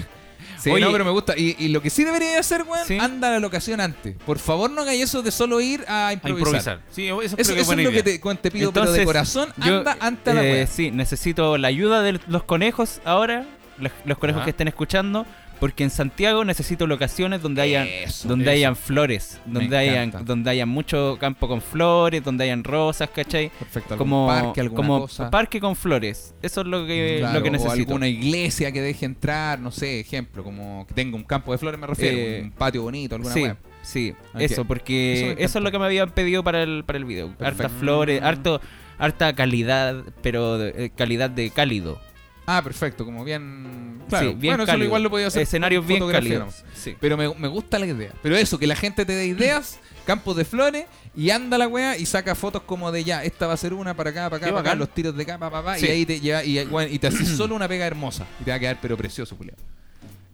[SPEAKER 6] Sí,
[SPEAKER 2] Oye.
[SPEAKER 6] no, pero me gusta. Y, y lo que sí debería hacer, weón,
[SPEAKER 2] Sí.
[SPEAKER 6] anda a la locación antes. Por favor, no hagáis eso de solo ir a
[SPEAKER 3] A
[SPEAKER 6] improvisar.
[SPEAKER 3] improvisar. Sí, eso, creo
[SPEAKER 6] Eso,
[SPEAKER 3] que es
[SPEAKER 6] eso es
[SPEAKER 3] buena
[SPEAKER 6] lo que
[SPEAKER 3] idea.
[SPEAKER 6] te, cuan- te pido, pero de
[SPEAKER 2] Entonces,
[SPEAKER 6] corazón,
[SPEAKER 2] yo,
[SPEAKER 6] anda ante la
[SPEAKER 2] eh,
[SPEAKER 6] weá.
[SPEAKER 2] Sí, necesito la ayuda de los conejos ahora los, los conejos
[SPEAKER 6] Ya.
[SPEAKER 2] que estén escuchando, porque en Santiago necesito locaciones donde hayan,
[SPEAKER 6] Eso,
[SPEAKER 2] donde
[SPEAKER 6] eso.
[SPEAKER 2] hayan flores,
[SPEAKER 6] Me
[SPEAKER 2] donde hayan,
[SPEAKER 6] encanta.
[SPEAKER 2] donde hayan mucho campo con flores, donde hayan rosas, ¿cachai?
[SPEAKER 6] Perfecto, algún
[SPEAKER 2] Como,
[SPEAKER 6] parque, alguna
[SPEAKER 2] como
[SPEAKER 6] cosa. Mm,
[SPEAKER 2] parque con flores. Eso es lo que,
[SPEAKER 6] Claro,
[SPEAKER 2] lo que
[SPEAKER 6] O
[SPEAKER 2] necesito.
[SPEAKER 6] alguna iglesia que deje entrar, no sé, ejemplo, como que tenga un campo de flores, me refiero,
[SPEAKER 2] Eh,
[SPEAKER 6] un patio bonito, alguna
[SPEAKER 2] Sí,
[SPEAKER 6] wea.
[SPEAKER 2] sí,
[SPEAKER 6] Ok.
[SPEAKER 2] eso,
[SPEAKER 6] Eso me
[SPEAKER 2] porque eso,
[SPEAKER 6] encantó.
[SPEAKER 2] es lo que me habían pedido para el, para el video. Hartas
[SPEAKER 6] Perfecto. Mm.
[SPEAKER 2] flores, harto, harta calidad, pero de- eh, calidad de cálido.
[SPEAKER 6] Ah, perfecto, como bien. Claro,
[SPEAKER 2] Sí, bien
[SPEAKER 6] bueno, eso
[SPEAKER 2] cálido.
[SPEAKER 6] lo igual lo podía hacer.
[SPEAKER 2] Escenarios
[SPEAKER 6] con
[SPEAKER 2] bien
[SPEAKER 6] fotografía,
[SPEAKER 2] cálidos.
[SPEAKER 6] ¿no?
[SPEAKER 2] Sí.
[SPEAKER 6] Pero me, me gusta la idea. Pero eso, que la gente te dé ideas, campos de flores, y anda la wea y saca fotos como de ya, esta va a ser una para acá, para acá,
[SPEAKER 3] Qué
[SPEAKER 6] para acá,
[SPEAKER 3] bacán.
[SPEAKER 6] los tiros de acá, para pa, pa,
[SPEAKER 2] Sí.
[SPEAKER 6] y ahí te lleva, y, bueno, y
[SPEAKER 2] [CLEARS THROAT]
[SPEAKER 6] te haces solo una pega hermosa. Y te va a quedar, pero precioso, Julián.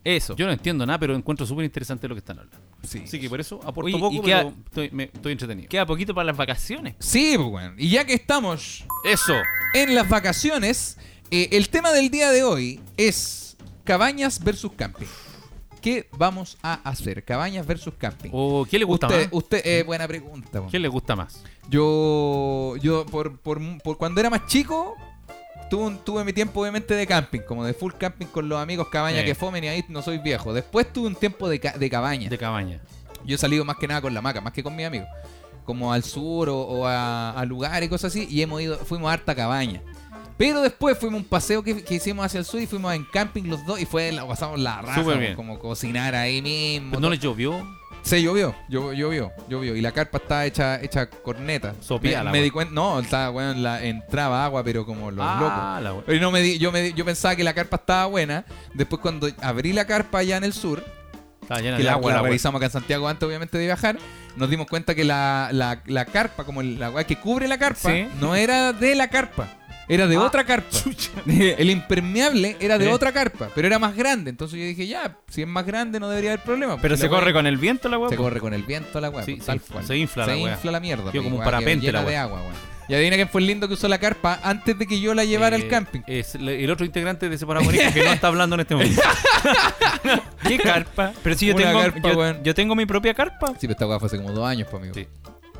[SPEAKER 2] Eso.
[SPEAKER 3] Yo no entiendo nada, pero encuentro súper interesante lo que están hablando.
[SPEAKER 6] Sí.
[SPEAKER 3] Así que por eso aporto
[SPEAKER 2] Oye,
[SPEAKER 3] poco,
[SPEAKER 2] ¿y qué
[SPEAKER 3] pero
[SPEAKER 2] ha-
[SPEAKER 3] estoy, me- estoy entretenido.
[SPEAKER 2] Queda poquito para las vacaciones.
[SPEAKER 6] Sí, pues, weón. Y ya que estamos
[SPEAKER 3] Eso.
[SPEAKER 6] en las vacaciones, eh, el tema del día de hoy es cabañas versus camping. ¿Qué vamos a hacer? Cabañas versus camping.
[SPEAKER 3] ¿O ¿Qué le gusta
[SPEAKER 6] usted,
[SPEAKER 3] más?
[SPEAKER 6] usted eh, buena pregunta. po.
[SPEAKER 3] ¿Qué le gusta más?
[SPEAKER 6] Yo, yo por, por- por cuando era más chico, tuve, un- tuve mi tiempo obviamente de camping, como de full camping con los amigos, cabaña
[SPEAKER 3] Sí.
[SPEAKER 6] que fomen y ahí no soy viejo. Después tuve un tiempo de, ca- de cabaña.
[SPEAKER 3] De cabaña.
[SPEAKER 6] Yo he salido más que nada con la maca, más que con mis amigos. Como al sur o, o a, a lugares y cosas así. Y hemos ido, fuimos a harta cabaña. Pero después fuimos a un paseo que, que hicimos hacia el sur y fuimos en camping los dos y fue la, pasamos la raja,
[SPEAKER 3] Súper
[SPEAKER 6] como-
[SPEAKER 3] bien.
[SPEAKER 6] como cocinar ahí mismo.
[SPEAKER 3] Pero ¿No
[SPEAKER 6] todo.
[SPEAKER 3] le llovió?
[SPEAKER 6] Se llovió, llovió, llovió, llovió. Y la carpa estaba hecha, hecha corneta.
[SPEAKER 3] Sopía
[SPEAKER 6] me,
[SPEAKER 3] la
[SPEAKER 6] me
[SPEAKER 3] wea.
[SPEAKER 6] di cuenta, no, estaba, weón, la, entraba agua, pero como los locos.
[SPEAKER 3] ah, la we-
[SPEAKER 6] Pero no me di- yo, me di- yo pensaba que la carpa estaba buena. Después cuando abrí la carpa allá en el sur,
[SPEAKER 3] Estaba llena
[SPEAKER 6] que
[SPEAKER 3] de
[SPEAKER 6] la,
[SPEAKER 3] agua.
[SPEAKER 6] la
[SPEAKER 3] la we-
[SPEAKER 6] revisamos acá en Santiago antes obviamente de viajar, nos dimos cuenta que la, la- la carpa, como el- la weá que cubre la carpa,
[SPEAKER 2] Sí.
[SPEAKER 6] no era de la carpa, era de
[SPEAKER 3] Ah,
[SPEAKER 6] otra carpa. [LAUGHS] El impermeable era de
[SPEAKER 3] Sí.
[SPEAKER 6] otra carpa, pero era más grande. Entonces yo dije, ya, si es más grande no debería haber problema.
[SPEAKER 2] Pero
[SPEAKER 6] porque
[SPEAKER 2] se
[SPEAKER 6] la weá-
[SPEAKER 2] corre con el viento la
[SPEAKER 6] se
[SPEAKER 2] hueá.
[SPEAKER 6] corre con el viento la weá,
[SPEAKER 3] Sí,
[SPEAKER 6] pues,
[SPEAKER 3] se
[SPEAKER 6] tal
[SPEAKER 3] inf-
[SPEAKER 6] cual.
[SPEAKER 3] se infla la
[SPEAKER 6] Se
[SPEAKER 3] weá.
[SPEAKER 6] infla la mierda.
[SPEAKER 3] Quedó
[SPEAKER 6] pues,
[SPEAKER 3] como un
[SPEAKER 6] weá, quedó
[SPEAKER 3] parapente la
[SPEAKER 6] llena de
[SPEAKER 3] weá.
[SPEAKER 6] agua, weón. Y adivina quién fue el lindo que usó la carpa antes de que yo la llevara
[SPEAKER 3] Eh,
[SPEAKER 6] al camping.
[SPEAKER 3] Es le- el otro integrante de ese paraguas que no está hablando en este momento.
[SPEAKER 2] [LAUGHS] ¿Qué carpa? Pero si yo
[SPEAKER 6] Una
[SPEAKER 2] tengo,
[SPEAKER 6] carpa,
[SPEAKER 2] yo-
[SPEAKER 6] weón.
[SPEAKER 2] yo tengo mi propia carpa. Ah.
[SPEAKER 6] Sí, pero esta weá fue hace como dos años, pues, amigo.
[SPEAKER 3] Sí.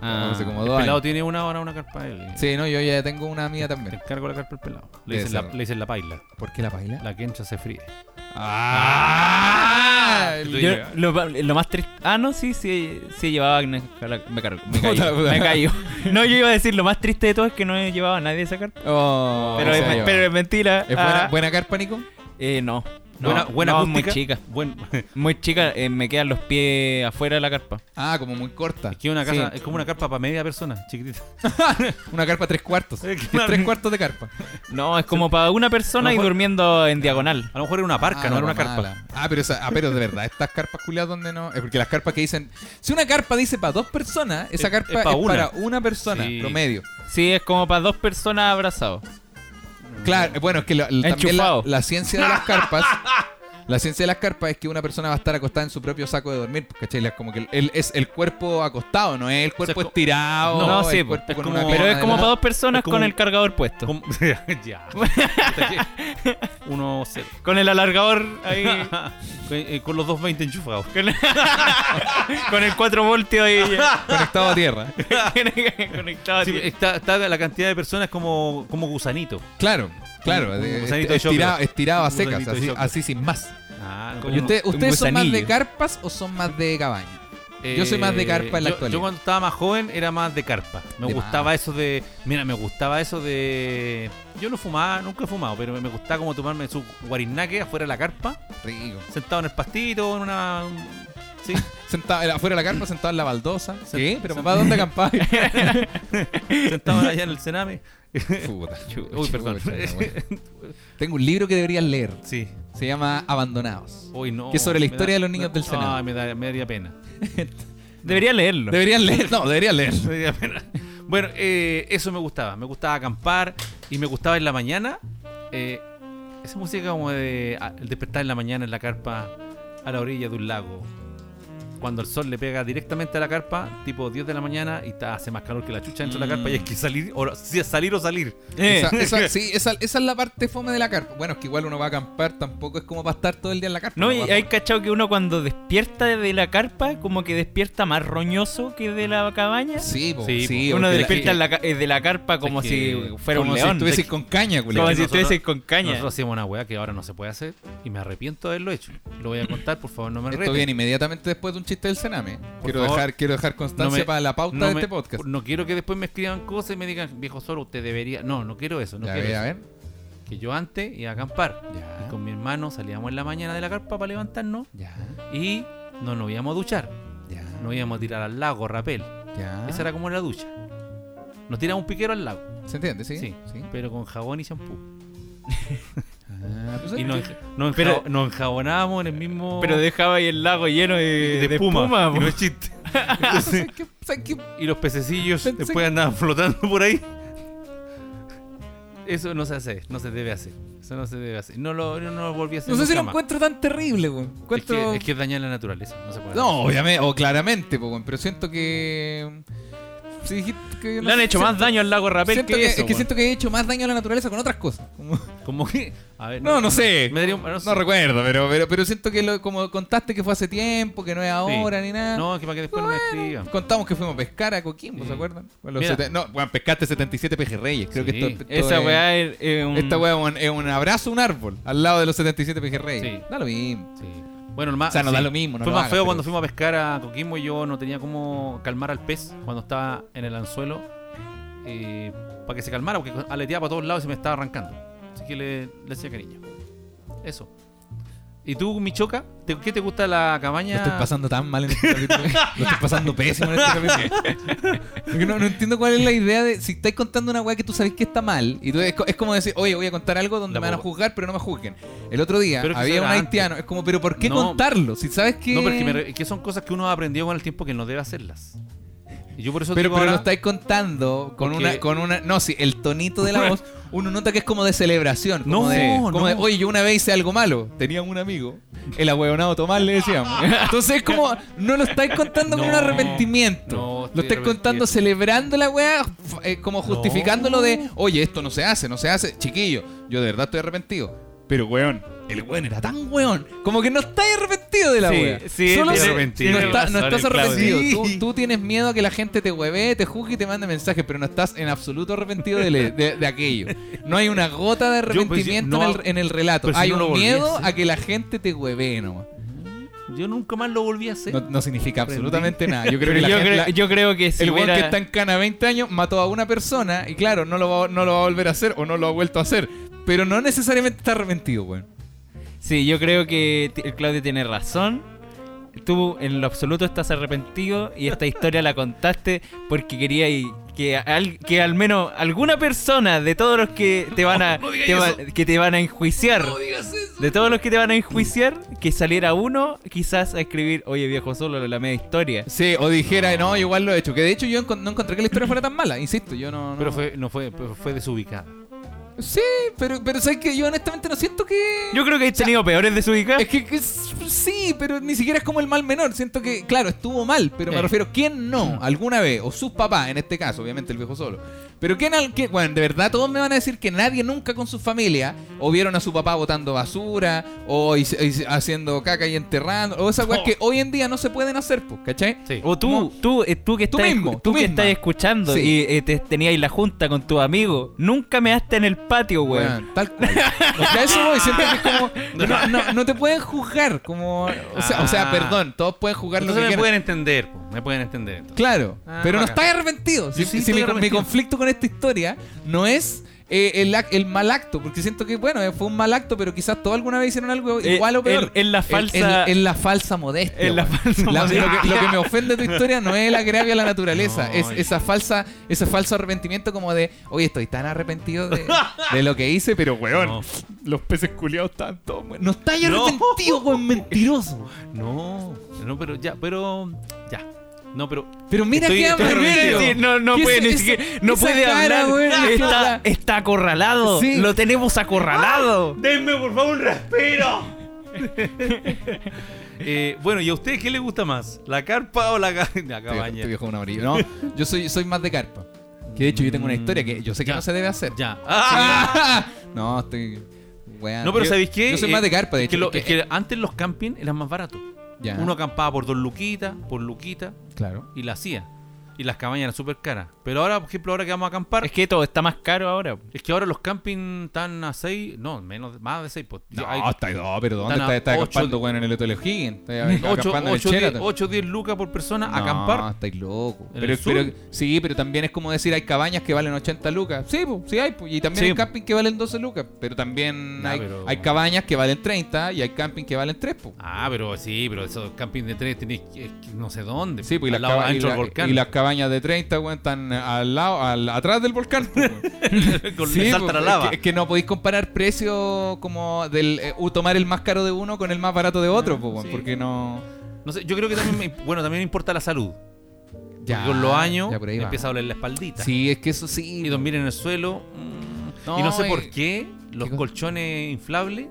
[SPEAKER 6] hace [LAUGHS] como
[SPEAKER 3] el
[SPEAKER 6] dos
[SPEAKER 3] pelado
[SPEAKER 6] años.
[SPEAKER 3] tiene una hora una carpa. él.
[SPEAKER 6] Sí, no, yo ya tengo una amiga
[SPEAKER 3] Te
[SPEAKER 6] también.
[SPEAKER 3] encargo la carpa al pelado. Le
[SPEAKER 6] Debe
[SPEAKER 3] dicen, la,
[SPEAKER 6] ser.
[SPEAKER 3] le dicen la paila.
[SPEAKER 6] ¿Por qué la baila?
[SPEAKER 3] La quencha se fríe.
[SPEAKER 6] ¡Ah!
[SPEAKER 3] Yo-
[SPEAKER 2] Yo- lo, lo más triste. Ah, no, sí, sí, sí llevaba. a- Me, cargo- me
[SPEAKER 6] Puta,
[SPEAKER 2] cayó,
[SPEAKER 6] puta.
[SPEAKER 2] me cayó. No, yo iba a decir lo más triste de todo es que no he llevado a nadie a esa carpa.
[SPEAKER 6] Oh,
[SPEAKER 2] pero,
[SPEAKER 6] se
[SPEAKER 2] es,
[SPEAKER 6] lleva.
[SPEAKER 2] pero es mentira.
[SPEAKER 6] ¿Es buena,
[SPEAKER 2] Ah,
[SPEAKER 6] buena carpa, Nico?
[SPEAKER 2] eh, no. No,
[SPEAKER 3] buena buena
[SPEAKER 2] no, muy
[SPEAKER 3] acústica.
[SPEAKER 2] chica.
[SPEAKER 3] Buen, [LAUGHS] es
[SPEAKER 2] Muy chica, eh, me quedan los pies afuera de la carpa.
[SPEAKER 6] Ah, como muy corta.
[SPEAKER 3] que una casa,
[SPEAKER 2] Sí.
[SPEAKER 3] es como una carpa para media persona, chiquitita.
[SPEAKER 6] Una carpa tres cuartos.
[SPEAKER 3] Eh,
[SPEAKER 6] Es
[SPEAKER 3] claro.
[SPEAKER 6] tres cuartos de carpa.
[SPEAKER 2] No, es como para una
[SPEAKER 3] A
[SPEAKER 2] persona
[SPEAKER 3] lo
[SPEAKER 2] y
[SPEAKER 3] mejor-
[SPEAKER 2] durmiendo en diagonal.
[SPEAKER 3] A lo mejor era una parca,
[SPEAKER 6] Ah,
[SPEAKER 3] no era una
[SPEAKER 6] la
[SPEAKER 3] carpa.
[SPEAKER 6] mala. Ah, pero, esa- ah, pero de verdad, estas carpas culiadas donde no. Es porque las carpas que dicen. Si una carpa dice para dos personas, esa
[SPEAKER 3] Es-
[SPEAKER 6] carpa
[SPEAKER 3] es
[SPEAKER 6] es,
[SPEAKER 3] pa' una.
[SPEAKER 6] para una persona
[SPEAKER 3] Sí.
[SPEAKER 6] promedio.
[SPEAKER 2] Sí, es como para dos personas abrazados.
[SPEAKER 6] Claro, eh, bueno, es que lo- lo- también la,
[SPEAKER 2] Enchufado.
[SPEAKER 6] la ciencia
[SPEAKER 3] [LAUGHS]
[SPEAKER 6] de las carpas. La ciencia de las carpas es que una persona va a estar acostada en su propio saco de dormir, pues, ¿cachai? Es Como que el, el- es el cuerpo acostado, no es el cuerpo
[SPEAKER 3] es co- pues,
[SPEAKER 6] estirado.
[SPEAKER 2] No, sí, pues.
[SPEAKER 6] el cuerpo
[SPEAKER 3] es
[SPEAKER 6] con
[SPEAKER 3] como-
[SPEAKER 6] una
[SPEAKER 3] pero
[SPEAKER 2] Pero
[SPEAKER 6] pierna
[SPEAKER 2] es como
[SPEAKER 6] adelante.
[SPEAKER 2] para dos personas
[SPEAKER 3] es como
[SPEAKER 2] con
[SPEAKER 3] un-
[SPEAKER 2] el cargador puesto.
[SPEAKER 3] ¿Cómo? [LAUGHS]
[SPEAKER 6] [LAUGHS]
[SPEAKER 3] ya. Uno cero.
[SPEAKER 2] Con el alargador ahí.
[SPEAKER 3] [LAUGHS] Con, eh, con los 220 enchufados.
[SPEAKER 2] con, [LAUGHS] con el 4 voltios ahí. [LAUGHS]
[SPEAKER 6] conectado a tierra.
[SPEAKER 2] conectado.
[SPEAKER 6] Ah,
[SPEAKER 2] a
[SPEAKER 3] Sí,
[SPEAKER 2] ti.
[SPEAKER 3] está, está la cantidad de personas como, como gusanito.
[SPEAKER 6] Claro, claro.
[SPEAKER 3] Un- un
[SPEAKER 6] de-
[SPEAKER 3] gusanito
[SPEAKER 6] esti-
[SPEAKER 3] de
[SPEAKER 6] estirado,
[SPEAKER 3] choclo.
[SPEAKER 6] estirado a
[SPEAKER 3] Un
[SPEAKER 6] secas,
[SPEAKER 3] gusanito de
[SPEAKER 6] así,
[SPEAKER 3] choclo.
[SPEAKER 6] así sin más.
[SPEAKER 3] Ah,
[SPEAKER 2] Como
[SPEAKER 6] ¿Y usted-
[SPEAKER 2] un
[SPEAKER 6] ¿Ustedes son más de
[SPEAKER 2] gusanillo.
[SPEAKER 6] carpas o son más de cabaña? Yo soy más de carpa en
[SPEAKER 3] Eh,
[SPEAKER 6] la
[SPEAKER 3] yo-
[SPEAKER 6] actualidad.
[SPEAKER 3] Yo cuando estaba más joven era más de carpa. Me
[SPEAKER 6] De
[SPEAKER 3] gustaba eso de. Mira, me gustaba eso de. Yo no fumaba, nunca he fumado, pero me gustaba como tomarme su guarinaque afuera de la carpa,
[SPEAKER 6] Rico.
[SPEAKER 3] sentado en el pastito, en una. un-
[SPEAKER 6] [LAUGHS]
[SPEAKER 3] Sí,
[SPEAKER 6] Sentado, era afuera de la carpa, sentado en la baldosa.
[SPEAKER 3] Sen-
[SPEAKER 6] ¿Qué? ¿Pero
[SPEAKER 3] sen-
[SPEAKER 6] papá dónde acampáis? [LAUGHS]
[SPEAKER 3] sentado allá en el cename.
[SPEAKER 6] Puta.
[SPEAKER 3] Uy, perdón.
[SPEAKER 6] [LAUGHS] Chucha, bueno. Tengo un libro que deberías leer.
[SPEAKER 3] Sí.
[SPEAKER 6] Se llama Abandonados.
[SPEAKER 3] Uy, no.
[SPEAKER 6] Que es sobre la
[SPEAKER 3] me
[SPEAKER 6] historia de los niños del Senado.
[SPEAKER 3] Ay, me, da- me daría
[SPEAKER 6] [LAUGHS]
[SPEAKER 3] pena.
[SPEAKER 2] Debería leerlo.
[SPEAKER 6] Deberías leer. No, deberías leer.
[SPEAKER 3] [LAUGHS] Me daría pena. Bueno, eh, eso me gustaba. Me gustaba acampar y me gustaba en la mañana. eh, esa música como de ah, el despertar en la mañana en la carpa a la orilla de un lago. cuando el sol le pega directamente a la carpa, tipo 10 de la mañana, y está, hace más calor que la chucha dentro de la carpa, y hay
[SPEAKER 6] Mm.
[SPEAKER 3] que salir o, sí, salir, o salir.
[SPEAKER 2] Eh. [LAUGHS]
[SPEAKER 6] Esa, esa- sí, esa, esa es la parte fome de la carpa. Bueno, es que igual uno va a acampar, tampoco es como para estar todo el día en la carpa.
[SPEAKER 2] No,
[SPEAKER 6] uno
[SPEAKER 2] y
[SPEAKER 6] va a-
[SPEAKER 2] hay cachado que uno cuando despierta de la carpa, como que despierta más roñoso que de la cabaña.
[SPEAKER 6] Sí, po,
[SPEAKER 3] Sí,
[SPEAKER 6] sí,
[SPEAKER 3] po.
[SPEAKER 2] uno
[SPEAKER 6] porque
[SPEAKER 2] despierta
[SPEAKER 6] la-
[SPEAKER 2] en la ca- eh, de la carpa como
[SPEAKER 3] Es
[SPEAKER 2] si
[SPEAKER 3] que-
[SPEAKER 2] fuera un
[SPEAKER 6] como si
[SPEAKER 2] león.
[SPEAKER 6] estuvieses con caña, culiao.
[SPEAKER 2] como
[SPEAKER 3] Es
[SPEAKER 2] si
[SPEAKER 3] que nosotros-
[SPEAKER 2] estuvieses con caña.
[SPEAKER 3] Nosotros hacíamos una weá que ahora no se puede hacer, y me arrepiento de haberlo hecho. Lo voy a contar, por favor, no me
[SPEAKER 6] Esto
[SPEAKER 3] reten.
[SPEAKER 6] viene inmediatamente después de un chiste del Sename. Quiero
[SPEAKER 3] favor.
[SPEAKER 6] dejar, quiero dejar
[SPEAKER 3] No
[SPEAKER 6] constancia
[SPEAKER 3] me-
[SPEAKER 6] para la pauta
[SPEAKER 3] no
[SPEAKER 6] de
[SPEAKER 3] me-
[SPEAKER 6] este podcast.
[SPEAKER 3] No quiero que después me escriban cosas y me digan, viejo solo, usted debería. No, no quiero eso. No
[SPEAKER 6] Ya,
[SPEAKER 3] quiero
[SPEAKER 6] ve,
[SPEAKER 3] eso.
[SPEAKER 6] a ver.
[SPEAKER 3] Que yo antes iba a acampar.
[SPEAKER 6] Ya.
[SPEAKER 3] Y con mi hermano salíamos en la mañana de la carpa para levantarnos
[SPEAKER 6] Ya,
[SPEAKER 3] y no nos íbamos a duchar.
[SPEAKER 6] ya,
[SPEAKER 3] Nos íbamos a tirar al lago, rapel.
[SPEAKER 6] ya.
[SPEAKER 3] Esa era como la ducha. Nos tiramos un piquero al lago,
[SPEAKER 6] ¿Se entiende? Sí.
[SPEAKER 3] Sí. pero con jabón y shampoo.
[SPEAKER 6] Ah, pues,
[SPEAKER 3] Y nos,
[SPEAKER 6] ¿qué?
[SPEAKER 3] nos,
[SPEAKER 2] Pero-
[SPEAKER 3] enja- nos enjabonábamos en el mismo.
[SPEAKER 2] Pero dejaba ahí el lago lleno de,
[SPEAKER 3] de,
[SPEAKER 2] de
[SPEAKER 3] espuma.
[SPEAKER 6] [LAUGHS]
[SPEAKER 2] espuma,
[SPEAKER 3] y,
[SPEAKER 2] po.
[SPEAKER 3] no es chiste.
[SPEAKER 6] ¿Sabes qué? [LAUGHS] ¿Sabes qué?
[SPEAKER 3] Y los pececillos
[SPEAKER 6] Pensé
[SPEAKER 3] después andaban flotando por ahí. Eso no se hace, no se debe hacer. Eso no se debe hacer. No lo, no, lo volví a hacer.
[SPEAKER 6] No sé si
[SPEAKER 3] nunca
[SPEAKER 6] lo
[SPEAKER 3] más.
[SPEAKER 6] encuentro tan terrible, weón.
[SPEAKER 3] Es que-
[SPEAKER 6] Encuentro-
[SPEAKER 3] Es que, es dañar la naturaleza, no se puede. hacer.
[SPEAKER 6] No, obviamente, o claramente, po, weón, pero siento que. mm, Si dijiste que no
[SPEAKER 2] Le han
[SPEAKER 6] sé,
[SPEAKER 2] hecho más
[SPEAKER 6] siento-
[SPEAKER 2] daño al lago rapel
[SPEAKER 6] siento
[SPEAKER 2] que, eso.
[SPEAKER 6] es que
[SPEAKER 2] weón.
[SPEAKER 6] siento que he hecho más daño a la naturaleza con otras cosas.
[SPEAKER 2] [LAUGHS]
[SPEAKER 6] Como-
[SPEAKER 3] Como que. A ver,
[SPEAKER 6] No, no sé.
[SPEAKER 3] Me daría un- no, sé.
[SPEAKER 6] Eh, No recuerdo, pero, pero, pero siento que lo, como contaste que fue hace tiempo, que no es ahora ni nada.
[SPEAKER 3] No, que para que después no me escriban.
[SPEAKER 6] Contamos que fuimos a pescar a Coquimbo,
[SPEAKER 3] Sí.
[SPEAKER 6] ¿se acuerdan? Bueno, los
[SPEAKER 3] Mira.
[SPEAKER 6] seten- no, bueno, pescaste 77 pejerreyes. Creo
[SPEAKER 3] Sí.
[SPEAKER 6] que esto, esto
[SPEAKER 2] Esa
[SPEAKER 6] es-
[SPEAKER 2] weá es, es un...
[SPEAKER 6] Esta weá es un, es un abrazo a un árbol al lado de los 77 pejerreyes.
[SPEAKER 3] Sí.
[SPEAKER 6] Da lo mismo.
[SPEAKER 3] Sí. Bueno, el más,
[SPEAKER 6] O sea, no
[SPEAKER 3] sí.
[SPEAKER 6] da lo mismo. No
[SPEAKER 3] Fue
[SPEAKER 6] lo
[SPEAKER 3] más
[SPEAKER 6] hagas,
[SPEAKER 3] feo
[SPEAKER 6] pero-
[SPEAKER 3] cuando fuimos a pescar a Coquimbo y yo no tenía cómo calmar al pez cuando estaba en el anzuelo eh, para que se calmara, porque aleteaba para todos lados y se me estaba arrancando. Así que le, le hacía cariño. Eso. ¿Y tú, Michoca? ¿Te- ¿Qué te gusta la
[SPEAKER 6] Lo
[SPEAKER 3] cabaña?
[SPEAKER 6] estoy pasando tan mal en este capítulo. Lo estoy pasando pésimo en este capítulo. Porque no, no entiendo cuál es la idea de. Si estáis contando una weá que tú sabes que está mal, y tú, es, co- es como decir, oye, voy a contar algo donde
[SPEAKER 3] La
[SPEAKER 6] me van a
[SPEAKER 3] boba.
[SPEAKER 6] juzgar, pero no me juzguen. El otro día
[SPEAKER 3] Pero es que
[SPEAKER 6] había
[SPEAKER 3] eso
[SPEAKER 6] un
[SPEAKER 3] era
[SPEAKER 6] haitiano. Es como, pero ¿por qué
[SPEAKER 3] No.
[SPEAKER 6] contarlo? Si sabes que.
[SPEAKER 3] No, pero es que, me re- que son cosas que uno ha aprendido con el tiempo que no debe hacerlas. Y yo por eso
[SPEAKER 6] Pero,
[SPEAKER 3] digo
[SPEAKER 6] pero lo
[SPEAKER 3] ahora-
[SPEAKER 6] estáis contando con
[SPEAKER 3] Porque-
[SPEAKER 6] una, con una. No, sí, el tonito de la voz, uno nota que es como de celebración. Como
[SPEAKER 3] No,
[SPEAKER 6] de,
[SPEAKER 3] no.
[SPEAKER 6] como de, oye, yo una vez hice algo malo. Tenía un amigo. El ahueonado Tomás
[SPEAKER 3] [LAUGHS]
[SPEAKER 6] le decíamos. Entonces es como, no lo estáis contando con un
[SPEAKER 3] No,
[SPEAKER 6] arrepentimiento.
[SPEAKER 3] no,
[SPEAKER 6] lo
[SPEAKER 3] estoy
[SPEAKER 6] estáis contando
[SPEAKER 3] arrepentido.
[SPEAKER 6] celebrando la weá, f- eh, como justificándolo de, oye, esto no se hace, no se hace. Chiquillo, yo de verdad estoy arrepentido. Pero weón, el weón era tan weón. Como que no estáis arrepentido de la
[SPEAKER 2] Sí,
[SPEAKER 6] weá.
[SPEAKER 2] sí,
[SPEAKER 6] Solo
[SPEAKER 2] tiene-
[SPEAKER 6] se-
[SPEAKER 2] tiene
[SPEAKER 6] no, está-
[SPEAKER 2] razón
[SPEAKER 6] no
[SPEAKER 2] el
[SPEAKER 6] estás
[SPEAKER 2] Claudio.
[SPEAKER 6] arrepentido.
[SPEAKER 3] Sí.
[SPEAKER 6] Tú, tú tienes miedo a que la gente te hueve, te juzgue y te mande mensajes, pero no estás en absoluto arrepentido de, le- de- de aquello. No hay una gota de
[SPEAKER 3] Yo, pues, sí,
[SPEAKER 6] arrepentimiento
[SPEAKER 3] no,
[SPEAKER 6] en, el, en el relato.
[SPEAKER 3] pero si
[SPEAKER 6] Hay
[SPEAKER 3] no lo
[SPEAKER 6] un
[SPEAKER 3] volví a
[SPEAKER 6] miedo
[SPEAKER 3] hacer.
[SPEAKER 6] a que la gente te hueve nomás.
[SPEAKER 3] Yo nunca más lo volví a hacer.
[SPEAKER 6] No, no significa
[SPEAKER 3] Aprendí.
[SPEAKER 6] absolutamente nada. Yo creo
[SPEAKER 2] Pero
[SPEAKER 6] que la
[SPEAKER 2] yo,
[SPEAKER 6] gente-
[SPEAKER 2] creo,
[SPEAKER 6] la-
[SPEAKER 2] yo creo que si
[SPEAKER 6] el weón
[SPEAKER 2] hubiera-
[SPEAKER 6] que está en Cana 20 años mató a una persona y claro, no lo, va, no lo va a volver a hacer o no lo ha vuelto a hacer. Pero no necesariamente está arrepentido, weón.
[SPEAKER 2] Sí, yo creo que t- el Claudio tiene razón. Tú en lo absoluto estás arrepentido y esta historia la contaste porque quería y- que, al, que al menos alguna persona de todos los que te van
[SPEAKER 6] [LAUGHS]
[SPEAKER 2] a, te va- que te van a enjuiciar, de todos los que te van a enjuiciar, que saliera uno quizás a escribir, oye viejo solo la media historia.
[SPEAKER 6] Sí, o dijera, no, igual lo he hecho. Que de hecho yo encon- no encontré que la historia fuera tan mala, insisto, yo no... no-
[SPEAKER 3] Pero fue, no fue, pero fue desubicada.
[SPEAKER 6] Sí, pero, pero sabes que yo honestamente no siento que...
[SPEAKER 2] Yo creo que he tenido peores de su
[SPEAKER 6] Es que, que s- sí, pero ni siquiera es como el mal menor. Siento que, claro, estuvo mal, pero me
[SPEAKER 3] Eh.
[SPEAKER 6] refiero, ¿quién no? ¿Alguna vez? O sus papás, en este caso, obviamente el viejo solo. Pero ¿quién al que, bueno, de verdad todos me van a decir que nadie nunca con su familia o vieron a su papá botando basura o hice- hice- haciendo caca y enterrando, o esas cosas
[SPEAKER 3] No.
[SPEAKER 6] que hoy en día no se pueden hacer, pues, ¿cachai?
[SPEAKER 3] Sí.
[SPEAKER 2] O tú, tú, eh, tú que
[SPEAKER 6] Tú
[SPEAKER 2] estás,
[SPEAKER 6] mismo,
[SPEAKER 2] escu-
[SPEAKER 6] tú
[SPEAKER 2] que
[SPEAKER 6] misma.
[SPEAKER 2] estás escuchando
[SPEAKER 6] Sí.
[SPEAKER 2] y eh, te, tenías la junta con tu amigo. Nunca me daste en el patio, weón.
[SPEAKER 6] Bueno, tal cual. O sea, eso voy, siento que
[SPEAKER 3] [LAUGHS]
[SPEAKER 6] es como. No, no, no te pueden juzgar, como. O sea, o sea,
[SPEAKER 3] Ah.
[SPEAKER 6] perdón, todos pueden juzgar lo que
[SPEAKER 3] Entonces me
[SPEAKER 6] quieran.
[SPEAKER 3] pueden entender, po, me pueden entender. entonces.
[SPEAKER 6] Claro,
[SPEAKER 3] Ah,
[SPEAKER 6] pero no
[SPEAKER 3] bacán.
[SPEAKER 6] estás arrepentido. Si,
[SPEAKER 3] Yo sí
[SPEAKER 6] si
[SPEAKER 3] estoy
[SPEAKER 6] mi,
[SPEAKER 3] arrepentido.
[SPEAKER 6] mi conflicto con esta historia no es eh, el, ac- el mal acto, porque siento que, bueno, eh, fue un mal acto, pero quizás todos alguna vez hicieron algo
[SPEAKER 2] Eh,
[SPEAKER 6] igual o peor.
[SPEAKER 2] en- en la
[SPEAKER 6] Es-
[SPEAKER 2] falsa-
[SPEAKER 6] Es es la falsa modestia.
[SPEAKER 2] en la
[SPEAKER 6] weón.
[SPEAKER 2] falsa
[SPEAKER 6] La-
[SPEAKER 2] modestia.
[SPEAKER 6] Lo que, lo que me ofende de tu historia no es el agravio a la naturaleza,
[SPEAKER 3] [LAUGHS] No,
[SPEAKER 6] es
[SPEAKER 3] yo-
[SPEAKER 6] esa falsa, ese falso arrepentimiento como de, oye, estoy tan arrepentido de, de lo que hice, pero
[SPEAKER 3] [LAUGHS]
[SPEAKER 6] weón,
[SPEAKER 3] No.
[SPEAKER 6] los peces culiados están todos muertos. No estás
[SPEAKER 2] [LAUGHS]
[SPEAKER 3] No.
[SPEAKER 6] arrepentido, weón, mentiroso.
[SPEAKER 3] No, no, pero ya, pero ya. No, pero
[SPEAKER 6] Pero mira
[SPEAKER 3] Estoy-
[SPEAKER 6] qué
[SPEAKER 3] estoy
[SPEAKER 6] amargado.
[SPEAKER 2] Sí, no, no
[SPEAKER 6] ¿Qué es
[SPEAKER 2] puede ni
[SPEAKER 6] esa-
[SPEAKER 2] siquiera- no
[SPEAKER 6] esa
[SPEAKER 2] puede
[SPEAKER 6] cara,
[SPEAKER 2] hablar.
[SPEAKER 6] weón? Es que, o
[SPEAKER 2] está,
[SPEAKER 6] sea,
[SPEAKER 2] está acorralado.
[SPEAKER 6] Sí. Ah.
[SPEAKER 2] Lo tenemos acorralado.
[SPEAKER 3] denme por favor un respiro. Eh, bueno, ¿y a usted qué le gusta más? ¿La carpa o la, ca- [LAUGHS] la
[SPEAKER 6] Te viejo- te
[SPEAKER 3] cabaña?
[SPEAKER 6] viejo un amarillo. No, yo soy, soy más de carpa. Que de hecho yo tengo una
[SPEAKER 3] Mm,
[SPEAKER 6] historia que yo sé que
[SPEAKER 3] ya.
[SPEAKER 6] no se debe hacer.
[SPEAKER 3] Ya. ¡Ah!
[SPEAKER 6] [LAUGHS] no, estoy. weón.
[SPEAKER 3] No, pero
[SPEAKER 6] Yo-
[SPEAKER 3] ¿sabéis qué?
[SPEAKER 6] Yo soy
[SPEAKER 3] Eh,
[SPEAKER 6] más de carpa, de
[SPEAKER 3] es que
[SPEAKER 6] hecho.
[SPEAKER 3] lo- es que antes los campings eran más baratos.
[SPEAKER 6] ya,
[SPEAKER 3] Uno acampaba por dos luquitas, por luquitas,
[SPEAKER 6] claro.
[SPEAKER 3] y la hacía. Y las cabañas eran súper caras. Pero ahora, por ejemplo, ahora que vamos a acampar,
[SPEAKER 2] Es que todo está más caro ahora.
[SPEAKER 3] es que ahora los campings están a 6, no, menos, más de 6. Pues,
[SPEAKER 6] No,
[SPEAKER 3] hay
[SPEAKER 6] está no, pero ¿dónde
[SPEAKER 3] están
[SPEAKER 6] está,
[SPEAKER 3] a
[SPEAKER 6] está
[SPEAKER 3] ocho-
[SPEAKER 6] acampando, weón, en el Hotel O'Higgins?
[SPEAKER 3] [LAUGHS]
[SPEAKER 6] Está
[SPEAKER 3] 8,
[SPEAKER 6] acampando en el Sheraton.
[SPEAKER 3] 8, 10 lucas por persona a
[SPEAKER 6] No,
[SPEAKER 3] acampar.
[SPEAKER 6] estáis locos.
[SPEAKER 3] ¿En
[SPEAKER 6] Pero,
[SPEAKER 3] el sur?
[SPEAKER 6] pero, sí, pero también es como decir, hay cabañas que valen 80 lucas. Sí, po, sí hay. po, Y también
[SPEAKER 2] Sí.
[SPEAKER 6] hay camping que valen 12 lucas. Pero también
[SPEAKER 3] No,
[SPEAKER 6] hay,
[SPEAKER 3] pero-
[SPEAKER 6] hay cabañas que valen 30 y hay camping que valen pues. 3. Po.
[SPEAKER 3] Ah, pero sí, pero esos campings de tres tenéis que- que no sé dónde.
[SPEAKER 6] Sí, pues, y,
[SPEAKER 3] al
[SPEAKER 6] las
[SPEAKER 3] lado
[SPEAKER 6] caba- y
[SPEAKER 3] ancho del
[SPEAKER 6] la-
[SPEAKER 3] volcán.
[SPEAKER 6] y las cabañas de 30, weón, están al lado, al- atrás
[SPEAKER 3] [LAUGHS]
[SPEAKER 6] del volcán. po, weón.
[SPEAKER 3] con
[SPEAKER 6] Sí,
[SPEAKER 3] salta
[SPEAKER 6] po,
[SPEAKER 3] la
[SPEAKER 6] es
[SPEAKER 3] lava.
[SPEAKER 6] que- Es que, no podéis comparar precios como del eh, u- tomar el más caro de uno con el más barato de otro, po, weón,
[SPEAKER 3] Ah, sí.
[SPEAKER 6] porque no.
[SPEAKER 3] No sé, yo creo que también,
[SPEAKER 6] [LAUGHS]
[SPEAKER 3] me- bueno, también me importa la salud.
[SPEAKER 6] Ya,
[SPEAKER 3] Porque con los años
[SPEAKER 6] ya por ahí
[SPEAKER 3] me
[SPEAKER 6] va.
[SPEAKER 3] empieza a doler la espaldita.
[SPEAKER 6] Sí, es que eso sí.
[SPEAKER 3] Y
[SPEAKER 6] po.
[SPEAKER 3] dormir en el suelo. mm,
[SPEAKER 6] No,
[SPEAKER 3] y no sé
[SPEAKER 6] y-
[SPEAKER 3] por qué los
[SPEAKER 6] cosa?
[SPEAKER 3] colchones inflables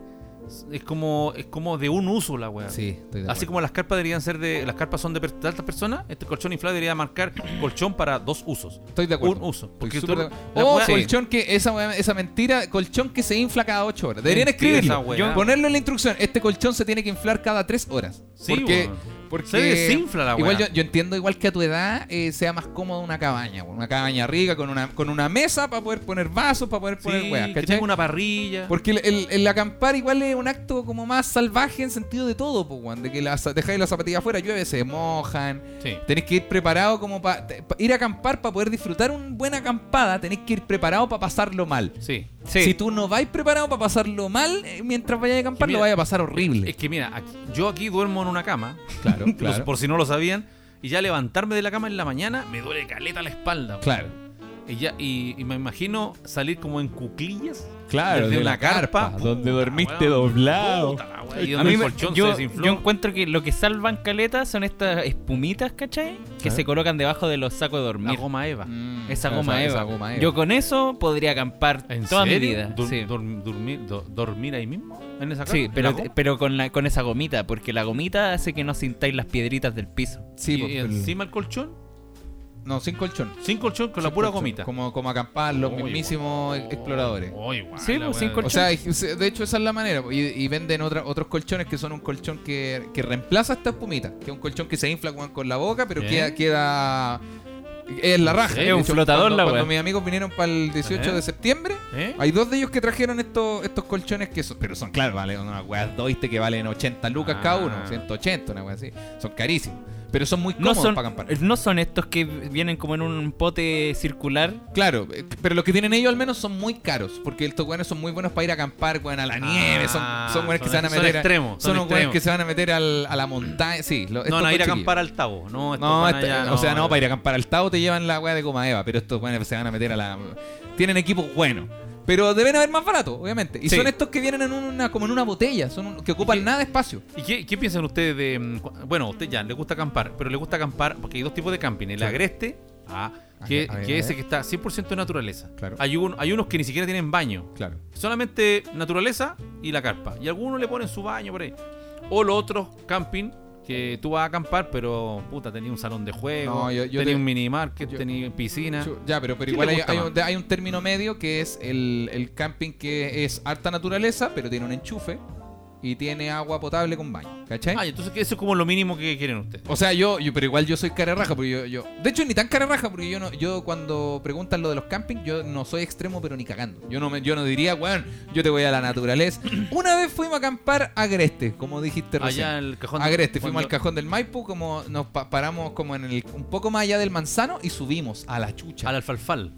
[SPEAKER 3] es como es como de un uso la weá.
[SPEAKER 6] Sí, estoy de
[SPEAKER 3] Así
[SPEAKER 6] acuerdo.
[SPEAKER 3] como las carpas deberían ser de. Las carpas son de, per- de altas personas, este colchón inflable debería
[SPEAKER 6] [COUGHS]
[SPEAKER 3] marcar colchón para dos usos.
[SPEAKER 6] Estoy de acuerdo.
[SPEAKER 3] Un uso.
[SPEAKER 6] Estoy
[SPEAKER 3] Porque
[SPEAKER 6] súper
[SPEAKER 3] tú-
[SPEAKER 6] de acuerdo.
[SPEAKER 3] la
[SPEAKER 6] Oh,
[SPEAKER 3] weá-
[SPEAKER 6] colchón que esa, weá- esa mentira, colchón que se infla cada 8 horas. Deberían
[SPEAKER 3] Mentira esa
[SPEAKER 6] escribirlo.
[SPEAKER 3] weá.
[SPEAKER 6] Ponerlo en la instrucción. Este colchón se tiene que inflar cada 3 horas.
[SPEAKER 3] Sí,
[SPEAKER 6] porque,
[SPEAKER 3] weón.
[SPEAKER 6] porque
[SPEAKER 3] Se desinfla la weá.
[SPEAKER 6] Igual yo, yo entiendo igual que a tu edad eh, sea más cómodo una cabaña, weón. una cabaña rica con una con una mesa para poder poner vasos, para poder
[SPEAKER 3] Sí,
[SPEAKER 6] poner weas,
[SPEAKER 3] que
[SPEAKER 6] ¿cachai?
[SPEAKER 3] tenga una parrilla.
[SPEAKER 6] Porque el, el- el acampar igual es un acto como más salvaje en sentido de todo, po, weón. De que las, dejáis las zapatillas afuera, llueve, se mojan.
[SPEAKER 3] Sí.
[SPEAKER 6] Tenés que ir preparado como para ir a acampar para poder disfrutar una buena acampada. Tenés que ir preparado para pasarlo mal.
[SPEAKER 3] Sí.
[SPEAKER 2] Sí.
[SPEAKER 6] Si tú no vais preparado para pasarlo mal eh, mientras vayas a
[SPEAKER 3] Que
[SPEAKER 6] acampar,
[SPEAKER 3] mira,
[SPEAKER 6] lo vais a pasar horrible.
[SPEAKER 3] Es que mira, aquí- yo aquí duermo en una cama,
[SPEAKER 6] claro,
[SPEAKER 3] [LAUGHS] los- por si no lo sabían, y ya levantarme de la cama en la mañana me duele caleta la espalda. weón.
[SPEAKER 6] claro,
[SPEAKER 3] Y, ya, y, y me imagino salir como en cuclillas.
[SPEAKER 6] claro.
[SPEAKER 3] Desde
[SPEAKER 6] de
[SPEAKER 3] una
[SPEAKER 6] la
[SPEAKER 3] carpa,
[SPEAKER 6] donde dormiste
[SPEAKER 3] weón.
[SPEAKER 6] doblado.
[SPEAKER 3] Puta la wea, y
[SPEAKER 2] A
[SPEAKER 3] donde
[SPEAKER 2] mí
[SPEAKER 3] el
[SPEAKER 2] me-
[SPEAKER 3] colchón se
[SPEAKER 2] yo,
[SPEAKER 3] desinfló.
[SPEAKER 2] yo encuentro que lo que salvan caletas son estas espumitas, ¿cachai? Que
[SPEAKER 6] Claro.
[SPEAKER 2] se colocan debajo de los sacos de
[SPEAKER 3] la
[SPEAKER 2] dormir.
[SPEAKER 3] goma Eva.
[SPEAKER 6] Mm,
[SPEAKER 2] Esa goma,
[SPEAKER 6] esa
[SPEAKER 2] Eva.
[SPEAKER 6] goma Eva.
[SPEAKER 2] Yo con eso podría acampar
[SPEAKER 3] ¿En
[SPEAKER 2] toda
[SPEAKER 3] serio?
[SPEAKER 2] mi vida.
[SPEAKER 3] Dur-
[SPEAKER 2] sí.
[SPEAKER 3] dorm- dormir, do- ¿Dormir ahí mismo? ¿En esa cama?
[SPEAKER 2] Sí,
[SPEAKER 3] ¿En
[SPEAKER 2] pero,
[SPEAKER 3] la goma?
[SPEAKER 2] pero con, la, con esa gomita, porque la gomita hace que no sintáis las piedritas del piso.
[SPEAKER 6] Sí,
[SPEAKER 3] y,
[SPEAKER 6] po,
[SPEAKER 3] y
[SPEAKER 6] pero-
[SPEAKER 3] encima el colchón.
[SPEAKER 6] No, sin colchón.
[SPEAKER 3] Sin colchón, con la
[SPEAKER 6] Sin
[SPEAKER 3] pura
[SPEAKER 6] colchón.
[SPEAKER 3] gomita.
[SPEAKER 6] Como, como acampar los
[SPEAKER 3] Oye,
[SPEAKER 6] mismísimos
[SPEAKER 3] weón.
[SPEAKER 6] exploradores.
[SPEAKER 3] Oye, weón,
[SPEAKER 2] Sí,
[SPEAKER 3] la
[SPEAKER 2] pues,
[SPEAKER 3] wea-
[SPEAKER 2] sin colchón.
[SPEAKER 6] O sea, es- de hecho esa es la manera. Y, y venden otra- otros colchones que son un colchón que, que reemplaza esta espumita. Que es un colchón que se infla weón, con la boca, pero
[SPEAKER 3] Bien.
[SPEAKER 6] queda, queda... Es la raja.
[SPEAKER 3] Es
[SPEAKER 6] De
[SPEAKER 2] un flotador
[SPEAKER 6] cuando,
[SPEAKER 2] la
[SPEAKER 6] Cuando
[SPEAKER 2] weá.
[SPEAKER 6] mis amigos vinieron para el 18
[SPEAKER 3] Ajá.
[SPEAKER 6] de septiembre,
[SPEAKER 3] ¿Eh?
[SPEAKER 6] hay dos de ellos que trajeron estos, estos colchones que son... Pero son, claro, vale, unas weas doiste que valen 80 lucas cada
[SPEAKER 3] Ah.
[SPEAKER 6] uno. 180, una wea así. Son carísimos. Pero son muy
[SPEAKER 2] No
[SPEAKER 6] cómodos
[SPEAKER 2] son, eh,
[SPEAKER 6] para acampar.
[SPEAKER 2] no son estos que vienen como en un pote circular.
[SPEAKER 6] Claro,
[SPEAKER 3] Mm.
[SPEAKER 6] eh, pero los que tienen ellos al menos son muy caros, porque estos weones son muy buenos para ir a acampar, weón, a la nieve, son,
[SPEAKER 3] Ah,
[SPEAKER 6] son weones que
[SPEAKER 3] son-
[SPEAKER 6] se van a
[SPEAKER 3] son
[SPEAKER 6] meter. a-
[SPEAKER 3] extremos, son
[SPEAKER 6] son unos weones
[SPEAKER 3] extremos.
[SPEAKER 6] que se van a meter al- a la montaña. Sí, lo-
[SPEAKER 3] No,
[SPEAKER 6] Ah, estos
[SPEAKER 3] no, ir a
[SPEAKER 6] chiquillos.
[SPEAKER 3] acampar al Tabo. No, estos
[SPEAKER 6] No,
[SPEAKER 3] van
[SPEAKER 6] esto-
[SPEAKER 3] allá,
[SPEAKER 6] o sea, no, para ir a acampar al Tao te llevan la weá de Coma Eva, pero estos weones se van a meter a la. Tienen equipos buenos. Pero deben haber más baratos, obviamente. Y
[SPEAKER 3] Sí.
[SPEAKER 6] son estos que vienen en una, como en una botella, son un- que ocupan
[SPEAKER 3] ¿Y qué-
[SPEAKER 6] nada de espacio.
[SPEAKER 3] ¿Y qué, qué piensan ustedes de.? mm, cu- Bueno, a usted ya le gusta acampar, pero le gusta acampar porque hay dos tipos de camping: el
[SPEAKER 6] Claro.
[SPEAKER 3] agreste, ah, que,
[SPEAKER 6] A ver,
[SPEAKER 3] que
[SPEAKER 6] a ver.
[SPEAKER 3] ese que está 100% de naturaleza.
[SPEAKER 6] Claro.
[SPEAKER 3] Hay, un- hay unos que ni siquiera tienen baño,
[SPEAKER 6] Claro.
[SPEAKER 3] solamente naturaleza y la carpa. Y algunos le ponen su baño por ahí. O los otros camping que tú vas a acampar, pero puta, tenía un salón de juego,
[SPEAKER 6] No, yo- yo
[SPEAKER 3] tenía
[SPEAKER 6] te-
[SPEAKER 3] un minimarket,
[SPEAKER 6] yo-
[SPEAKER 3] tenía piscina.
[SPEAKER 6] Chu- Ya, pero, pero
[SPEAKER 3] ¿Qué
[SPEAKER 6] igual
[SPEAKER 3] le
[SPEAKER 6] hay,
[SPEAKER 3] gusta
[SPEAKER 6] hay
[SPEAKER 3] más?
[SPEAKER 6] un, hay un término medio que es el, el camping que es harta naturaleza, pero tiene un enchufe y tiene agua potable con baño. ¿Cachai?
[SPEAKER 3] Ay, Ah, entonces que eso es como lo mínimo que quieren ustedes.
[SPEAKER 6] O sea, yo, yo, pero igual yo soy cara raja, porque yo, yo. De hecho, ni tan cara raja, porque yo no, yo cuando preguntan lo de los campings, yo no soy extremo, pero ni cagando. Yo no me, yo no diría, weón, yo te voy a
[SPEAKER 3] [CLEARS THROAT]
[SPEAKER 6] la naturaleza. Una vez fuimos a acampar a Agreste, como dijiste recién.
[SPEAKER 3] Allá en el cajón.
[SPEAKER 6] Agreste, fuimos al
[SPEAKER 3] Ah, cuando-
[SPEAKER 6] cajón del Maipo, como nos pa- paramos como en el, un poco más allá del manzano y subimos a la chucha.
[SPEAKER 3] Al alfalfal.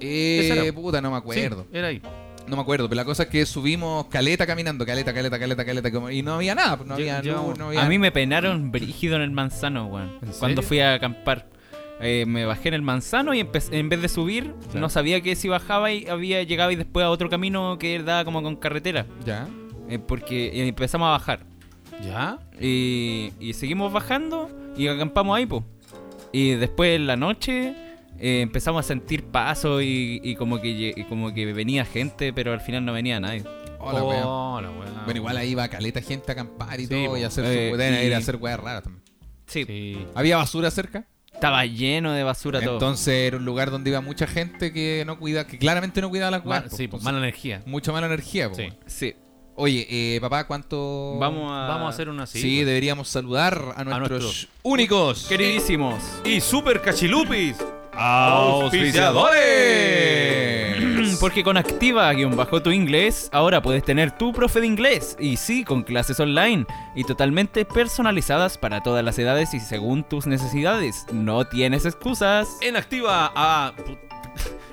[SPEAKER 3] Esa
[SPEAKER 6] Eh,
[SPEAKER 3] era.
[SPEAKER 6] puta, no me
[SPEAKER 3] Sí,
[SPEAKER 6] acuerdo.
[SPEAKER 3] era ahí.
[SPEAKER 6] No me acuerdo, pero la cosa es que subimos caleta caminando, caleta, caleta, caleta, caleta, como- y no había nada, pues, no
[SPEAKER 3] Lle-
[SPEAKER 6] había
[SPEAKER 3] llevamos-
[SPEAKER 6] luz, no había
[SPEAKER 2] A mí me penaron brígido en el manzano, weón.
[SPEAKER 3] ¿En serio?
[SPEAKER 2] Cuando fui a acampar. Eh, me bajé en el manzano y empe- en vez de subir, no sabía que si bajaba y había llegado y después a otro camino que daba como con carretera.
[SPEAKER 6] Ya.
[SPEAKER 2] Eh, porque empezamos a bajar.
[SPEAKER 3] ¿Ya?
[SPEAKER 2] Y, y seguimos bajando y acampamos ahí, po. Y después en la noche eh, empezamos a sentir pasos y, y como que lle- y como que venía gente, pero al final no venía nadie.
[SPEAKER 6] Hola,
[SPEAKER 3] oh,
[SPEAKER 6] weón.
[SPEAKER 3] la weá.
[SPEAKER 6] bueno, igual ahí va caleta gente a acampar y
[SPEAKER 3] Sí,
[SPEAKER 6] todo,
[SPEAKER 3] po.
[SPEAKER 6] y hacer su-
[SPEAKER 2] Eh,
[SPEAKER 6] deben
[SPEAKER 2] y-
[SPEAKER 6] ir a hacer weas raras también.
[SPEAKER 2] Sí,
[SPEAKER 3] Sí.
[SPEAKER 6] ¿Había basura cerca?
[SPEAKER 2] estaba lleno de basura todo.
[SPEAKER 6] Entonces era un lugar donde iba mucha gente que no cuida, que claramente no cuidaba las weas.
[SPEAKER 3] Ma-
[SPEAKER 6] po.
[SPEAKER 3] sí, pues
[SPEAKER 6] Entonces,
[SPEAKER 3] mala energía.
[SPEAKER 6] Mucha mala energía, po.
[SPEAKER 3] Sí.
[SPEAKER 2] Sí,
[SPEAKER 6] Oye, eh, papá, ¿cuánto...?
[SPEAKER 2] vamos a...
[SPEAKER 3] Vamos a pues. hacer una así.
[SPEAKER 6] Sí, deberíamos saludar a nuestros,
[SPEAKER 3] nuestros
[SPEAKER 6] únicos
[SPEAKER 2] Queridísimos. [CLEARS THROAT]
[SPEAKER 3] Y super cachilupis.
[SPEAKER 6] auspiciadores.
[SPEAKER 2] Porque con Activa guión bajo tu inglés, ahora puedes tener tu profe de inglés. Y sí, con clases online y totalmente personalizadas para todas las edades y según tus necesidades. No tienes excusas.
[SPEAKER 3] En activa a...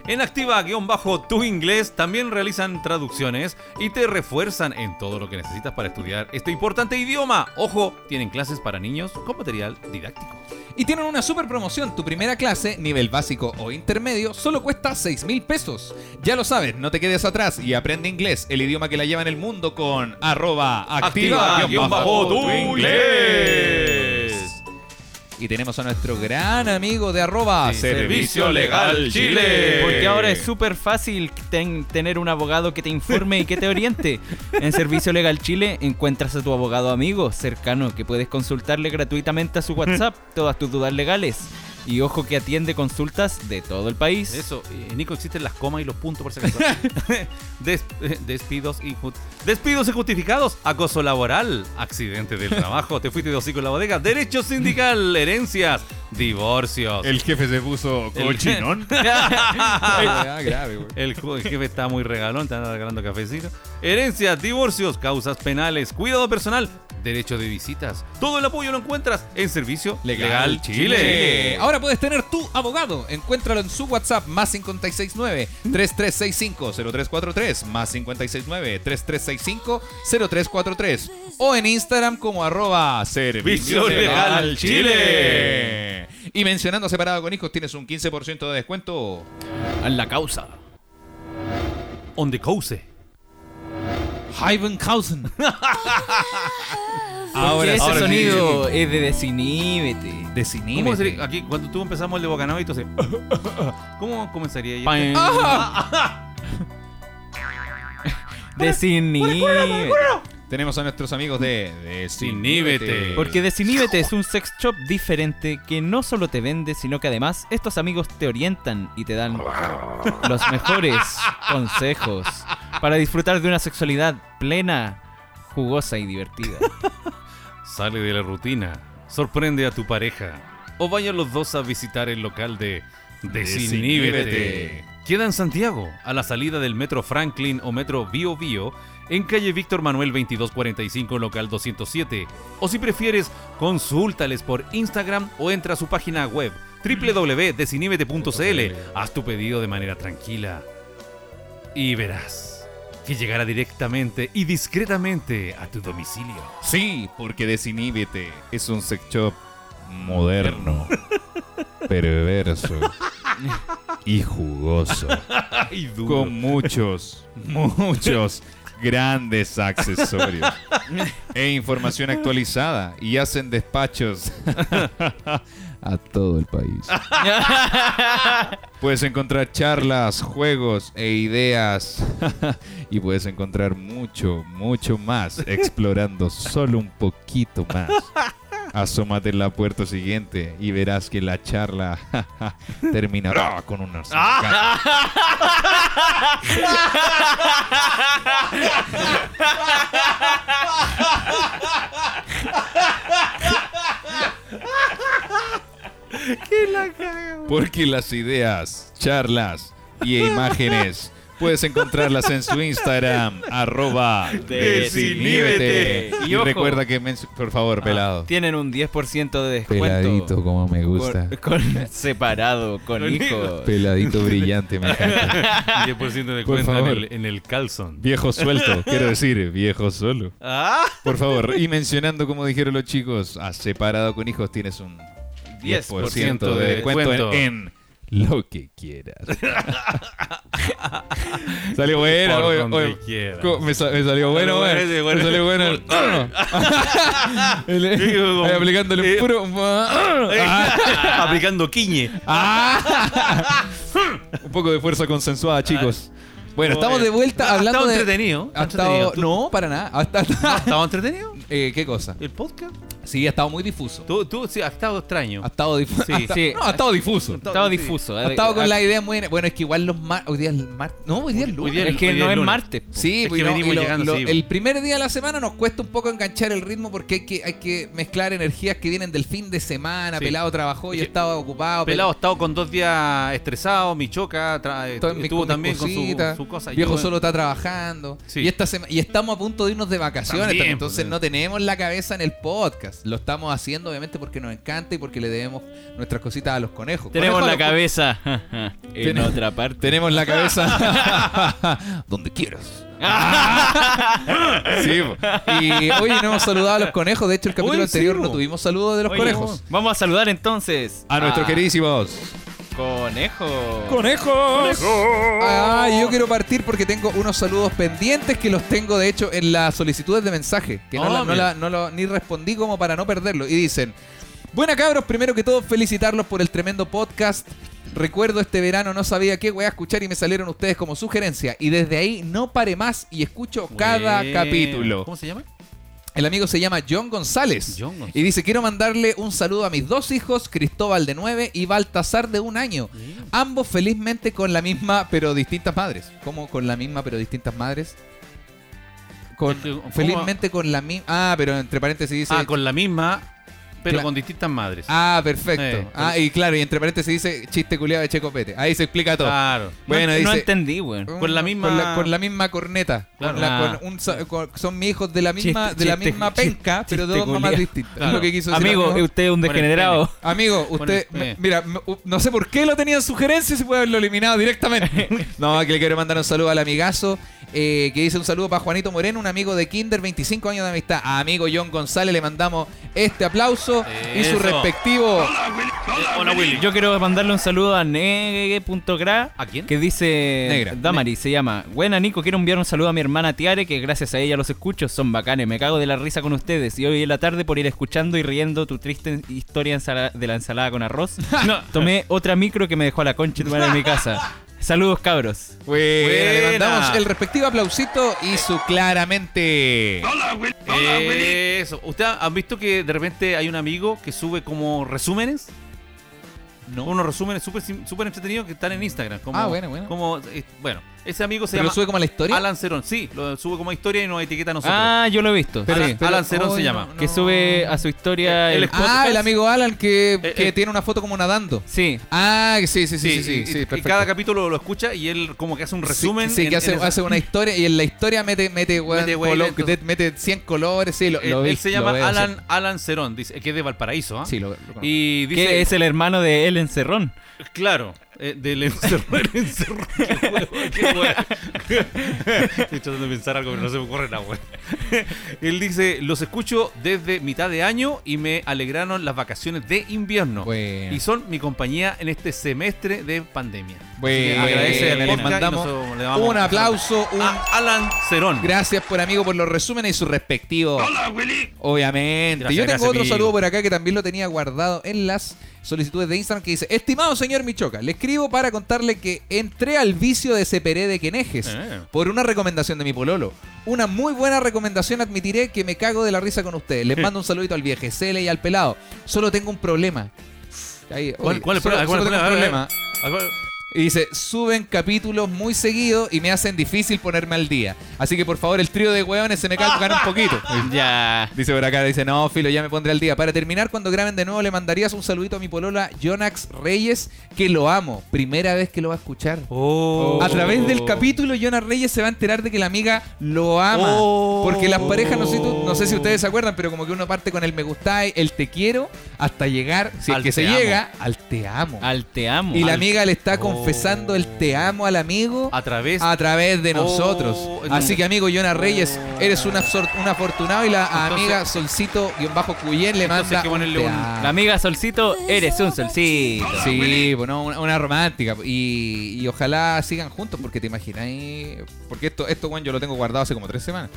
[SPEAKER 3] En activa guión bajo tu inglés también realizan traducciones y te refuerzan en todo lo que necesitas para estudiar este importante idioma. Ojo, tienen clases para niños con material didáctico.
[SPEAKER 6] Y tienen una super promoción. Tu primera clase, nivel básico o intermedio, solo cuesta 6 mil pesos. Ya lo sabes, no te quedes atrás y aprende inglés, el idioma que la lleva en el mundo con arroba activa, guión bajo tu inglés. Y tenemos a nuestro gran amigo de arroba
[SPEAKER 3] Sí,
[SPEAKER 6] Servicio Legal Chile.
[SPEAKER 2] Porque ahora es súper fácil ten- tener un abogado que te informe y que te oriente. En Servicio Legal Chile encuentras a tu abogado amigo cercano que puedes consultarle gratuitamente a su
[SPEAKER 6] [LAUGHS]
[SPEAKER 2] WhatsApp todas tus dudas legales. Y ojo que atiende consultas de todo el país.
[SPEAKER 3] Eso, eh, Nico, existen las comas y los puntos por si acaso. Des- eh, despidos, injust- despidos injustificados, acoso laboral, accidente del trabajo, te fuiste de hocico en la bodega, derecho sindical, herencias, divorcios. El,
[SPEAKER 6] jefe se puso
[SPEAKER 3] El-
[SPEAKER 6] [LAUGHS] cochinón. Ah, grave, güey.
[SPEAKER 3] ju- [LAUGHS] el jefe está muy regalón, te anda regalando cafecito. Herencias, divorcios, causas penales, cuidado personal, derecho de visitas. Todo el apoyo lo encuentras en Servicio Legal, Chile.
[SPEAKER 6] Ahora puedes tener tu abogado. Encuéntralo en su WhatsApp más 569-3365-0343 más 569-3365-0343 o en Instagram como arroba Servicio Legal Chile. Y mencionando separado con hijos tienes un 15% de descuento.
[SPEAKER 2] La causa.
[SPEAKER 3] On the coast.
[SPEAKER 6] [LAUGHS] Heibenhausen.
[SPEAKER 2] Ahora, ese
[SPEAKER 6] ahora sí.
[SPEAKER 2] sonido es de desiníbete.
[SPEAKER 6] Desiníbete.
[SPEAKER 3] ¿Cómo sería- aquí, cuando tú empezamos el de Bocanova y tú haces, [LAUGHS] ¿Cómo comenzaría yo?
[SPEAKER 2] Desiníbete.
[SPEAKER 6] Tenemos a nuestros amigos de
[SPEAKER 3] Desiníbete.
[SPEAKER 6] Eh,
[SPEAKER 2] Porque Desiníbete es un sex shop diferente que no solo te vende, sino que además estos amigos te orientan y te dan los
[SPEAKER 6] [LAUGHS]
[SPEAKER 2] mejores consejos para disfrutar de una sexualidad plena, jugosa y divertida.
[SPEAKER 3] Sale de la rutina, sorprende a tu pareja o vayan los dos a visitar el local de Desiníbete.
[SPEAKER 6] Desiníbete.
[SPEAKER 3] Queda en Santiago, a la salida del Metro Franklin o Metro Bio Bio, en calle Víctor Manuel 2245, local 207. O si prefieres, consúltales por Instagram o entra a su página web www.desiníbete.cl. Haz tu pedido de manera tranquila y verás que llegará directamente y discretamente a tu domicilio.
[SPEAKER 6] Sí, porque Desiníbete es un sex shop moderno, perverso y jugoso.
[SPEAKER 3] Ay, duro.
[SPEAKER 6] Con muchos, muchos grandes accesorios e información actualizada. Y hacen despachos [LAUGHS] a todo el país. Puedes encontrar charlas, juegos e ideas. [LAUGHS] y puedes encontrar mucho, mucho más explorando solo un poquito más. Asómate en la puerta siguiente y verás que la charla [LAUGHS] terminará con
[SPEAKER 2] [LAUGHS]
[SPEAKER 6] una
[SPEAKER 2] Ah.
[SPEAKER 6] sarcástica. Porque las ideas, charlas y imágenes puedes encontrarlas en su Instagram, arroba
[SPEAKER 2] Desiníbete.
[SPEAKER 6] desiníbete.
[SPEAKER 2] Y
[SPEAKER 6] Y
[SPEAKER 2] ojo. Ah.
[SPEAKER 6] recuerda que, mencio- por favor, pelado.
[SPEAKER 2] Tienen un 10% de descuento.
[SPEAKER 6] Peladito, como me gusta.
[SPEAKER 2] Con, con- separado, con
[SPEAKER 3] Con
[SPEAKER 2] hijos.
[SPEAKER 6] Peladito brillante, me encanta.
[SPEAKER 3] 10% de
[SPEAKER 6] Por
[SPEAKER 3] cuenta en
[SPEAKER 6] favor. Ah,
[SPEAKER 3] el, en el calzón.
[SPEAKER 6] [LAUGHS] Viejo suelto, quiero decir, viejo solo.
[SPEAKER 3] ¡Ah!
[SPEAKER 6] Por favor, y mencionando como dijeron los chicos, a separado con hijos tienes un 10%
[SPEAKER 2] 10%
[SPEAKER 6] de
[SPEAKER 3] de
[SPEAKER 6] descuento
[SPEAKER 3] descuento.
[SPEAKER 6] en, en lo que quieras.
[SPEAKER 3] [LAUGHS]
[SPEAKER 6] salió bueno,
[SPEAKER 3] Por
[SPEAKER 6] oye,
[SPEAKER 3] donde
[SPEAKER 6] oye.
[SPEAKER 3] quieras.
[SPEAKER 2] [LAUGHS]
[SPEAKER 6] Co- Me, sa- me salió bueno,
[SPEAKER 3] bueno,
[SPEAKER 6] bueno.
[SPEAKER 3] ese, bueno.
[SPEAKER 6] Me salió bueno. [LAUGHS]
[SPEAKER 3] [LAUGHS]
[SPEAKER 6] El-
[SPEAKER 3] Digo,
[SPEAKER 6] ahí aplicándole
[SPEAKER 3] eh,
[SPEAKER 6] un puro. Ah,
[SPEAKER 3] Aplicando quiñe.
[SPEAKER 6] ah. un poco de fuerza consensuada, chicos. Bueno, estamos de vuelta hablando
[SPEAKER 3] estado
[SPEAKER 6] de.
[SPEAKER 3] entretenido.
[SPEAKER 6] Ha estado-
[SPEAKER 3] entretenido. ¿Tú-
[SPEAKER 6] No, para nada. Ha estado-
[SPEAKER 3] ¿Has estado entretenido?
[SPEAKER 6] Eh, ¿Qué cosa?
[SPEAKER 3] ¿El podcast?
[SPEAKER 6] Sí, ha estado muy difuso.
[SPEAKER 3] Tú, tú sí, has estado extraño.
[SPEAKER 6] [LAUGHS] Ha estado difuso.
[SPEAKER 3] Sí,
[SPEAKER 2] sí.
[SPEAKER 6] No, ha estado difuso.
[SPEAKER 2] Estaba
[SPEAKER 3] Sí.
[SPEAKER 2] difuso. eh.
[SPEAKER 6] Ha estado con la idea muy. Bueno, es que igual los mar... hoy día es el mar... Ah, No, hoy día es
[SPEAKER 3] Hoy
[SPEAKER 6] lunes.
[SPEAKER 3] día
[SPEAKER 2] Es que
[SPEAKER 3] hoy día
[SPEAKER 2] no es
[SPEAKER 3] lunes.
[SPEAKER 2] martes. po.
[SPEAKER 6] Sí,
[SPEAKER 3] Es
[SPEAKER 6] pues
[SPEAKER 3] que
[SPEAKER 6] no,
[SPEAKER 3] venimos
[SPEAKER 6] y lo-
[SPEAKER 3] llegando,
[SPEAKER 6] lo-
[SPEAKER 3] sí,
[SPEAKER 6] el primer día de la semana nos cuesta un poco enganchar el ritmo porque hay que, hay que mezclar energías que vienen del fin de semana.
[SPEAKER 3] Sí.
[SPEAKER 6] Pelado trabajó, yo
[SPEAKER 3] Es que-
[SPEAKER 6] estaba ocupado.
[SPEAKER 3] Pelado ha estado con dos días estresado, Michoca tra- eh,
[SPEAKER 6] Estoy en mis-
[SPEAKER 3] estuvo
[SPEAKER 6] mis
[SPEAKER 3] también con su,
[SPEAKER 6] cositas,
[SPEAKER 3] su cosa.
[SPEAKER 6] Viejo
[SPEAKER 3] Yo-
[SPEAKER 6] solo está trabajando.
[SPEAKER 3] Sí.
[SPEAKER 6] Y, esta sema- y estamos a punto de irnos de vacaciones.
[SPEAKER 3] También,
[SPEAKER 6] también, entonces
[SPEAKER 3] pues,
[SPEAKER 6] no tenemos la cabeza en el podcast. Lo estamos haciendo obviamente porque nos encanta y porque le debemos nuestras cositas a los conejos.
[SPEAKER 2] Tenemos
[SPEAKER 6] Conejo
[SPEAKER 2] la
[SPEAKER 6] a los
[SPEAKER 2] cabeza [LAUGHS] en
[SPEAKER 6] Tenemos-
[SPEAKER 2] otra parte.
[SPEAKER 6] co- Tenemos la cabeza [LAUGHS] donde quieras. Ah.
[SPEAKER 2] [LAUGHS]
[SPEAKER 6] sí, po. y oye, no hemos saludado a los conejos. De hecho, el capítulo
[SPEAKER 3] Oye,
[SPEAKER 6] anterior
[SPEAKER 3] sí, po.
[SPEAKER 6] no tuvimos saludos de los
[SPEAKER 2] Oye,
[SPEAKER 6] conejos. Ah.
[SPEAKER 2] Vamos a saludar entonces
[SPEAKER 6] queridísimos
[SPEAKER 2] Conejo.
[SPEAKER 6] conejos. Ah, yo quiero partir porque tengo unos saludos pendientes que los tengo, de hecho, en las solicitudes de mensaje. Que no,
[SPEAKER 3] Oh,
[SPEAKER 6] la- no
[SPEAKER 3] mira.
[SPEAKER 6] la- no lo- ni respondí como para no perderlo. Y dicen: Buena cabros, primero que todo, felicitarlos por el tremendo podcast. Recuerdo este verano, no sabía qué voy a escuchar y me salieron ustedes como sugerencia. Y desde ahí no paré más y escucho cada
[SPEAKER 3] Bueno.
[SPEAKER 6] capítulo.
[SPEAKER 3] ¿Cómo se llama?
[SPEAKER 6] El amigo se llama John González.
[SPEAKER 3] John González.
[SPEAKER 6] Y dice, quiero mandarle un saludo a mis dos hijos, Cristóbal de 9 y Baltasar de un año.
[SPEAKER 3] Mm.
[SPEAKER 6] Ambos felizmente con la misma pero distintas madres. ¿Cómo con la misma pero distintas madres? Con-
[SPEAKER 3] Este, ¿cómo?
[SPEAKER 6] felizmente con la misma... Ah, pero entre paréntesis dice...
[SPEAKER 3] Ah, con la misma, pero
[SPEAKER 6] Cla-
[SPEAKER 3] con distintas madres.
[SPEAKER 6] Ah, perfecto.
[SPEAKER 3] Eh,
[SPEAKER 6] ah, y claro, y entre paréntesis dice chiste culiado de Checopete. Ahí se explica todo.
[SPEAKER 3] claro.
[SPEAKER 2] No,
[SPEAKER 6] bueno,
[SPEAKER 2] no
[SPEAKER 6] dice...
[SPEAKER 2] entendí, weón.
[SPEAKER 6] Mm,
[SPEAKER 3] Con la misma-
[SPEAKER 6] con la, con la misma corneta
[SPEAKER 3] Claro.
[SPEAKER 6] Con la-
[SPEAKER 2] Ah.
[SPEAKER 6] con un sa- con- son mis hijos de la misma
[SPEAKER 2] Chiste,
[SPEAKER 6] de la
[SPEAKER 2] chiste,
[SPEAKER 6] misma
[SPEAKER 2] chiste,
[SPEAKER 6] penca pero de
[SPEAKER 2] chiste,
[SPEAKER 6] dos mamás
[SPEAKER 2] culiao.
[SPEAKER 6] distintas
[SPEAKER 3] Claro.
[SPEAKER 6] Lo que quiso decir
[SPEAKER 2] Amigo,
[SPEAKER 6] amigo. eh,
[SPEAKER 2] usted es un
[SPEAKER 3] Por el
[SPEAKER 2] degenerado.
[SPEAKER 6] Amigo,
[SPEAKER 3] Bueno,
[SPEAKER 6] usted,
[SPEAKER 3] eh.
[SPEAKER 6] me- mira, me- u- no sé por qué lo tenía en sugerencia y se puede haberlo eliminado directamente. [LAUGHS] no, aquí le quiero mandar un saludo al amigazo eh, que dice un saludo para Juanito Moreno, un amigo de Kinder, 25 años de amistad. A amigo John González le mandamos este aplauso y su
[SPEAKER 3] Eso.
[SPEAKER 6] respectivo.
[SPEAKER 3] Eh, Hola, Willy.
[SPEAKER 2] Yo quiero mandarle un saludo a negue.gra.
[SPEAKER 3] ¿A quién?
[SPEAKER 2] Que dice
[SPEAKER 6] Negra.
[SPEAKER 2] Damari, se llama. Buena Nico, quiero enviar un saludo a mi hermana Tiare, que gracias a ella los escucho, son bacanes, me cago de la risa con ustedes. Y hoy en la tarde por ir escuchando y riendo tu triste historia ensala- de la ensalada con arroz,
[SPEAKER 3] No.
[SPEAKER 2] tomé otra micro que me dejó a la concha de tu madre en mi casa. Saludos cabros.
[SPEAKER 6] Buena, le
[SPEAKER 3] Buena.
[SPEAKER 6] mandamos el respectivo aplausito y su claramente.
[SPEAKER 3] Eso. ¿Ustedes han visto que de repente hay un amigo que sube como resúmenes? No. Unos resúmenes súper sim- súper entretenidos que están en Instagram. Como,
[SPEAKER 6] Ah, bueno, bueno.
[SPEAKER 3] Como, eh, bueno, ese amigo se
[SPEAKER 6] ¿Pero
[SPEAKER 3] llama
[SPEAKER 6] lo sube como a la historia?
[SPEAKER 3] Alan Cerón. Sí, lo sube como historia y nos etiqueta a nosotros.
[SPEAKER 2] Ah, yo lo he visto.
[SPEAKER 3] Pero-
[SPEAKER 2] Sí.
[SPEAKER 3] Alan Cerón se
[SPEAKER 6] Ay,
[SPEAKER 3] llama.
[SPEAKER 2] Que sube a su historia el,
[SPEAKER 3] El- el-
[SPEAKER 6] Ah, el amigo Alan que,
[SPEAKER 3] Eh,
[SPEAKER 6] que
[SPEAKER 3] eh.
[SPEAKER 6] tiene una foto como nadando.
[SPEAKER 2] Sí.
[SPEAKER 6] Ah, sí, sí, sí, sí, sí,
[SPEAKER 3] y,
[SPEAKER 6] sí,
[SPEAKER 3] y- y
[SPEAKER 6] perfecto.
[SPEAKER 3] cada capítulo lo escucha y él como que hace un resumen.
[SPEAKER 6] Sí, sí,
[SPEAKER 3] en-
[SPEAKER 6] que hace,
[SPEAKER 3] en-
[SPEAKER 6] hace una historia y en la historia mete, mete, weón,
[SPEAKER 3] Mete, weón,
[SPEAKER 6] colo-
[SPEAKER 3] entonces-
[SPEAKER 6] de- mete 100 colores. Sí, lo,
[SPEAKER 3] él,
[SPEAKER 6] lo vi,
[SPEAKER 3] él se
[SPEAKER 6] lo
[SPEAKER 3] llama
[SPEAKER 6] veo, sí.
[SPEAKER 3] Alan Alan Cerón, dice, que es de Valparaíso, ¿ah?
[SPEAKER 6] Sí, lo, lo conozco.
[SPEAKER 3] Y dice,
[SPEAKER 2] Que es el hermano de Ellen Cerrón.
[SPEAKER 3] Claro, eh, del [LAUGHS] encerro. El encerro. Qué huevo, qué huevo. [LAUGHS] Estoy tratando de pensar algo, pero no se me ocurre nada, güey. Él dice: Los escucho desde mitad de año y me alegraron las vacaciones de invierno.
[SPEAKER 6] Bueno.
[SPEAKER 3] Y son mi compañía en este semestre de pandemia. Así que
[SPEAKER 6] Bueno,
[SPEAKER 3] agradece al
[SPEAKER 6] le
[SPEAKER 3] podcast y
[SPEAKER 6] mandamos
[SPEAKER 3] nosotros le damos Ah,
[SPEAKER 6] un aplauso, un
[SPEAKER 3] a Alan Cerón.
[SPEAKER 6] gracias por amigo por los resúmenes y sus respectivos. Obviamente.
[SPEAKER 3] Gracias,
[SPEAKER 6] Yo tengo
[SPEAKER 3] gracias,
[SPEAKER 6] otro
[SPEAKER 3] amigo.
[SPEAKER 6] saludo por acá que también lo tenía guardado en las solicitudes de Instagram que dice, estimado señor Michoca, le escribo para contarle que entré al vicio de Ceperé de Quenejes
[SPEAKER 3] Eh.
[SPEAKER 6] por una recomendación de mi pololo. Una muy buena recomendación, admitiré que me cago de la risa con
[SPEAKER 3] [LAUGHS]
[SPEAKER 6] ustedes. Les mando un saludito al vieje Cele y al pelado. Solo tengo un problema. Ahí,
[SPEAKER 3] ¿Cuál,
[SPEAKER 6] oye,
[SPEAKER 3] cuál es el
[SPEAKER 6] solo-
[SPEAKER 3] problema? ¿Cuál es
[SPEAKER 6] solo
[SPEAKER 3] el
[SPEAKER 6] tengo un
[SPEAKER 3] problema?
[SPEAKER 6] problema.
[SPEAKER 3] A ver, a ver.
[SPEAKER 6] Y dice, suben capítulos muy seguidos y me hacen difícil ponerme al día. Así que por favor, el trío de hueones se me cargan un poquito.
[SPEAKER 2] Ya.
[SPEAKER 6] Dice por acá, dice, no, Filo, ya me pondré al día. Para terminar, cuando graben de nuevo, le mandarías un saludito a mi polola Jonax Reyes, que lo amo. Primera vez que lo va a escuchar.
[SPEAKER 3] Oh.
[SPEAKER 6] A través del capítulo, Jonas Reyes se va a enterar de que la amiga lo ama.
[SPEAKER 3] Oh.
[SPEAKER 6] Porque las parejas, no sé, tú- no sé si ustedes se acuerdan, pero como que uno parte con el me gusta, el te quiero, hasta llegar, si
[SPEAKER 3] Al
[SPEAKER 6] es que se
[SPEAKER 3] te amo.
[SPEAKER 6] llega, al te amo.
[SPEAKER 2] Al te amo.
[SPEAKER 6] Y la
[SPEAKER 2] Al-
[SPEAKER 6] amiga le está
[SPEAKER 3] Oh.
[SPEAKER 6] confesando el te amo al amigo
[SPEAKER 3] A través.
[SPEAKER 6] a través Ah, de nosotros. Ah,
[SPEAKER 3] Oh,
[SPEAKER 6] Así que amigo Jonah
[SPEAKER 3] Oh.
[SPEAKER 6] Reyes, eres un, absor- un afortunado y la
[SPEAKER 3] Entonces-
[SPEAKER 6] amiga Solcito guión bajo Cuyen le
[SPEAKER 3] Entonces
[SPEAKER 6] manda
[SPEAKER 3] hay que ponerle
[SPEAKER 6] un te
[SPEAKER 3] un-
[SPEAKER 6] amo.
[SPEAKER 2] La amiga Solcito, eres un solcito.
[SPEAKER 6] Sí, bueno, una, una romántica. Y, y ojalá sigan juntos, porque te imagináis. Porque esto, esto, weón, yo lo tengo guardado hace como tres semanas.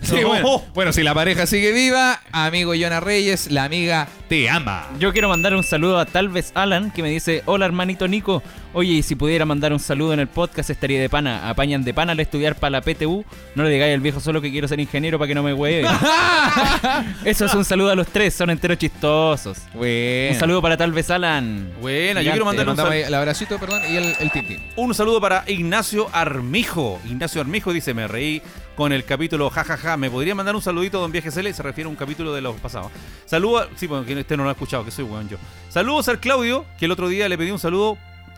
[SPEAKER 6] Sí,
[SPEAKER 3] No.
[SPEAKER 6] bueno. Bueno, si la pareja sigue viva, amigo Jonah Reyes, la amiga te ama.
[SPEAKER 2] Yo quiero mandar un saludo a tal vez Alan, que me dice, hola hermanito Nico, Oye, y si pudiera mandar un saludo en el podcast, estaría de pana. Apañan de pana al estudiar para la PTU. No le digáis al viejo solo que quiero ser ingeniero para que no me hueve. Eso es un saludo a los tres, son enteros chistosos.
[SPEAKER 6] Bueno.
[SPEAKER 2] Un saludo para tal vez Alan.
[SPEAKER 3] Buena,
[SPEAKER 2] Gigante,
[SPEAKER 3] yo quiero
[SPEAKER 6] Le
[SPEAKER 3] mandar un,
[SPEAKER 6] mandamos
[SPEAKER 3] sal-
[SPEAKER 6] ahí el abracito, perdón, y el, el tintín.
[SPEAKER 3] un saludo para Ignacio Armijo. Ignacio Armijo dice, me reí con el capítulo jajaja. ¿Me podría mandar un saludito a Don Viaje Cele? Se refiere a un capítulo de los pasados. Saludos, sí, bueno, que este no lo ha escuchado, que soy weón yo. Saludos al Claudio, que el otro día le pedí un saludo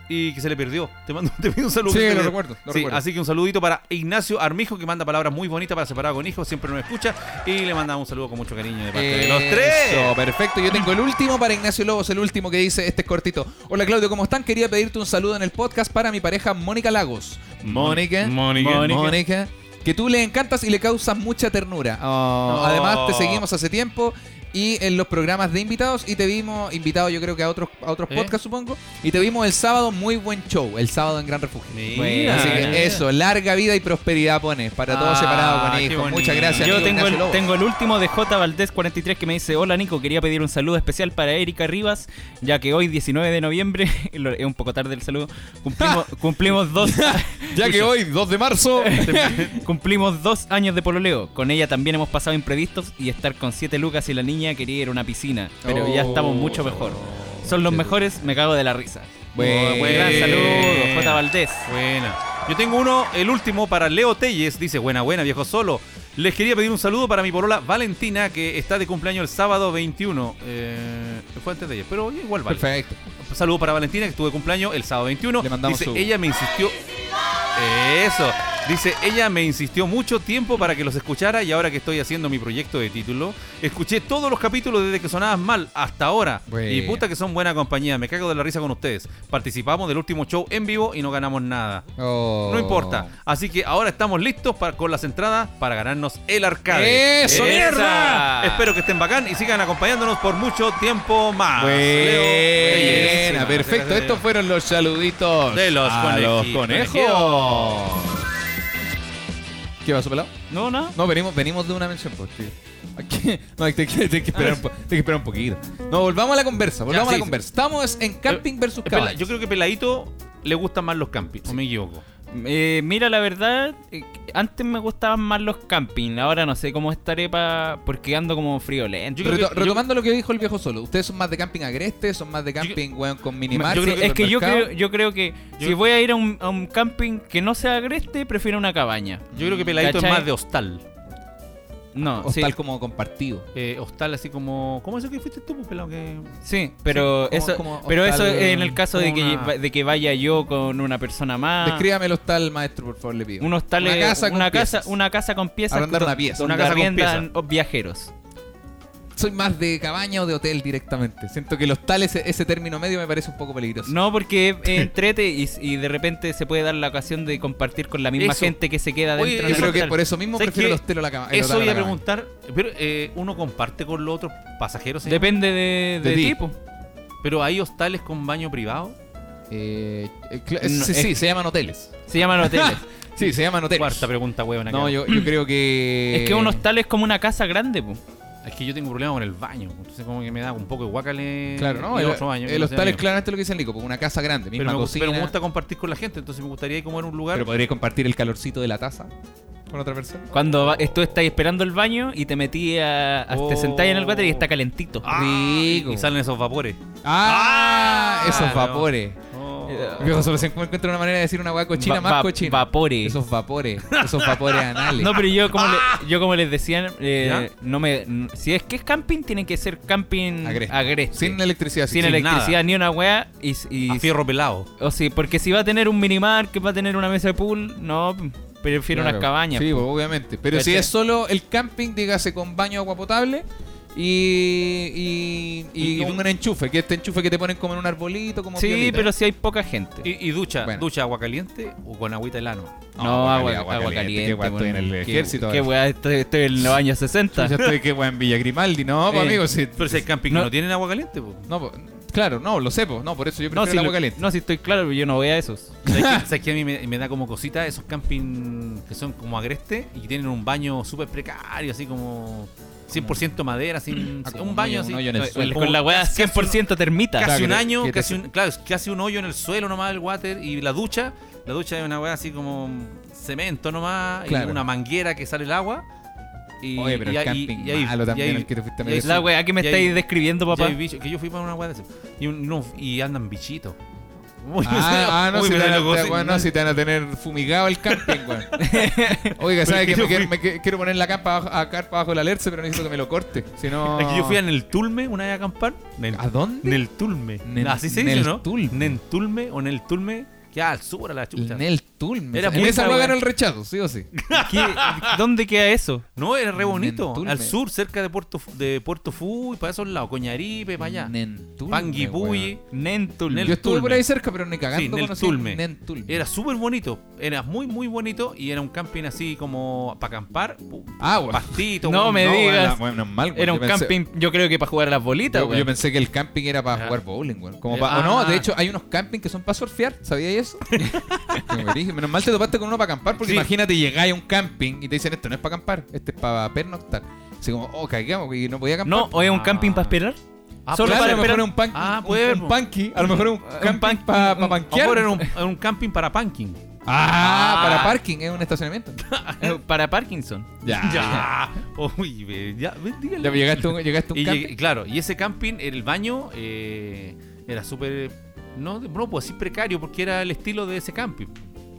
[SPEAKER 3] y que se le perdió. Te mando [LAUGHS] te pido un saludo.
[SPEAKER 6] Sí,
[SPEAKER 3] que se
[SPEAKER 6] lo
[SPEAKER 3] le-
[SPEAKER 6] recuerdo, lo
[SPEAKER 3] Sí,
[SPEAKER 6] recuerdo.
[SPEAKER 3] así que un saludito para Ignacio Armijo, que manda palabras muy bonitas para separar con hijos, siempre nos escucha. Y le mandamos un saludo con mucho cariño de parte de los tres.
[SPEAKER 6] Eso, perfecto. Yo tengo el último para Ignacio Lobos, el último que dice, este es cortito. Hola Claudio, ¿cómo están? Quería pedirte un saludo en el podcast para mi pareja Mónica Lagos. Mónica.
[SPEAKER 3] Mónica.
[SPEAKER 6] Mónica. Mónica, Que tú le encantas y le causas mucha ternura.
[SPEAKER 3] Oh.
[SPEAKER 6] Además, te seguimos hace tiempo y en los programas de invitados y te vimos invitado yo creo que a otros a otros
[SPEAKER 3] ¿Eh?
[SPEAKER 6] podcasts supongo y te vimos el sábado muy buen show el sábado en Gran Refugio
[SPEAKER 3] Mira.
[SPEAKER 6] Bueno, así
[SPEAKER 3] Mira.
[SPEAKER 6] que eso larga vida y prosperidad pones para todos
[SPEAKER 3] Ah,
[SPEAKER 6] separados con
[SPEAKER 3] qué
[SPEAKER 6] hijos
[SPEAKER 3] bonito.
[SPEAKER 6] muchas gracias
[SPEAKER 2] Yo
[SPEAKER 6] amigo
[SPEAKER 2] tengo
[SPEAKER 6] Ignacio
[SPEAKER 2] el,
[SPEAKER 6] Lobos.
[SPEAKER 2] tengo el último de J Valdés 43 que me dice, hola Nico, quería pedir un saludo especial para Erika Rivas, ya que hoy 19 de noviembre, [LAUGHS] lo- es un poco tarde el saludo, cumplimos, cumplimos dos...
[SPEAKER 6] ya que
[SPEAKER 2] Chucha.
[SPEAKER 6] hoy 2 de marzo
[SPEAKER 2] Cumplimos dos años de pololeo. Con ella también hemos pasado imprevistos y estar con siete lucas y la niña quería ir a una piscina. [LAUGHS] Pero ya
[SPEAKER 6] Oh,
[SPEAKER 2] estamos mucho mejor. Son los
[SPEAKER 6] sí.
[SPEAKER 2] mejores, me cago de la risa.
[SPEAKER 6] Bueno.
[SPEAKER 2] gran saludo, J. Valdés.
[SPEAKER 3] Buena. Yo tengo uno, el último para Leo Telles. Dice, buena, buena, viejo solo. Les quería pedir un saludo para mi porola Valentina, que está de cumpleaños el sábado 21. Eh, fue antes de ayer, pero igual vale.
[SPEAKER 6] perfecto
[SPEAKER 3] Un saludo para Valentina, que estuvo de cumpleaños el sábado 21.
[SPEAKER 6] Le mandamos
[SPEAKER 3] Dice,
[SPEAKER 6] su-
[SPEAKER 3] ella me insistió... Eso. Dice, ella me insistió mucho tiempo para que los escuchara y ahora que estoy haciendo mi proyecto de título, escuché todos los capítulos desde que sonabas mal hasta ahora.
[SPEAKER 6] Bueno.
[SPEAKER 3] Y puta que son buena compañía, me cago de la risa con ustedes. Participamos del último show en vivo y no ganamos nada.
[SPEAKER 6] Oh.
[SPEAKER 3] No importa. Así que ahora estamos listos para, con las entradas para ganarnos el arcade. ¡Esa!
[SPEAKER 6] ¡Eso,
[SPEAKER 2] mierda!
[SPEAKER 3] Espero que estén bacán y sigan acompañándonos por mucho tiempo más. Ah, Leo,
[SPEAKER 6] Buena,
[SPEAKER 3] bellísima.
[SPEAKER 6] perfecto. Estos fueron los saluditos
[SPEAKER 3] De los
[SPEAKER 6] a los
[SPEAKER 3] coneji-
[SPEAKER 6] conejos. ¿Qué pasó, pelado?
[SPEAKER 2] No, no.
[SPEAKER 6] No, venimos, venimos de una mención porque. Aquí- No, hay que, hay que esperar un po- hay que esperar un poquito. No, volvamos a la conversa. Volvamos
[SPEAKER 3] sí,
[SPEAKER 6] a la
[SPEAKER 3] sí.
[SPEAKER 6] conversa. Estamos en Camping versus
[SPEAKER 3] Pela-
[SPEAKER 6] Caballos.
[SPEAKER 3] Yo creo que Peladito le gustan más los campings, o me equivoco.
[SPEAKER 2] Eh, mira, la verdad, eh, antes me gustaban más los campings. Ahora no sé cómo estaré pa... porque ando como friolento.
[SPEAKER 3] Yo creo
[SPEAKER 6] Reto-
[SPEAKER 3] que- yo-
[SPEAKER 6] retomando lo que dijo el viejo solo, ustedes son más de camping agreste, son más de camping, weón, con minimar.
[SPEAKER 3] yo creo
[SPEAKER 2] es que yo
[SPEAKER 6] supermercado.
[SPEAKER 2] creo, yo creo que
[SPEAKER 3] Yo-
[SPEAKER 2] si voy a ir a un, a un camping que no sea agreste, prefiero una cabaña.
[SPEAKER 3] Yo creo que Peladito
[SPEAKER 2] ¿Cachai?
[SPEAKER 3] es más de hostal.
[SPEAKER 2] No,
[SPEAKER 6] O
[SPEAKER 2] sí.
[SPEAKER 6] tal como compartido.
[SPEAKER 3] Eh, hostal así como... ¿Cómo es eso que fuiste tú, pues, Pelado? Que...
[SPEAKER 2] Sí, pero
[SPEAKER 6] como-
[SPEAKER 2] eso,
[SPEAKER 6] como
[SPEAKER 2] pero
[SPEAKER 6] hostal,
[SPEAKER 2] eso en el caso de que,
[SPEAKER 3] una-
[SPEAKER 2] de que vaya yo con una persona
[SPEAKER 3] Ah.
[SPEAKER 2] más.
[SPEAKER 6] Descríbame el hostal, maestro, por favor, le pido.
[SPEAKER 2] un hostal,
[SPEAKER 6] Una
[SPEAKER 2] eh,
[SPEAKER 6] casa con
[SPEAKER 2] una casa,
[SPEAKER 6] piezas.
[SPEAKER 2] una casa con piezas.
[SPEAKER 6] Arrendar
[SPEAKER 2] do-
[SPEAKER 6] una pieza.
[SPEAKER 2] donde
[SPEAKER 3] Una casa con
[SPEAKER 2] arriendan o- viajeros.
[SPEAKER 6] Soy más de cabaña o de hotel directamente. Siento que el hostal, ese, ese término medio, me parece un poco peligroso.
[SPEAKER 2] No, porque
[SPEAKER 6] [LAUGHS]
[SPEAKER 2] es entrete y, y de repente se puede dar la ocasión de compartir con la misma
[SPEAKER 3] Eso.
[SPEAKER 2] gente que se queda
[SPEAKER 3] Oye,
[SPEAKER 2] dentro
[SPEAKER 6] Yo
[SPEAKER 2] del
[SPEAKER 6] creo que
[SPEAKER 2] hostal.
[SPEAKER 6] por eso mismo
[SPEAKER 3] ¿Sabes
[SPEAKER 6] prefiero el
[SPEAKER 3] qué?
[SPEAKER 6] hostel o la cama. el
[SPEAKER 3] Eso
[SPEAKER 6] hotel o
[SPEAKER 3] iba a
[SPEAKER 6] la cabaña.
[SPEAKER 3] preguntar. Pero eh, uno comparte con los otros pasajeros. ¿sí?
[SPEAKER 2] Depende de,
[SPEAKER 6] De
[SPEAKER 2] de
[SPEAKER 6] ti.
[SPEAKER 2] tipo.
[SPEAKER 3] Pero hay hostales con baño privado.
[SPEAKER 6] Eh, eh, cla-
[SPEAKER 2] No,
[SPEAKER 6] sí,
[SPEAKER 2] es
[SPEAKER 6] sí,
[SPEAKER 2] que-
[SPEAKER 6] se llaman hoteles.
[SPEAKER 2] Se llaman
[SPEAKER 6] [LAUGHS]
[SPEAKER 2] hoteles.
[SPEAKER 6] Sí, se llaman hoteles.
[SPEAKER 3] Mm, Cuarta pregunta, huevona.
[SPEAKER 6] no,
[SPEAKER 3] que-
[SPEAKER 6] yo, yo creo que.
[SPEAKER 2] es que un hostal es como una casa grande, po.
[SPEAKER 3] Es que yo tengo problema con el baño. Entonces, como que me da un poco de guacale.
[SPEAKER 6] Claro, no.
[SPEAKER 3] El
[SPEAKER 6] El,
[SPEAKER 3] otro baño.
[SPEAKER 6] el
[SPEAKER 3] no sé,
[SPEAKER 6] hostal es
[SPEAKER 3] amigo.
[SPEAKER 6] claramente lo que dice el Nico, porque una casa grande, misma
[SPEAKER 3] Pero me, gu-
[SPEAKER 6] cocina.
[SPEAKER 3] pero me gusta compartir con la gente. Entonces, me gustaría ir como en un lugar.
[SPEAKER 6] pero podría compartir el calorcito de la taza con otra persona.
[SPEAKER 2] Cuando va- tú estás esperando el baño y te metí a, a- te
[SPEAKER 3] Oh.
[SPEAKER 2] sentáis en el water y está calentito.
[SPEAKER 3] ¡Ah!
[SPEAKER 6] rico.
[SPEAKER 3] Y salen esos vapores.
[SPEAKER 6] ¡Ah!
[SPEAKER 3] Ah,
[SPEAKER 6] esos
[SPEAKER 3] no.
[SPEAKER 6] vapores.
[SPEAKER 3] Oh.
[SPEAKER 6] El viejo solo se encuentra una manera de decir una hueá cochina
[SPEAKER 2] Va-
[SPEAKER 6] más
[SPEAKER 2] va-
[SPEAKER 6] cochina.
[SPEAKER 2] Vapore.
[SPEAKER 6] Esos vapores. Esos vapores anales.
[SPEAKER 2] [LAUGHS] No, pero yo como, le- yo como les decía, eh,
[SPEAKER 3] ¿Ya?
[SPEAKER 2] no me, n- si es que es camping, tiene que ser camping
[SPEAKER 6] Agreste.
[SPEAKER 2] agreste.
[SPEAKER 6] sin
[SPEAKER 2] Sin,
[SPEAKER 6] electricidad. sí.
[SPEAKER 3] el-
[SPEAKER 2] electricidad
[SPEAKER 3] nada.
[SPEAKER 2] ni una weá. Y, y-
[SPEAKER 3] A fierro pelado.
[SPEAKER 2] o sí, porque si va a tener un minimar, que va a tener una mesa de pool, no, prefiero
[SPEAKER 6] Claro.
[SPEAKER 2] unas cabañas.
[SPEAKER 6] Sí, pues, obviamente. Pero si
[SPEAKER 2] ¿Cachai?
[SPEAKER 6] es solo el camping, dígase con baño agua potable y, y, y,
[SPEAKER 3] Y- y-
[SPEAKER 6] un enchufe, que este enchufe que te ponen como en un arbolito, como
[SPEAKER 2] Sí,
[SPEAKER 6] piolita.
[SPEAKER 2] pero si hay poca gente.
[SPEAKER 3] Y, y ducha.
[SPEAKER 6] Bueno.
[SPEAKER 3] ¿Ducha agua caliente o con agüita de lano?
[SPEAKER 2] no, agua, agua caliente.
[SPEAKER 6] Qué guay, estoy en el
[SPEAKER 2] bueno, qué-
[SPEAKER 6] ejército.
[SPEAKER 2] Qué
[SPEAKER 6] ahora.
[SPEAKER 2] weá, estoy, estoy en los años
[SPEAKER 6] Yo
[SPEAKER 2] 60.
[SPEAKER 6] ya estoy qué guay en Villa Grimaldi, no, pues,
[SPEAKER 2] Eh,
[SPEAKER 6] amigo, sí.
[SPEAKER 3] Pero si hay camping que
[SPEAKER 2] No.
[SPEAKER 3] no tienen agua caliente, pues.
[SPEAKER 6] No, pues, claro, no, lo sé, pues, no, por eso yo prefiero
[SPEAKER 2] No,
[SPEAKER 6] el
[SPEAKER 2] si
[SPEAKER 6] agua
[SPEAKER 2] lo-
[SPEAKER 3] [LAUGHS]
[SPEAKER 6] caliente.
[SPEAKER 2] no, si estoy claro, pero yo no voy a esos.
[SPEAKER 3] ¿Sabes qué- sabes que a mí me, me da como cosita esos camping que son como agreste y que tienen un baño súper precario, así como. 100% madera, sin,
[SPEAKER 6] Ah,
[SPEAKER 3] sin-
[SPEAKER 6] como
[SPEAKER 3] un
[SPEAKER 6] un
[SPEAKER 3] baño
[SPEAKER 6] hoyo-
[SPEAKER 3] así.
[SPEAKER 6] un hoyo en el
[SPEAKER 3] No,
[SPEAKER 6] suelo.
[SPEAKER 3] como
[SPEAKER 2] Con la weá
[SPEAKER 3] casi un-
[SPEAKER 2] 100% termita.
[SPEAKER 3] Casi un
[SPEAKER 6] Claro,
[SPEAKER 3] año,
[SPEAKER 6] que te-
[SPEAKER 3] casi un, claro, casi un hoyo en el suelo nomás el water y la ducha. La ducha es una weá así como cemento nomás
[SPEAKER 6] Claro.
[SPEAKER 3] y una manguera que sale el agua. Y,
[SPEAKER 6] Oye, pero
[SPEAKER 3] y,
[SPEAKER 6] el
[SPEAKER 3] ahí-
[SPEAKER 6] camping
[SPEAKER 3] y ahí-
[SPEAKER 6] malo también,
[SPEAKER 3] y ahí-
[SPEAKER 6] el que te fuiste a
[SPEAKER 3] y
[SPEAKER 6] meter.
[SPEAKER 3] ahí-
[SPEAKER 2] La weá que me
[SPEAKER 3] y
[SPEAKER 2] estáis
[SPEAKER 3] ahí-
[SPEAKER 2] describiendo,
[SPEAKER 3] y
[SPEAKER 2] papá.
[SPEAKER 3] hay bichos- que yo fui para una weá de esa. Y, un- no, y andan bichitos. [LAUGHS] Uy, me salió- [LAUGHS]
[SPEAKER 6] Ah, ah, no,
[SPEAKER 3] uy,
[SPEAKER 6] si
[SPEAKER 3] me
[SPEAKER 6] te, van a,
[SPEAKER 3] salió
[SPEAKER 6] te-
[SPEAKER 3] cosi-
[SPEAKER 6] weón, no, si te van a tener fumigado el camping,
[SPEAKER 3] [LAUGHS]
[SPEAKER 6] weón. Oiga, ¿sabes
[SPEAKER 3] que
[SPEAKER 6] que me
[SPEAKER 3] yo
[SPEAKER 6] quiero,
[SPEAKER 3] fui-
[SPEAKER 6] me que- quiero poner la carpa abajo, a carpa bajo la lerce, pero necesito que me lo corte. Si no...
[SPEAKER 3] Es que yo fui a Neltulme una vez a acampar. Nel-
[SPEAKER 6] ¿A dónde?
[SPEAKER 3] Neltulme.
[SPEAKER 6] Nel-
[SPEAKER 3] Así se dice, ¿no?
[SPEAKER 6] Neltulme.
[SPEAKER 3] Neltulme o Neltulme. Que al sur a la chucha.
[SPEAKER 6] Nel Tulme.
[SPEAKER 3] Era
[SPEAKER 6] en
[SPEAKER 3] muy esa,
[SPEAKER 6] esa weá
[SPEAKER 3] weón.
[SPEAKER 6] ganó el rechazo, sí o sí.
[SPEAKER 2] ¿Qué- ¿Dónde queda
[SPEAKER 6] [LAUGHS]
[SPEAKER 2] eso?
[SPEAKER 3] No, era re bonito.
[SPEAKER 6] Nentulme.
[SPEAKER 3] Al sur, cerca de Puerto Fu- de Puerto Fu y para esos lados, Coñaripe, para allá.
[SPEAKER 6] Nentulme,
[SPEAKER 3] Panguipulli.
[SPEAKER 2] Nentul.
[SPEAKER 3] Nel-
[SPEAKER 6] Yo estuve por
[SPEAKER 3] Tulme.
[SPEAKER 6] ahí cerca, pero ni cagando
[SPEAKER 3] Sí,
[SPEAKER 6] conocí
[SPEAKER 3] Neltulme.
[SPEAKER 6] Nentulme.
[SPEAKER 3] Era súper bonito. Era muy, muy bonito y era un camping así como para acampar. pu-
[SPEAKER 6] Ah, weón.
[SPEAKER 3] Pastito.
[SPEAKER 2] No
[SPEAKER 3] weón,
[SPEAKER 2] me
[SPEAKER 6] weón,
[SPEAKER 2] digas.
[SPEAKER 6] la- weón, no es mal, weón.
[SPEAKER 2] Era
[SPEAKER 6] Yo
[SPEAKER 2] un
[SPEAKER 6] pensé-
[SPEAKER 2] camping, yo creo que para jugar a las bolitas,
[SPEAKER 6] Yo, yo
[SPEAKER 2] weón.
[SPEAKER 6] pensé que el camping era para
[SPEAKER 3] Ah.
[SPEAKER 6] jugar bowling, weón. Como
[SPEAKER 3] Eh,
[SPEAKER 6] pa- o no,
[SPEAKER 3] ah.
[SPEAKER 6] de hecho, hay unos campings que son para surfear, ¿sabías
[SPEAKER 3] [LAUGHS]
[SPEAKER 6] eso? Que me dije, Menos mal te topaste con uno para acampar, porque
[SPEAKER 3] Sí.
[SPEAKER 6] imagínate llegáis a un camping y te dicen, esto no es para acampar, este es para pernoctar. Así como, oh, caigamos, y no podía acampar.
[SPEAKER 2] No, o es un
[SPEAKER 3] Ah.
[SPEAKER 2] camping para esperar.
[SPEAKER 3] Ah,
[SPEAKER 2] Solo
[SPEAKER 6] Claro,
[SPEAKER 2] para
[SPEAKER 6] a lo mejor
[SPEAKER 2] esperar.
[SPEAKER 6] era un panqui,
[SPEAKER 3] Ah,
[SPEAKER 6] un-
[SPEAKER 3] puede
[SPEAKER 6] un,
[SPEAKER 3] haber,
[SPEAKER 6] panqui, a lo mejor era un,
[SPEAKER 2] un
[SPEAKER 6] camping
[SPEAKER 2] pan-
[SPEAKER 6] para
[SPEAKER 2] un-
[SPEAKER 6] panquear.
[SPEAKER 3] Ahora era un, era un camping para panking.
[SPEAKER 6] Ah,
[SPEAKER 3] Ah.
[SPEAKER 6] para parking, es
[SPEAKER 3] [LAUGHS]
[SPEAKER 6] un estacionamiento.
[SPEAKER 2] Para Parkinson.
[SPEAKER 6] Ya, ya.
[SPEAKER 3] Ya. [LAUGHS] Uy, ve, ya, ve, dígale.
[SPEAKER 6] Ya, pero llegaste a un, llegaste a un
[SPEAKER 3] Y
[SPEAKER 6] camping.
[SPEAKER 3] llegué- claro, y ese camping, el baño, eh, era súper. No, no, pues así precario, porque era el estilo de ese camping.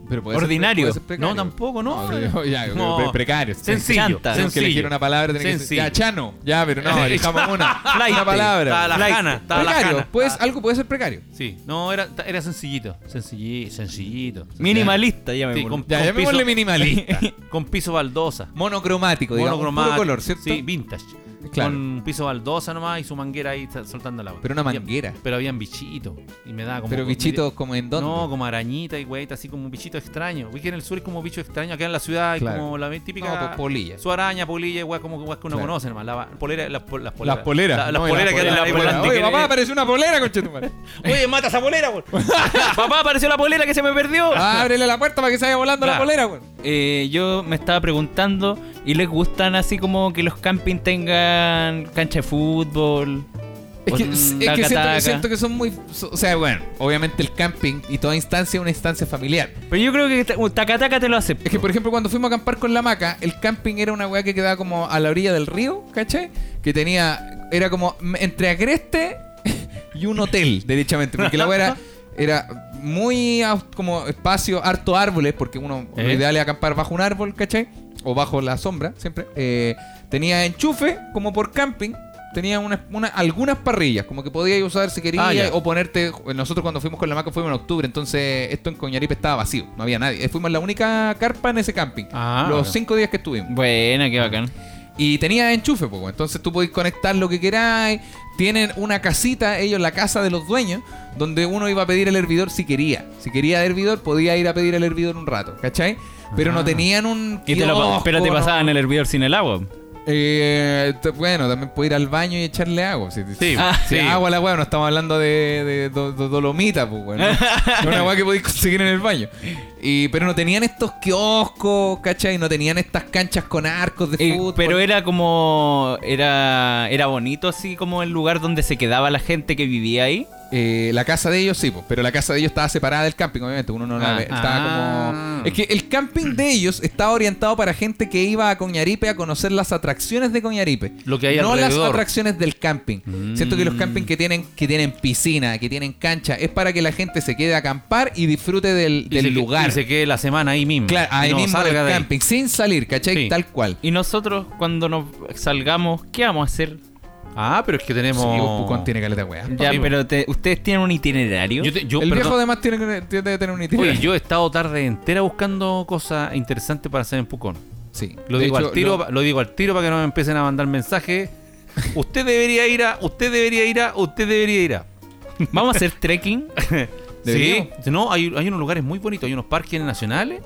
[SPEAKER 6] Pero puede ser-
[SPEAKER 2] ordinario.
[SPEAKER 6] puede ser precario.
[SPEAKER 3] No, tampoco, no.
[SPEAKER 6] pero- ya,
[SPEAKER 3] No.
[SPEAKER 6] pre- precario.
[SPEAKER 3] Sencillo.
[SPEAKER 2] Chanta.
[SPEAKER 6] Tengo que
[SPEAKER 3] sencillo.
[SPEAKER 6] elegir una palabra. tiene que ser-
[SPEAKER 3] Sencillo.
[SPEAKER 6] ya, Chano. Ya,
[SPEAKER 3] [LAUGHS]
[SPEAKER 6] pero no, elijamos una. una
[SPEAKER 2] Flaite.
[SPEAKER 3] Estaba
[SPEAKER 6] palabra.
[SPEAKER 3] la
[SPEAKER 2] Light.
[SPEAKER 3] jana, estaba la
[SPEAKER 6] Ah, Precario.
[SPEAKER 3] jana.
[SPEAKER 6] Pues, algo puede ser precario.
[SPEAKER 3] Sí, no, era, era sencillito. Sencillito, sencillito.
[SPEAKER 2] Minimalista, ya me
[SPEAKER 3] Sí,
[SPEAKER 2] acuerdo.
[SPEAKER 3] con,
[SPEAKER 6] Ya,
[SPEAKER 3] con
[SPEAKER 6] llamémosle
[SPEAKER 3] piso, [LAUGHS]
[SPEAKER 6] minimalista.
[SPEAKER 3] con piso baldosa.
[SPEAKER 6] Monocromático, digamos.
[SPEAKER 3] Monocromático.
[SPEAKER 6] Puro color, ¿cierto?
[SPEAKER 3] Sí, vintage.
[SPEAKER 6] Claro.
[SPEAKER 3] Con piso baldosa nomás y su manguera ahí sa- soltando el agua.
[SPEAKER 6] Pero una
[SPEAKER 3] Había-
[SPEAKER 6] manguera.
[SPEAKER 3] Pero habían bichitos. Y me daba como.
[SPEAKER 6] Pero bichitos como en dónde.
[SPEAKER 3] No, como arañita y güey, así como un bichito extraño. Vi que en el sur es como bicho extraño. Acá en la ciudad hay
[SPEAKER 6] Claro.
[SPEAKER 3] como la típica.
[SPEAKER 6] No, pues, polilla.
[SPEAKER 3] Su araña, polilla, güey, como que, güey, que uno
[SPEAKER 6] Claro.
[SPEAKER 3] conoce nomás. La, polera, las pol- las poleras.
[SPEAKER 6] las poleras.
[SPEAKER 3] La- las
[SPEAKER 6] no,
[SPEAKER 3] poleras que
[SPEAKER 6] polera,
[SPEAKER 3] eran
[SPEAKER 6] la
[SPEAKER 3] las
[SPEAKER 6] polera.
[SPEAKER 3] volantes
[SPEAKER 6] Oye,
[SPEAKER 3] que- [LAUGHS]
[SPEAKER 6] papá, apareció una polera, conchetumare.
[SPEAKER 3] Oye, mata esa polera, güey.
[SPEAKER 2] Papá, apareció la polera que se me perdió.
[SPEAKER 6] Ábrele la puerta para que se vaya volando la
[SPEAKER 3] Claro.
[SPEAKER 6] polera, güey.
[SPEAKER 2] Eh, yo me estaba preguntando y les gustan así como que los camping tengan cancha de fútbol.
[SPEAKER 6] Es que,
[SPEAKER 2] con
[SPEAKER 6] es que
[SPEAKER 2] taca-taca.
[SPEAKER 6] siento, siento que son muy. so- O sea, bueno, obviamente el camping y toda instancia es una instancia familiar.
[SPEAKER 2] Pero yo creo que ta- un tacataca te lo acepto.
[SPEAKER 6] Es que, por ejemplo, cuando fuimos a acampar con la maca, el camping era una weá que quedaba como a la orilla del río, ¿cachai? Que tenía. Era como m- entre agreste [LAUGHS] y un hotel, derechamente. Porque la weá era. Era muy aus- como espacio, harto árboles, porque uno lo
[SPEAKER 3] ¿Eh?
[SPEAKER 6] ideal es acampar bajo un árbol, ¿cachai? O bajo la sombra, siempre. Eh, tenía enchufe, como por camping. Tenía unas una- algunas parrillas, como que podías usar si querías,
[SPEAKER 3] Ah, ya.
[SPEAKER 6] o ponerte. Nosotros cuando fuimos con la maca fuimos en octubre, entonces esto en Coñaripe estaba vacío, no había nadie. Eh, Fuimos la única carpa en ese camping,
[SPEAKER 3] Ah.
[SPEAKER 6] los cinco días que estuvimos.
[SPEAKER 2] Buena, qué bacán.
[SPEAKER 6] Y tenía enchufe, poco, entonces tú podés conectar lo que queráis. Tienen una casita, ellos, la casa de los dueños, donde uno iba a pedir el hervidor si quería. Si quería hervidor, podía ir a pedir el hervidor un rato, ¿cachai? Pero no tenían un.
[SPEAKER 2] Ah. Y te lo, pa-
[SPEAKER 6] kiosco,
[SPEAKER 2] pero te
[SPEAKER 6] no-
[SPEAKER 2] pasaban el hervidor sin el agua.
[SPEAKER 6] eh, t- bueno, también puede ir al baño y echarle agua. Si, si-
[SPEAKER 2] Ah,
[SPEAKER 6] si
[SPEAKER 2] sí.
[SPEAKER 6] agua a la weá, no estamos hablando de, de do- do- dolomita, pues,
[SPEAKER 2] [LAUGHS]
[SPEAKER 6] weón. Es una weá que podéis conseguir en el baño. Y, pero no tenían estos kioscos, ¿cachai? No tenían estas canchas con arcos de
[SPEAKER 2] Eh,
[SPEAKER 6] fútbol.
[SPEAKER 2] pero era como. Era, era bonito así como el lugar donde se quedaba la gente que vivía ahí.
[SPEAKER 6] Eh, la casa de ellos sí, pues, pero la casa de ellos estaba separada del camping, obviamente. Uno no la
[SPEAKER 2] Ah.
[SPEAKER 6] ve, estaba
[SPEAKER 3] Ah.
[SPEAKER 6] como. Es que el camping de ellos estaba orientado para gente que iba a Coñaripe a conocer las atracciones de Coñaripe.
[SPEAKER 3] Lo que hay
[SPEAKER 6] No las
[SPEAKER 3] alrededor. Mm.
[SPEAKER 6] atracciones del camping. Siento que los camping que tienen, que tienen piscina, que tienen cancha, es para que la gente se quede a acampar y disfrute del,
[SPEAKER 3] Y
[SPEAKER 6] del
[SPEAKER 3] se-
[SPEAKER 6] lugar.
[SPEAKER 3] Y se quede la semana ahí mismo.
[SPEAKER 6] Claro, ahí
[SPEAKER 3] Y no
[SPEAKER 6] mismo del
[SPEAKER 3] salga de ahí.
[SPEAKER 6] camping, sin salir, ¿cachai?
[SPEAKER 3] Sí.
[SPEAKER 6] Tal cual.
[SPEAKER 2] Y nosotros, cuando nos salgamos, ¿qué vamos a hacer?
[SPEAKER 3] Ah, pero es que tenemos.
[SPEAKER 6] Sí, Pucón tiene caleta de weá.
[SPEAKER 2] Ya,
[SPEAKER 3] Sí, pues.
[SPEAKER 2] pero te- ustedes tienen un itinerario.
[SPEAKER 3] Yo te- yo,
[SPEAKER 6] el viejo
[SPEAKER 3] perdón.
[SPEAKER 6] además tiene, que- tiene- debe tener un itinerario.
[SPEAKER 3] Oye, yo he estado tarde entera buscando cosas interesantes para hacer en Pucón.
[SPEAKER 6] Sí.
[SPEAKER 3] Lo
[SPEAKER 6] De
[SPEAKER 3] digo,
[SPEAKER 6] hecho,
[SPEAKER 3] al tiro,
[SPEAKER 6] lo-
[SPEAKER 3] pa- lo... digo al tiro para que no me empiecen a mandar mensajes. Usted debería ir a, usted debería ir a, usted debería ir a.
[SPEAKER 2] Vamos a hacer trekking.
[SPEAKER 3] [LAUGHS] Sí,
[SPEAKER 6] ¿Deberíamos?
[SPEAKER 3] no, hay, hay unos lugares muy bonitos, hay unos parques nacionales,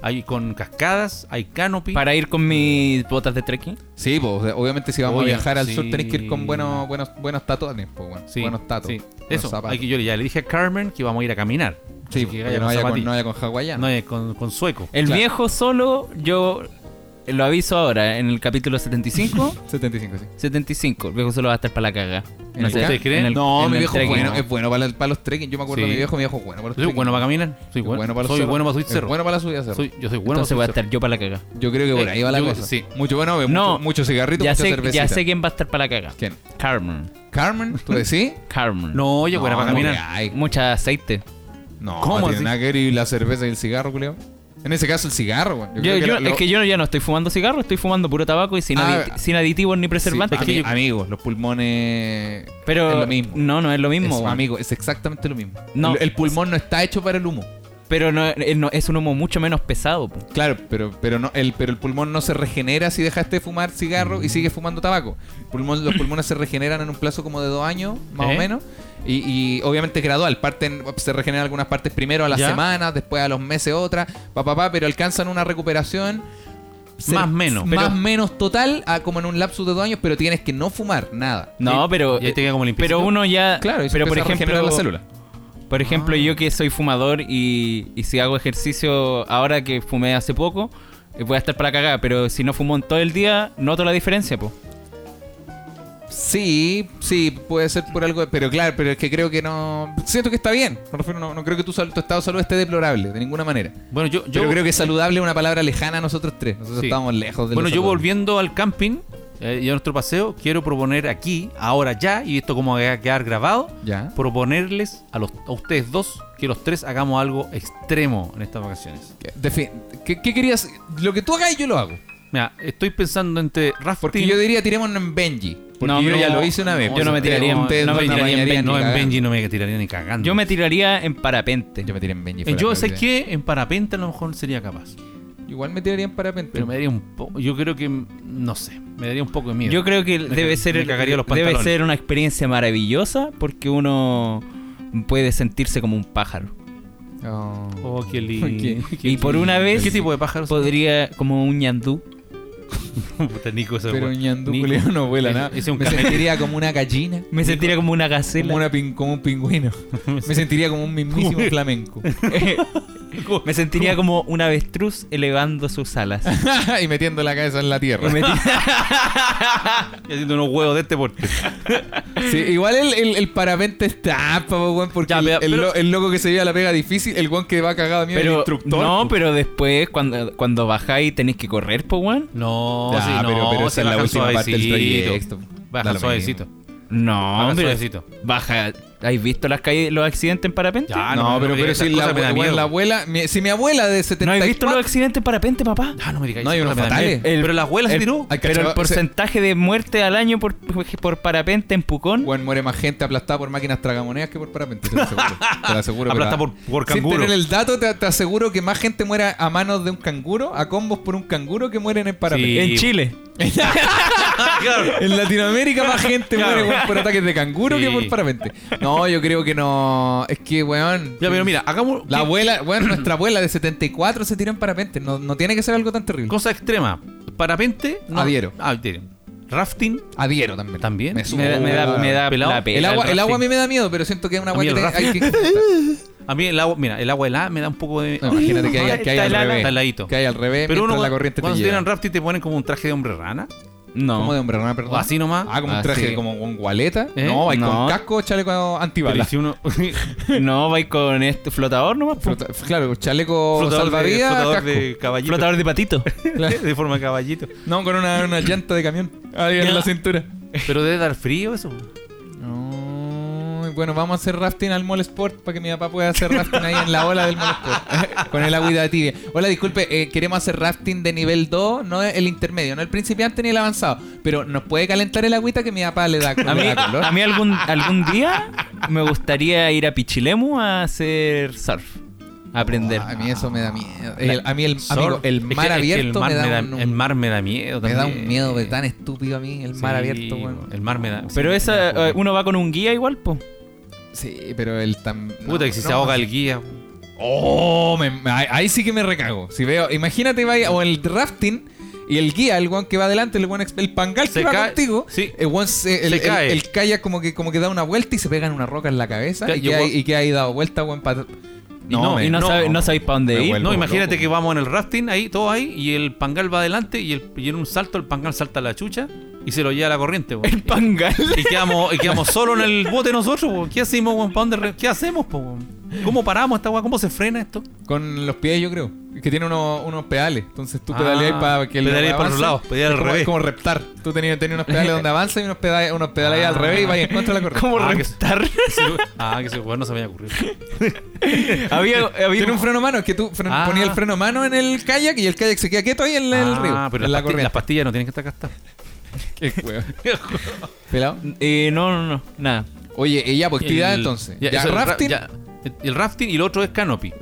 [SPEAKER 3] hay con cascadas, hay canopy.
[SPEAKER 2] Para ir con mis botas de trekking.
[SPEAKER 6] Sí, pues, obviamente si vamos
[SPEAKER 3] Oye,
[SPEAKER 6] a viajar al
[SPEAKER 3] sí.
[SPEAKER 6] sur tenéis que ir con buenos, buenos, buenos tatuajes, pues, bueno,
[SPEAKER 3] Sí,
[SPEAKER 6] buenos tatos.
[SPEAKER 3] sí.
[SPEAKER 6] buenos
[SPEAKER 3] Eso,
[SPEAKER 6] zapatos.
[SPEAKER 3] hay que, yo ya le dije a Carmen que vamos a ir a caminar.
[SPEAKER 6] Sí,
[SPEAKER 3] Así que
[SPEAKER 6] porque
[SPEAKER 3] vaya
[SPEAKER 6] no
[SPEAKER 3] con
[SPEAKER 6] vaya con,
[SPEAKER 3] zapatillas.
[SPEAKER 6] no vaya con hawaiano.
[SPEAKER 3] No, eh, con, con sueco.
[SPEAKER 2] El
[SPEAKER 6] Claro.
[SPEAKER 2] viejo solo, yo lo aviso ahora, en el capítulo
[SPEAKER 3] [LAUGHS]
[SPEAKER 2] 75.
[SPEAKER 6] 75, sí.
[SPEAKER 2] 75, el viejo solo va a estar para la caga.
[SPEAKER 6] ¿En el
[SPEAKER 2] se
[SPEAKER 6] qué? No, mi viejo es bueno, es bueno para, el- para los trekking. Yo me acuerdo
[SPEAKER 3] Sí.
[SPEAKER 6] de mi viejo, mi viejo es bueno para los
[SPEAKER 3] Soy
[SPEAKER 6] trekking.
[SPEAKER 3] bueno para caminar. Soy
[SPEAKER 6] Es
[SPEAKER 3] bueno,
[SPEAKER 6] para los
[SPEAKER 3] soy
[SPEAKER 6] cerros.
[SPEAKER 3] bueno para subir
[SPEAKER 6] Es
[SPEAKER 3] cerros.
[SPEAKER 6] Bueno para la subida de cerros.
[SPEAKER 3] Soy- yo soy bueno
[SPEAKER 2] Entonces voy a
[SPEAKER 3] para subir
[SPEAKER 2] estar yo para la caga.
[SPEAKER 6] Yo creo que por
[SPEAKER 3] Eh,
[SPEAKER 6] ahí va la
[SPEAKER 3] yo-
[SPEAKER 6] cosa.
[SPEAKER 3] sí.
[SPEAKER 6] Mucho bueno, mucho,
[SPEAKER 2] No.
[SPEAKER 6] mucho cigarrito,
[SPEAKER 2] Ya
[SPEAKER 6] mucha
[SPEAKER 2] sé,
[SPEAKER 6] cervecita.
[SPEAKER 2] ya sé quién va a estar para la caga.
[SPEAKER 6] ¿Quién?
[SPEAKER 2] Carmen.
[SPEAKER 6] ¿Carmen?
[SPEAKER 3] [LAUGHS]
[SPEAKER 6] ¿Tú decís?
[SPEAKER 2] Carmen.
[SPEAKER 3] No, yo buena
[SPEAKER 6] No,
[SPEAKER 3] para
[SPEAKER 6] no,
[SPEAKER 3] caminar.
[SPEAKER 6] ay,
[SPEAKER 2] Mucha aceite.
[SPEAKER 6] No,
[SPEAKER 3] ¿Cómo
[SPEAKER 6] no tiene
[SPEAKER 3] así?
[SPEAKER 6] nada que ver y la cerveza y el cigarro, culeo. En ese caso, el cigarro, güey.
[SPEAKER 2] Yo-
[SPEAKER 6] creo
[SPEAKER 2] yo-
[SPEAKER 6] la- lo-
[SPEAKER 2] Es que yo ya no estoy fumando cigarro, estoy fumando puro tabaco y sin,
[SPEAKER 6] Ah,
[SPEAKER 2] adit- sin aditivos ni
[SPEAKER 6] Sí,
[SPEAKER 2] preservantes.
[SPEAKER 6] ami- Amigos, los pulmones.
[SPEAKER 2] pero
[SPEAKER 6] es lo mismo.
[SPEAKER 2] no, no es lo mismo.
[SPEAKER 6] Es,
[SPEAKER 2] weón.
[SPEAKER 6] amigo, es exactamente lo mismo.
[SPEAKER 2] No.
[SPEAKER 6] El, el pulmón no está hecho para el humo.
[SPEAKER 2] Pero no, eh, no, es un humo mucho menos pesado. po.
[SPEAKER 6] Claro, pero, pero, no, el, pero el pulmón no se regenera si dejaste de fumar cigarro y sigues fumando tabaco. Pulmón, los pulmones se regeneran en un plazo como de dos años, más
[SPEAKER 3] ¿Eh?
[SPEAKER 6] o menos. Y, y obviamente gradual. Parten, se regeneran algunas partes primero a las
[SPEAKER 3] Ya.
[SPEAKER 6] semanas, después a los meses otras, pa, pa, pa, pero alcanzan una recuperación
[SPEAKER 3] Más menos.
[SPEAKER 6] más
[SPEAKER 3] Pero-
[SPEAKER 6] menos total a como en un lapsus de dos años, pero tienes que no fumar nada.
[SPEAKER 2] No,
[SPEAKER 3] Sí,
[SPEAKER 2] pero.
[SPEAKER 3] y ahí te queda como limpiecito.
[SPEAKER 2] pero uno ya.
[SPEAKER 6] Claro, y se
[SPEAKER 2] pero por
[SPEAKER 6] empieza a regenerar
[SPEAKER 2] ejemplo.
[SPEAKER 6] la célula. Ah.
[SPEAKER 2] Por ejemplo, yo que soy fumador y, y si hago ejercicio ahora que fumé hace poco, eh, voy a estar para cagar. Pero si no fumo en todo el día, noto la diferencia, po.
[SPEAKER 6] Sí, sí, puede ser por algo, pero claro, pero es que creo que no. Siento que está bien. Me refiero, no, no creo que tu, sal- tu estado de salud esté deplorable, de ninguna manera.
[SPEAKER 3] Bueno, yo,
[SPEAKER 6] Yo
[SPEAKER 3] yo
[SPEAKER 6] creo que saludable es una palabra lejana a nosotros tres. Nosotros
[SPEAKER 3] Sí.
[SPEAKER 6] estábamos lejos de lo
[SPEAKER 3] Bueno, yo
[SPEAKER 6] saludable.
[SPEAKER 3] volviendo al camping eh, y a nuestro paseo, quiero proponer aquí, ahora ya, y esto como va a quedar grabado,
[SPEAKER 6] Ya.
[SPEAKER 3] proponerles a, los, a ustedes dos que los tres hagamos algo extremo en estas vacaciones.
[SPEAKER 6] Defi- ¿Qué, qué querías? Lo que tú hagas, yo lo hago.
[SPEAKER 3] Mira, estoy pensando entre rafting.
[SPEAKER 6] Porque yo diría, tirémonos en Benji. Porque
[SPEAKER 2] No,
[SPEAKER 6] yo
[SPEAKER 2] no,
[SPEAKER 6] ya lo hice una vez.
[SPEAKER 3] pues,
[SPEAKER 2] yo no me
[SPEAKER 6] Ustedes-
[SPEAKER 2] tiraría en-
[SPEAKER 6] ustedes
[SPEAKER 2] no me
[SPEAKER 6] dos
[SPEAKER 2] tiraría en
[SPEAKER 6] bañarían
[SPEAKER 3] no,
[SPEAKER 6] ni
[SPEAKER 3] en
[SPEAKER 6] cagando.
[SPEAKER 3] Benji no me tiraría ni cagando.
[SPEAKER 2] Yo me tiraría en parapente.
[SPEAKER 6] Mm. Yo me tiré en Benji.
[SPEAKER 3] Eh,
[SPEAKER 6] fuera
[SPEAKER 3] yo
[SPEAKER 6] de
[SPEAKER 3] sé
[SPEAKER 6] idea.
[SPEAKER 3] que en parapente a lo mejor sería capaz.
[SPEAKER 6] Igual me tiraría en parapente.
[SPEAKER 3] Pero me daría un poco. Yo creo que. No sé. Me daría un poco de miedo.
[SPEAKER 2] Yo creo que
[SPEAKER 3] Me
[SPEAKER 2] debe
[SPEAKER 3] ca-
[SPEAKER 2] ser
[SPEAKER 3] me cagaría los
[SPEAKER 2] debe
[SPEAKER 3] pantalones.
[SPEAKER 2] ser una experiencia maravillosa porque uno puede sentirse como un pájaro.
[SPEAKER 6] Oh.
[SPEAKER 3] Oh, qué lindo.
[SPEAKER 2] [LAUGHS]
[SPEAKER 6] Ok.
[SPEAKER 2] Y por una vez
[SPEAKER 3] ¿Qué tipo de
[SPEAKER 2] [LAUGHS]
[SPEAKER 3] pájaros?
[SPEAKER 2] podría como un ñandú.
[SPEAKER 3] Puta, Nico, ese
[SPEAKER 6] Pero
[SPEAKER 3] weón.
[SPEAKER 6] ñandú,
[SPEAKER 3] Nico.
[SPEAKER 6] culiao, no vuela
[SPEAKER 3] Ese-
[SPEAKER 6] nada.
[SPEAKER 3] ese pues. es un
[SPEAKER 6] me
[SPEAKER 3] camello.
[SPEAKER 6] sentiría como una [LAUGHS] gallina.
[SPEAKER 2] Me sentiría como una gacela.
[SPEAKER 6] Como, una pin- como un pingüino. [LAUGHS] Me sentiría como un mismísimo flamenco.
[SPEAKER 2] Me sentiría como un avestruz elevando sus alas.
[SPEAKER 6] [LAUGHS] y metiendo la cabeza en la tierra.
[SPEAKER 2] Me ti-
[SPEAKER 3] Y haciendo unos huevos de este
[SPEAKER 6] [LAUGHS]
[SPEAKER 3] porte.
[SPEAKER 6] Sí, igual el, el, el parapente es trampa, po, weón, porque
[SPEAKER 3] Ya,
[SPEAKER 6] el-
[SPEAKER 3] pero-
[SPEAKER 6] el, lo-
[SPEAKER 3] pero-
[SPEAKER 6] el loco que se lleva la pega difícil, el guan que va cagado de miedo, el
[SPEAKER 2] pero
[SPEAKER 6] instructor.
[SPEAKER 2] no, pero después cuando, cuando bajáis tenéis que correr, po weón.
[SPEAKER 3] No, [LAUGHS]
[SPEAKER 6] Ya,
[SPEAKER 3] sí, no,
[SPEAKER 6] pero, pero
[SPEAKER 3] sí,
[SPEAKER 6] esa es la
[SPEAKER 3] bajan
[SPEAKER 6] última parte del
[SPEAKER 3] suavecito.
[SPEAKER 6] trayecto. Da
[SPEAKER 3] Baja
[SPEAKER 6] lo
[SPEAKER 3] suavecito.
[SPEAKER 2] No,
[SPEAKER 3] Baja
[SPEAKER 2] pero
[SPEAKER 3] Ah, suavecito.
[SPEAKER 2] baja. ¿Has visto las calles, los accidentes en parapente?
[SPEAKER 3] Ya, eh,
[SPEAKER 6] Ah, no, pero, pero si la,
[SPEAKER 3] me da
[SPEAKER 6] weón,
[SPEAKER 3] miedo.
[SPEAKER 6] la abuela, mi- si mi abuela de
[SPEAKER 2] ¿No
[SPEAKER 6] 70
[SPEAKER 2] has visto los accidentes en parapente, papá?
[SPEAKER 3] Ah, no me digas.
[SPEAKER 6] No, hay
[SPEAKER 3] eso,
[SPEAKER 6] unos
[SPEAKER 3] me da miedo.
[SPEAKER 6] fatales.
[SPEAKER 3] pero la abuela se
[SPEAKER 2] el-
[SPEAKER 3] tiró.
[SPEAKER 6] Ay,
[SPEAKER 2] Pero
[SPEAKER 6] cachaba,
[SPEAKER 2] el porcentaje de muerte al año por, por parapente en Pucón.
[SPEAKER 6] muere más gente aplastada por máquinas tragamonedas que por parapente, te lo aseguro. Te lo aseguro,
[SPEAKER 3] [LAUGHS]
[SPEAKER 6] pero-
[SPEAKER 3] Aplasta por, por
[SPEAKER 6] Sin
[SPEAKER 3] canguro. [LAUGHS]
[SPEAKER 6] tener el dato, te, te aseguro que más gente muera a manos de un canguro, a combos por un canguro que mueren en parapente.
[SPEAKER 2] en Chile.
[SPEAKER 3] Ah, Claro.
[SPEAKER 6] [LAUGHS] En Latinoamérica más
[SPEAKER 3] [LAUGHS]
[SPEAKER 6] gente muere weón, por ataques de canguro
[SPEAKER 3] Sí.
[SPEAKER 6] que por parapente. No, yo creo que no. Es que, weón.
[SPEAKER 3] Ya, pero mira, hagamos
[SPEAKER 6] La
[SPEAKER 3] ¿qué-
[SPEAKER 6] abuela, weón, nuestra abuela de 74 se tiró en parapente. No, no tiene que ser algo tan terrible.
[SPEAKER 3] cosa extrema. Parapente.
[SPEAKER 6] Adhiero.
[SPEAKER 3] Ah, adhiero. Rafting.
[SPEAKER 6] Adhiero también.
[SPEAKER 3] También.
[SPEAKER 6] Me, subo,
[SPEAKER 2] Me, da- me da,
[SPEAKER 6] weón.
[SPEAKER 2] me da
[SPEAKER 3] Pelado.
[SPEAKER 2] la pena.
[SPEAKER 6] El agua, el agua a mí
[SPEAKER 2] rafting.
[SPEAKER 6] me da miedo, pero siento que es una
[SPEAKER 3] A
[SPEAKER 6] agua
[SPEAKER 3] mí
[SPEAKER 6] que,
[SPEAKER 3] el
[SPEAKER 6] te- hay que-
[SPEAKER 3] A mí el agua, mira, el agua helada me da un poco de.
[SPEAKER 6] [LAUGHS] No, imagínate
[SPEAKER 3] [LAUGHS]
[SPEAKER 6] que hay, que hay
[SPEAKER 2] Está
[SPEAKER 6] al
[SPEAKER 2] helada.
[SPEAKER 6] revés.
[SPEAKER 3] Está heladito.
[SPEAKER 6] Que hay al revés,
[SPEAKER 3] pero uno
[SPEAKER 6] mientras
[SPEAKER 3] cuando,
[SPEAKER 6] la corriente te
[SPEAKER 3] cuando te
[SPEAKER 6] llega.
[SPEAKER 3] tiran rafting te ponen como un traje de hombre rana.
[SPEAKER 6] Como de
[SPEAKER 2] No.
[SPEAKER 6] hombre, no, perdón.
[SPEAKER 3] O así nomás.
[SPEAKER 6] Ah, como un
[SPEAKER 2] Ah,
[SPEAKER 6] traje
[SPEAKER 2] sí.
[SPEAKER 6] como con gualeta.
[SPEAKER 3] ¿Eh?
[SPEAKER 6] No, hay
[SPEAKER 2] No.
[SPEAKER 6] con casco, chaleco
[SPEAKER 3] Pero
[SPEAKER 6] antibalas.
[SPEAKER 3] si [LAUGHS] uno.
[SPEAKER 2] No, vais con este flotador nomás. po.
[SPEAKER 6] Flota- claro, chaleco salvavidas,
[SPEAKER 3] flotador
[SPEAKER 6] casco.
[SPEAKER 3] de caballito.
[SPEAKER 2] Flotador de patito.
[SPEAKER 3] de forma de caballito.
[SPEAKER 6] No, con una, una llanta de camión. Ahí en la cintura.
[SPEAKER 3] [LAUGHS] Pero debe dar frío eso.
[SPEAKER 6] Ay, bueno, vamos a hacer rafting al Mall Sport para que mi papá pueda hacer rafting ahí en la ola del Mall
[SPEAKER 3] [LAUGHS]
[SPEAKER 6] Sport. con el agüita tibia. Hola, disculpe, eh, queremos hacer rafting de nivel 2, no el intermedio, no el principiante ni el avanzado. Pero nos puede calentar el agüita que mi papá le da,
[SPEAKER 2] A mí,
[SPEAKER 6] le da color.
[SPEAKER 2] a mí algún, algún día me gustaría ir a Pichilemu a hacer surf. A aprender.
[SPEAKER 3] Ah,
[SPEAKER 6] A mí eso me da miedo. El- a mí el, amigo, el
[SPEAKER 3] Es que-
[SPEAKER 6] mar
[SPEAKER 3] es que el
[SPEAKER 6] abierto
[SPEAKER 3] mar
[SPEAKER 6] me da, un,
[SPEAKER 3] el mar me da miedo
[SPEAKER 6] me da un
[SPEAKER 3] también.
[SPEAKER 6] miedo pero tan estúpido a mí, el mar
[SPEAKER 3] Sí,
[SPEAKER 6] abierto. Bueno.
[SPEAKER 3] El mar me da.
[SPEAKER 2] Pero
[SPEAKER 3] sí,
[SPEAKER 2] esa,
[SPEAKER 3] me da
[SPEAKER 2] eh, uno va con un guía igual, po.
[SPEAKER 6] Sí, pero el tan...
[SPEAKER 3] Puta,
[SPEAKER 6] no,
[SPEAKER 3] que si
[SPEAKER 6] no,
[SPEAKER 3] se
[SPEAKER 6] no
[SPEAKER 3] ahoga
[SPEAKER 6] sé.
[SPEAKER 3] el guía.
[SPEAKER 6] Oh, me- me- ahí- ahí sí que me recago. Si veo, imagínate vaya o el rafting y el guía, el guan que va adelante, el guan ex- el pangal
[SPEAKER 3] Se
[SPEAKER 6] que va
[SPEAKER 3] cae-
[SPEAKER 6] contigo,
[SPEAKER 3] sí.
[SPEAKER 6] el guan se- el,
[SPEAKER 3] Se
[SPEAKER 6] el-
[SPEAKER 3] cae.
[SPEAKER 6] el kayak como que como que da una vuelta y se pega en una roca en la cabeza
[SPEAKER 3] Ca-
[SPEAKER 6] y
[SPEAKER 3] yo
[SPEAKER 6] que
[SPEAKER 3] guan-
[SPEAKER 6] ahí- y que ahí dado vuelta guan para
[SPEAKER 2] Y no,
[SPEAKER 3] me-
[SPEAKER 2] y no, sabe- no sabéis para dónde
[SPEAKER 6] Me
[SPEAKER 2] ir.
[SPEAKER 6] vuelvo.
[SPEAKER 3] eh, No,
[SPEAKER 6] Loco,
[SPEAKER 3] imagínate
[SPEAKER 6] loco.
[SPEAKER 3] que vamos en el rafting ahí, todo ahí, y el pangal va adelante y, el, y en un salto el pangal salta a la chucha y se lo lleva a la corriente, po.
[SPEAKER 2] El [LAUGHS] pangal.
[SPEAKER 3] [LAUGHS] Y quedamos, y quedamos solo en el bote nosotros, po. ¿Qué hacemos, weón? ¿Pa dónde re- ¿Qué hacemos, po, weón? ¿Cómo paramos esta weá? ¿Cómo se frena esto?
[SPEAKER 6] Con los pies, yo creo. Que tiene unos, unos pedales. Entonces tú
[SPEAKER 3] Ah,
[SPEAKER 6] pedaleas para que
[SPEAKER 3] pedaleas
[SPEAKER 6] weá
[SPEAKER 3] para los
[SPEAKER 6] avance.
[SPEAKER 3] lados, pedaleas
[SPEAKER 6] Es
[SPEAKER 3] al
[SPEAKER 6] como-
[SPEAKER 3] revés.
[SPEAKER 6] Es como reptar. Tú tenías, tenías unos pedales donde avanza y unos pedales, unos pedales al revés y vas en contra
[SPEAKER 3] [LAUGHS]
[SPEAKER 6] de la corriente.
[SPEAKER 2] ¿Cómo
[SPEAKER 3] Ah, que-
[SPEAKER 2] reptar?
[SPEAKER 3] [LAUGHS] Ah, que se weón no se me había ocurrido.
[SPEAKER 2] [LAUGHS] había, había
[SPEAKER 6] Tiene
[SPEAKER 2] un
[SPEAKER 6] un freno mano, es que tú fre-
[SPEAKER 3] Ah.
[SPEAKER 6] ponías el freno mano en el kayak y el kayak se queda quieto ahí en, la- en el río.
[SPEAKER 3] Ah, pero
[SPEAKER 6] en
[SPEAKER 3] las, pasti- las
[SPEAKER 6] la corriente.
[SPEAKER 3] pastillas no tienen que estar gastadas.
[SPEAKER 6] Qué
[SPEAKER 3] [LAUGHS]
[SPEAKER 6] huevo. Pelado.
[SPEAKER 2] Eh, no, no, no, nada.
[SPEAKER 6] Oye, ella, pues actividad
[SPEAKER 3] El-
[SPEAKER 6] entonces.
[SPEAKER 3] ya,
[SPEAKER 6] Ya,
[SPEAKER 3] eso, el ra-
[SPEAKER 6] rafting.
[SPEAKER 3] ya. el rafting y el otro es canopy.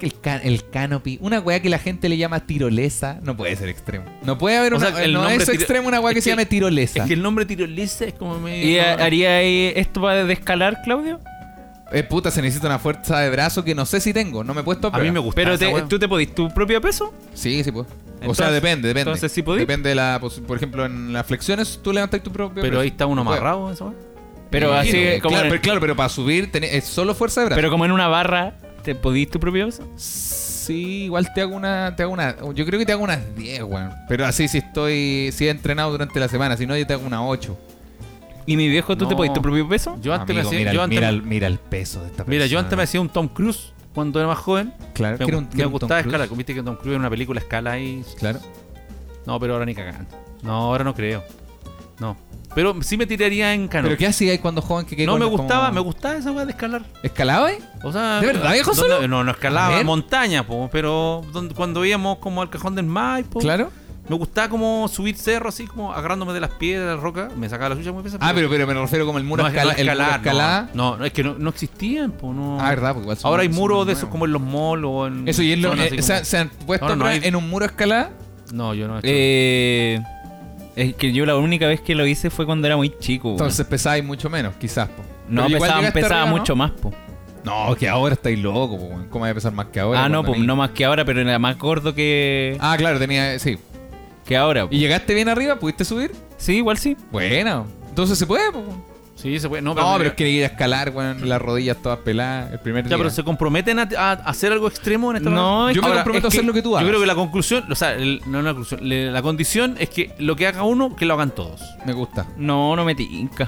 [SPEAKER 6] El, ca- el canopy. Una weá que la gente le llama tirolesa. No puede ser extremo. No puede haber
[SPEAKER 3] O
[SPEAKER 6] una.
[SPEAKER 3] sea, el
[SPEAKER 6] no
[SPEAKER 3] nombre
[SPEAKER 6] es
[SPEAKER 3] tiro-
[SPEAKER 6] extremo una weá que,
[SPEAKER 3] es
[SPEAKER 6] se
[SPEAKER 3] que-
[SPEAKER 6] llame tirolesa.
[SPEAKER 3] Es que el nombre tirolesa es como medio.
[SPEAKER 2] ¿Y ha- haría ahí esto para descalar, Claudio?
[SPEAKER 6] Eh, puta, se necesita una fuerza de brazo que no sé si tengo. No me he puesto
[SPEAKER 3] a mí me
[SPEAKER 6] gusta.
[SPEAKER 3] gusta.
[SPEAKER 2] Pero
[SPEAKER 3] esa
[SPEAKER 2] te-
[SPEAKER 3] weá.
[SPEAKER 2] tú te podís tu propio peso.
[SPEAKER 6] Sí, sí puedo. o
[SPEAKER 2] Entonces-
[SPEAKER 6] sea, depende, depende.
[SPEAKER 2] entonces sí podí.
[SPEAKER 6] Depende de la. pos- Por ejemplo, en las flexiones tú levantas tu propio.
[SPEAKER 3] Pero
[SPEAKER 6] peso.
[SPEAKER 3] ahí está uno
[SPEAKER 6] Puedo.
[SPEAKER 3] amarrado, esa weá.
[SPEAKER 2] Pero
[SPEAKER 6] Sí,
[SPEAKER 2] así
[SPEAKER 6] no, eh,
[SPEAKER 2] como
[SPEAKER 6] claro,
[SPEAKER 2] en-
[SPEAKER 6] pero, claro, pero para subir tenés- es solo fuerza de brazo.
[SPEAKER 2] pero como en una barra, ¿te podís tu propio peso?
[SPEAKER 6] Sí, igual te hago una, te hago una, yo creo que te hago unas 10, weón. Pero así si estoy, si he entrenado durante la semana, si no yo te hago una 8.
[SPEAKER 2] ¿Y mi viejo, tú te
[SPEAKER 3] No.
[SPEAKER 2] podís tu propio peso?
[SPEAKER 3] Yo antes me
[SPEAKER 6] Amigo,
[SPEAKER 3] hacía.
[SPEAKER 6] mira,
[SPEAKER 3] yo
[SPEAKER 6] el-
[SPEAKER 3] antes
[SPEAKER 6] mira
[SPEAKER 3] me-
[SPEAKER 6] el- mira el peso de esta persona.
[SPEAKER 3] Mira, yo antes me hacía un Tom Cruise cuando era más joven.
[SPEAKER 6] Claro,
[SPEAKER 3] Me,
[SPEAKER 6] que era un-
[SPEAKER 3] me
[SPEAKER 6] que era un Tom
[SPEAKER 3] gustaba
[SPEAKER 6] Cruise.
[SPEAKER 3] escalar. Viste que Tom Cruise en una película escala ahí.
[SPEAKER 6] Claro.
[SPEAKER 3] No, pero ahora ni cagando. No, ahora no creo. No. Pero sí me tiraría en cano.
[SPEAKER 6] Pero ¿qué hacías cuando joven que
[SPEAKER 3] No me gustaba, me gustaba esa weá de escalar.
[SPEAKER 6] gustaba. ¿Escalabas?
[SPEAKER 3] O sea,
[SPEAKER 6] ¿De verdad, viejo
[SPEAKER 3] ¿dónde-
[SPEAKER 6] solo?
[SPEAKER 3] No, no
[SPEAKER 6] A
[SPEAKER 3] escalaba
[SPEAKER 6] ver.
[SPEAKER 3] montaña, po, pero donde- cuando íbamos como al cajón del Maipo,
[SPEAKER 6] Claro.
[SPEAKER 3] me gustaba como subir cerro así, como agarrándome de las piedras, de la roca, me sacaba la suya muy pesada.
[SPEAKER 6] Ah, pero, pero me refiero como el muro
[SPEAKER 3] no, es-
[SPEAKER 6] escala,
[SPEAKER 3] no
[SPEAKER 6] el muro
[SPEAKER 3] escalar,
[SPEAKER 6] escalada.
[SPEAKER 3] No, no, no, es que no, no existían, po, no.
[SPEAKER 6] Ah, verdad, pues igual son-
[SPEAKER 3] Ahora hay
[SPEAKER 6] son
[SPEAKER 3] muros de
[SPEAKER 6] nuevos.
[SPEAKER 3] esos como en los malls o en.
[SPEAKER 6] Eso y es lo
[SPEAKER 3] zonas así
[SPEAKER 6] eh, se,
[SPEAKER 3] como-
[SPEAKER 6] se han puesto
[SPEAKER 3] Ahora no
[SPEAKER 6] ahora
[SPEAKER 3] hay-
[SPEAKER 6] en un muro escalada.
[SPEAKER 3] No, yo no. he hecho-
[SPEAKER 2] Eh, es que yo la única vez que lo hice fue cuando era muy chico. weón.
[SPEAKER 6] Entonces pesáis mucho menos, quizás, po.
[SPEAKER 2] no,
[SPEAKER 6] Pero igual
[SPEAKER 2] pesaba,
[SPEAKER 6] llegaste
[SPEAKER 2] pesaba
[SPEAKER 6] arriba, ¿no?
[SPEAKER 2] mucho más, po.
[SPEAKER 6] No, que ahora estáis loco, po. weón. ¿Cómo voy a pesar más que ahora?
[SPEAKER 2] ah, no,
[SPEAKER 6] cuando
[SPEAKER 2] pues
[SPEAKER 6] ni-
[SPEAKER 2] no más que ahora, pero era más gordo que,
[SPEAKER 6] Ah, claro, tenía. Sí.
[SPEAKER 2] que ahora. po.
[SPEAKER 6] ¿Y llegaste bien arriba? ¿Pudiste subir?
[SPEAKER 2] Sí, igual sí.
[SPEAKER 6] Bueno. Entonces se puede, po.
[SPEAKER 3] Sí, se puede. No,
[SPEAKER 6] No, pero,
[SPEAKER 3] mira,
[SPEAKER 6] es que ir a escalar, weón, las rodillas todas peladas. El primer
[SPEAKER 3] Ya,
[SPEAKER 6] día.
[SPEAKER 3] pero se comprometen a, a- a hacer algo extremo en esta
[SPEAKER 2] No,
[SPEAKER 3] relación?
[SPEAKER 2] yo me
[SPEAKER 3] Ahora,
[SPEAKER 6] comprometo
[SPEAKER 3] es
[SPEAKER 6] a hacer lo que tú hagas.
[SPEAKER 3] Yo creo que la conclusión, o sea, el- no es una conclusión, le- la condición es que lo que haga uno, que lo hagan todos.
[SPEAKER 6] Me gusta. [LAUGHS]
[SPEAKER 2] No, no me tinca.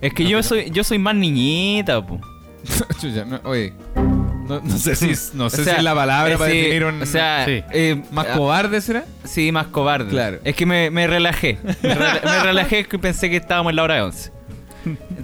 [SPEAKER 2] Es que yo soy yo soy más niñita, po.
[SPEAKER 6] Chucha, no, oye. No, no sé
[SPEAKER 2] [LAUGHS]
[SPEAKER 6] si, es- no sé
[SPEAKER 2] O sea,
[SPEAKER 6] si es la palabra
[SPEAKER 2] eh,
[SPEAKER 6] para
[SPEAKER 2] sí,
[SPEAKER 6] definir un.
[SPEAKER 2] O sea,
[SPEAKER 3] Sí.
[SPEAKER 2] eh,
[SPEAKER 6] ¿Más
[SPEAKER 2] ah,
[SPEAKER 6] cobarde será?
[SPEAKER 2] Sí, más cobarde.
[SPEAKER 6] Claro.
[SPEAKER 2] Es que me, me relajé. Me, rela- me relajé y pensé que estábamos en la hora de 11.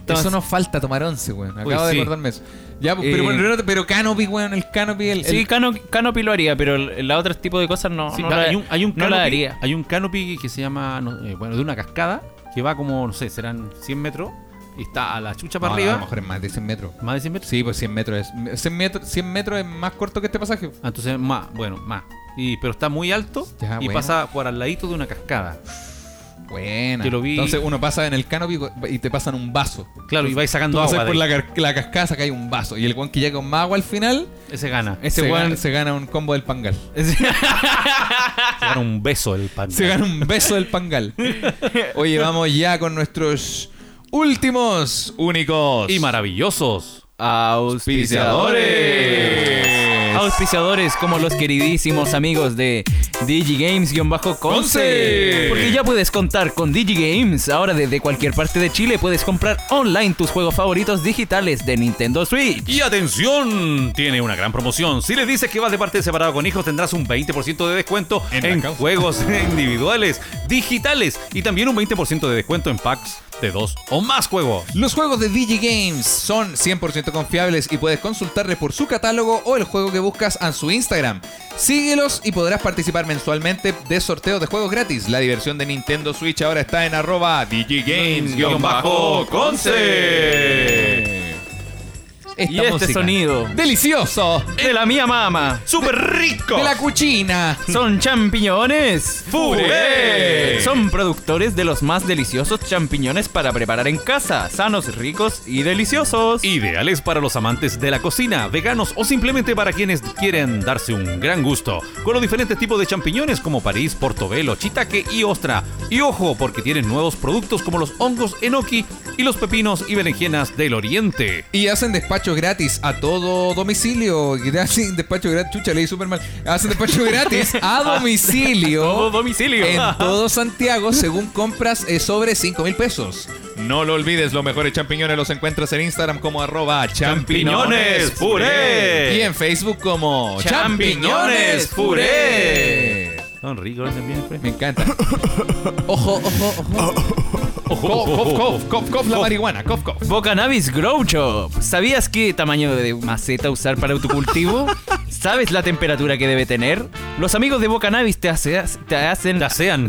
[SPEAKER 6] eso nos falta tomar once, weón. Acabo
[SPEAKER 2] Uy,
[SPEAKER 6] de
[SPEAKER 2] sí.
[SPEAKER 6] acordarme eso. Ya, pues,
[SPEAKER 2] Eh,
[SPEAKER 6] pero, bueno, pero, pero Canopy, weón, el Canopy, el.
[SPEAKER 2] Sí,
[SPEAKER 6] el-
[SPEAKER 2] cano, canopy lo haría, pero la otra tipo de cosas no,
[SPEAKER 3] Sí,
[SPEAKER 2] no la,
[SPEAKER 3] hay, un, hay, un
[SPEAKER 2] no la
[SPEAKER 3] canopy-
[SPEAKER 2] haría.
[SPEAKER 3] hay un canopy que se llama, no, eh, bueno, de una cascada, que va como, no sé, serán 100 metros, y está a la chucha
[SPEAKER 6] No,
[SPEAKER 3] para
[SPEAKER 6] no,
[SPEAKER 3] arriba.
[SPEAKER 6] a lo mejor es más de 100 metros.
[SPEAKER 3] Más de 100 metros.
[SPEAKER 6] Sí, pues 100 metros es. 100 metros, 100 metros es más corto que este pasaje.
[SPEAKER 3] Ah, Entonces, más, bueno, más. Y, pero está muy alto
[SPEAKER 6] Ya,
[SPEAKER 3] y
[SPEAKER 6] bueno.
[SPEAKER 3] pasa por al ladito de una cascada.
[SPEAKER 6] Buena.
[SPEAKER 3] Que lo vi-
[SPEAKER 6] Entonces uno pasa en el Canopy y te pasan un vaso.
[SPEAKER 3] Claro, y vais
[SPEAKER 6] Tú
[SPEAKER 3] sacando
[SPEAKER 6] pasas
[SPEAKER 3] agua.
[SPEAKER 6] por
[SPEAKER 3] de
[SPEAKER 6] la, car- la cascada, saca ahí un vaso. Y el guan que llega con más agua al final,
[SPEAKER 3] ahí. Ese gana.
[SPEAKER 2] Ese
[SPEAKER 6] se,
[SPEAKER 2] weón-
[SPEAKER 6] gana, se gana un combo del pangal.
[SPEAKER 2] [LAUGHS]
[SPEAKER 3] Se gana un beso el pan.
[SPEAKER 6] Se gana un beso
[SPEAKER 3] [LAUGHS]
[SPEAKER 6] del pangal. Oye, vamos ya con nuestros últimos, únicos
[SPEAKER 3] Y maravillosos.
[SPEAKER 6] auspiciadores.
[SPEAKER 2] Auspiciadores como los queridísimos amigos de
[SPEAKER 6] Conce.
[SPEAKER 2] Digigames-Conce. Porque ya puedes contar con Digigames. Ahora desde cualquier parte de Chile puedes comprar online tus juegos favoritos digitales de Nintendo Switch.
[SPEAKER 3] Y atención, tiene una gran promoción. Si le dices que vas de parte separado con hijos, tendrás un 20% de descuento en,
[SPEAKER 6] En la causa.
[SPEAKER 3] juegos [LAUGHS] individuales, digitales y también un 20% de descuento en packs de dos o más juegos.
[SPEAKER 6] Los juegos de DigiGames son 100% confiables y puedes consultarle por su catálogo o el juego que buscas en su Instagram. Síguelos y podrás participar mensualmente de sorteos de juegos gratis. La diversión de Nintendo Switch ahora está en arroba DigiGames-Conce.
[SPEAKER 2] Y este sonido
[SPEAKER 6] delicioso
[SPEAKER 2] de la mía mama
[SPEAKER 3] ¡Súper rico!
[SPEAKER 6] de la cuchina.
[SPEAKER 2] son champiñones.
[SPEAKER 3] ¡Furé!
[SPEAKER 2] Son productores de los más deliciosos champiñones para preparar en casa, sanos, ricos y deliciosos.
[SPEAKER 3] Ideales para los amantes de la cocina, veganos o simplemente para quienes quieren darse un gran gusto. Con los diferentes tipos de champiñones como París, Portobelo, Chitaque y Ostra. Y ojo, porque tienen nuevos productos como los hongos Enoki y los pepinos y berenjenas del oriente.
[SPEAKER 6] Y hacen despacho gratis a todo domicilio. [LAUGHS] Hacen despacho gratis. Chucha, leí súper mal. Hacen despacho gratis a domicilio.
[SPEAKER 2] Todo
[SPEAKER 1] [LAUGHS]
[SPEAKER 2] domicilio. [LAUGHS]
[SPEAKER 6] En todo Santiago, según compras eh, sobre 5 mil pesos.
[SPEAKER 1] No lo olvides, los mejores champiñones los encuentras en Instagram como arroba
[SPEAKER 3] ¡Champiñones
[SPEAKER 1] champiñones
[SPEAKER 3] puré!
[SPEAKER 1] Y en Facebook como
[SPEAKER 3] ¡Champiñones
[SPEAKER 1] champiñones puré.
[SPEAKER 3] Son ricos ¿eh? pues. también,
[SPEAKER 6] Me
[SPEAKER 1] [LAUGHS]
[SPEAKER 6] encanta. Ojo, ojo, ojo.
[SPEAKER 1] Cof, cof, cof, cof, cof, la marihuana, cof, cof.
[SPEAKER 2] Bocanabis Grow Shop. ¿Sabías qué tamaño de maceta usar para tu
[SPEAKER 3] [LAUGHS]
[SPEAKER 2] cultivo? ¿Sabes la temperatura que debe tener? Los amigos de Bocanabis te, hace- te hacen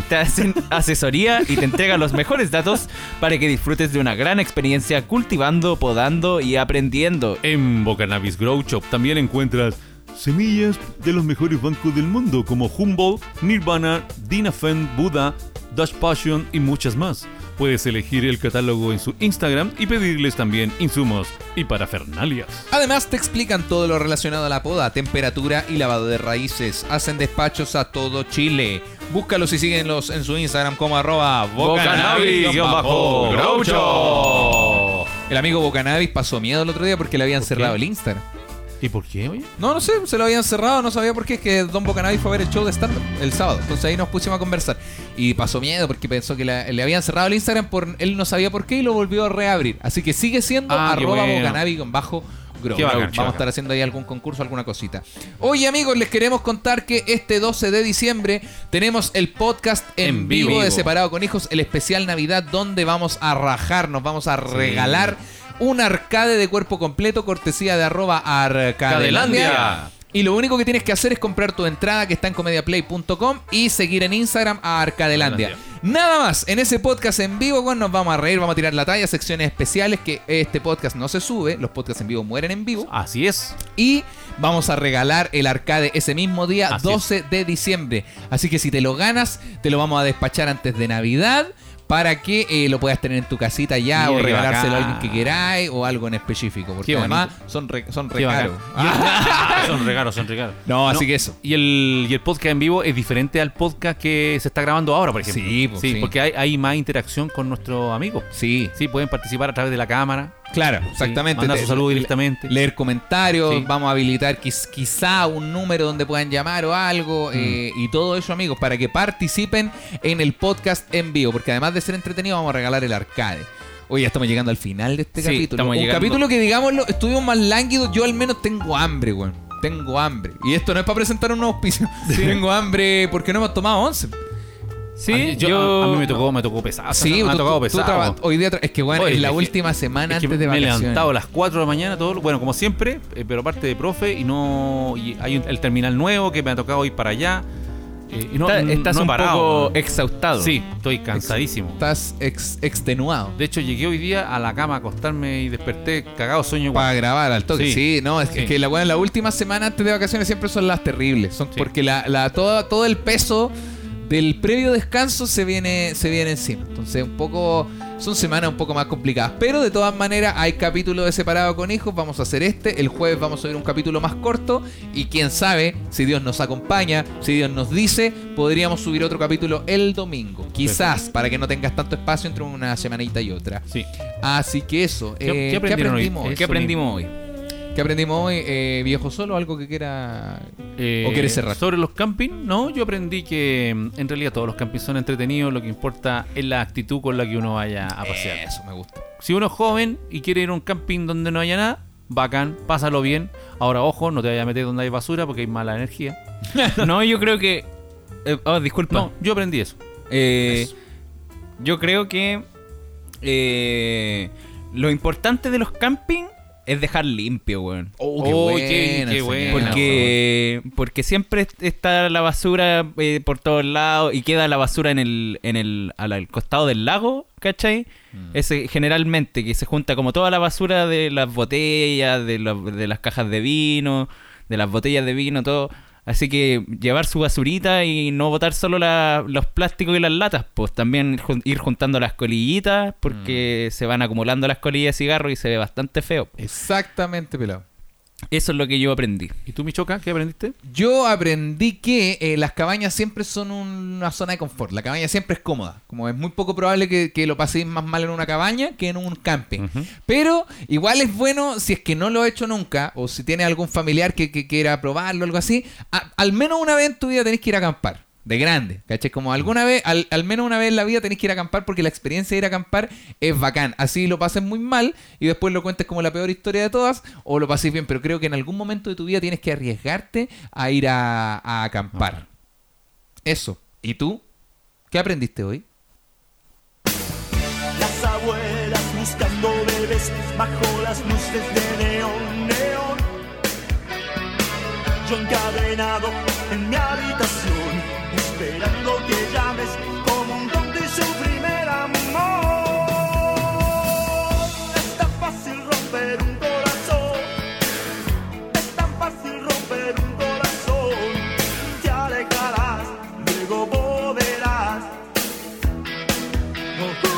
[SPEAKER 2] te hacen asesoría y te entregan los mejores datos para que disfrutes de una gran experiencia cultivando, podando y aprendiendo.
[SPEAKER 3] En Bocanabis Grow Shop también encuentras semillas de los mejores bancos del mundo como Humboldt, Nirvana, Dinafen, Buda, Dash Passion y muchas más. Puedes elegir el catálogo en su Instagram y pedirles también insumos y parafernalias.
[SPEAKER 6] Además, te explican todo lo relacionado a la poda, temperatura y lavado de raíces. Hacen despachos a todo Chile. Búscalos y síguenlos en su Instagram como arroba
[SPEAKER 3] Grow Shop.
[SPEAKER 6] El amigo Bocanabis pasó miedo el otro día porque le habían cerrado el Instagram.
[SPEAKER 3] ¿Y por qué, oye?
[SPEAKER 6] No, no sé, se lo habían cerrado, no sabía por qué. Es que Don Bocanabis fue a ver el show de stand el sábado. Entonces ahí nos pusimos a conversar. Y pasó miedo porque pensó que la- le habían cerrado el Instagram, por, él no sabía por qué y lo volvió a reabrir. Así que sigue siendo
[SPEAKER 3] Ah, qué
[SPEAKER 6] arroba
[SPEAKER 3] bueno.
[SPEAKER 6] Bocanabis con bajo. Grow.
[SPEAKER 3] Qué bacán,
[SPEAKER 6] Vamos
[SPEAKER 3] qué
[SPEAKER 6] a
[SPEAKER 3] bacán.
[SPEAKER 6] estar haciendo ahí algún concurso, alguna cosita. Oye amigos, les queremos contar que este 12 de diciembre tenemos el podcast en,
[SPEAKER 3] En
[SPEAKER 6] vivo,
[SPEAKER 3] vivo.
[SPEAKER 6] de Separado con Hijos, el especial Navidad donde vamos a rajar, nos vamos a regalar un arcade de cuerpo completo cortesía de arroba arcadelandia.
[SPEAKER 3] Cadelandia.
[SPEAKER 6] Y lo único que tienes que hacer es comprar tu entrada que está en comediaplay.com y seguir en Instagram a Arcadelandia. Nada más, en ese podcast en vivo, weón, nos vamos a reír, vamos a tirar la talla, secciones especiales que este podcast no se sube, los podcasts en vivo mueren en vivo.
[SPEAKER 3] Así es.
[SPEAKER 6] Y vamos a regalar el arcade ese mismo día,
[SPEAKER 3] Así
[SPEAKER 6] 12 de diciembre. Así que si te lo ganas, te lo vamos a despachar antes de Navidad para que eh, lo puedas tener en tu casita ya
[SPEAKER 3] Mira,
[SPEAKER 6] o
[SPEAKER 3] qué
[SPEAKER 6] regalárselo a
[SPEAKER 3] bacán.
[SPEAKER 6] alguien que queráis o algo en específico. Porque
[SPEAKER 3] Qué
[SPEAKER 6] además son re, son re
[SPEAKER 3] Qué
[SPEAKER 6] caros.
[SPEAKER 3] bacán. Ah, son regalos, son regalos.
[SPEAKER 6] No, así que eso.
[SPEAKER 3] Y el, y el podcast en vivo es diferente al podcast que se está grabando ahora, por ejemplo.
[SPEAKER 6] Sí, pues, sí.
[SPEAKER 3] porque hay, hay más interacción con nuestros amigos.
[SPEAKER 6] Sí,
[SPEAKER 3] Sí, pueden participar a través de la cámara.
[SPEAKER 6] claro,
[SPEAKER 3] sí,
[SPEAKER 6] exactamente.
[SPEAKER 3] mandar
[SPEAKER 6] Te-
[SPEAKER 3] su saludo directamente.
[SPEAKER 6] Leer comentarios,
[SPEAKER 3] Sí.
[SPEAKER 6] vamos a habilitar quiz- quizá un número donde puedan llamar o algo
[SPEAKER 3] Mm.
[SPEAKER 6] eh, y todo eso, amigos, para que participen en el podcast en vivo, porque además de ser entretenido, vamos a regalar el arcade. Hoy ya estamos llegando al final de este
[SPEAKER 2] Sí,
[SPEAKER 6] capítulo.
[SPEAKER 2] estamos
[SPEAKER 6] Un
[SPEAKER 2] llegando.
[SPEAKER 6] capítulo que, digámoslo, estuvimos más lánguidos. Yo al menos tengo hambre, weón. Tengo hambre. Y esto no es para presentar un nuevo
[SPEAKER 3] [LAUGHS]
[SPEAKER 6] auspicio. Tengo hambre porque no hemos tomado once.
[SPEAKER 2] Sí,
[SPEAKER 3] A mí- yo- a, a mí me tocó, me tocó pesado.
[SPEAKER 6] Sí,
[SPEAKER 3] me ha
[SPEAKER 6] tú-
[SPEAKER 3] tocado
[SPEAKER 6] tú- tú traba-
[SPEAKER 3] pesado.
[SPEAKER 6] Hoy día tra- es que, bueno,
[SPEAKER 3] Oye,
[SPEAKER 6] es la
[SPEAKER 3] es que-
[SPEAKER 6] última semana
[SPEAKER 3] Es que
[SPEAKER 6] antes de
[SPEAKER 3] me he
[SPEAKER 6] vacaciones.
[SPEAKER 3] levantado a las 4 de la mañana, todo, lo- bueno, como siempre, eh, pero aparte de profe, y no y hay un- el terminal nuevo que me ha tocado ir para allá. eh, y no,
[SPEAKER 2] Está-
[SPEAKER 3] n-
[SPEAKER 2] estás
[SPEAKER 3] no he
[SPEAKER 2] un
[SPEAKER 3] parado,
[SPEAKER 2] poco
[SPEAKER 3] weón.
[SPEAKER 2] exhaustado.
[SPEAKER 3] Sí, estoy cansadísimo.
[SPEAKER 6] Estás ex- extenuado.
[SPEAKER 3] De hecho, llegué hoy día a la cama a acostarme y desperté cagado sueño. igual.
[SPEAKER 6] Para grabar al toque. Sí,
[SPEAKER 3] Sí.
[SPEAKER 6] no, es que,
[SPEAKER 3] Sí.
[SPEAKER 6] es que la, weá, la última semana antes de vacaciones siempre son las terribles. Son
[SPEAKER 3] Sí.
[SPEAKER 6] porque la, la- todo, todo el peso del previo descanso se viene, se viene encima. Entonces, un poco. Son semanas un poco más complicadas. Pero de todas maneras, hay capítulo de separado con hijos. Vamos a hacer este. El jueves vamos a subir un capítulo más corto. Y quién sabe, si Dios nos acompaña, si Dios nos dice, podríamos subir otro capítulo el domingo. Quizás, para que no tengas tanto espacio entre una semanita y otra.
[SPEAKER 3] Sí.
[SPEAKER 6] Así que eso.
[SPEAKER 3] ¿Qué-
[SPEAKER 6] eh,
[SPEAKER 3] qué
[SPEAKER 6] ¿Qué,
[SPEAKER 3] aprendieron hoy?
[SPEAKER 6] aprendimos?
[SPEAKER 2] ¿Qué
[SPEAKER 3] Eso
[SPEAKER 2] aprendimos hoy?
[SPEAKER 6] ¿Qué aprendimos hoy? Eh, ¿Viejo solo? ¿Algo que quiera...?
[SPEAKER 3] Eh,
[SPEAKER 6] ¿O quieres cerrar?
[SPEAKER 3] Sobre los camping, no, yo aprendí que mm, en realidad todos los campings son entretenidos, lo que importa es la actitud con la que uno vaya a pasear.
[SPEAKER 6] Eso me gusta.
[SPEAKER 3] Si uno es joven y quiere ir a un camping donde no haya nada, bacán, pásalo bien. Ahora, ojo, no te vayas a meter donde hay basura porque hay mala energía. [LAUGHS]
[SPEAKER 2] No, yo creo que. eh, oh, disculpa.
[SPEAKER 3] No, yo aprendí eso.
[SPEAKER 2] Eh, yo creo que eh, lo importante de los camping es dejar limpio, weón.
[SPEAKER 6] ¡Oh,
[SPEAKER 3] Oh, qué- qué buena,
[SPEAKER 2] Porque, porque siempre est- está la basura eh, por todos lados y queda la basura en el, en el al, al costado del lago, ¿cachai?
[SPEAKER 3] Mm.
[SPEAKER 2] Ese, generalmente, que se junta como toda la basura de las botellas, de, la- de las cajas de vino, de las botellas de vino, todo. Así que llevar su basurita y no botar solo la- los plásticos y las latas, pues también jun- ir juntando las colillitas,
[SPEAKER 3] Mm.
[SPEAKER 2] porque se van acumulando las colillas de cigarro y se ve bastante feo.
[SPEAKER 6] Exactamente, pelado.
[SPEAKER 2] Eso es lo que yo aprendí.
[SPEAKER 3] ¿Y tú, Michoca, qué aprendiste?
[SPEAKER 6] Yo aprendí que eh, las cabañas siempre son un- una zona de confort. La cabaña siempre es cómoda. Como es muy poco probable que, que lo paséis más mal en una cabaña que en un camping. Pero igual es bueno, si es que no lo he hecho nunca, o si tienes algún familiar que, que quiera probarlo o algo así, a- al menos una vez en tu vida tenés que ir a acampar. De grande, ¿cachai? Como alguna vez, al, al menos una vez en la vida tenés que ir a acampar porque la experiencia de ir a acampar es bacán. Así lo pases muy mal y después lo cuentes como la peor historia de todas o lo pases bien, pero creo que en algún momento de tu vida tienes que arriesgarte a ir a, a acampar. Eso. ¿Y tú? ¿Qué aprendiste hoy?
[SPEAKER 4] Las abuelas buscando bebés bajo las luces de neón, neón. Yo encadenado en mi habitación, esperando que llames como un don de su primer amor. Es tan fácil romper un corazón, es tan fácil romper un corazón. Te alejarás, luego volverás. No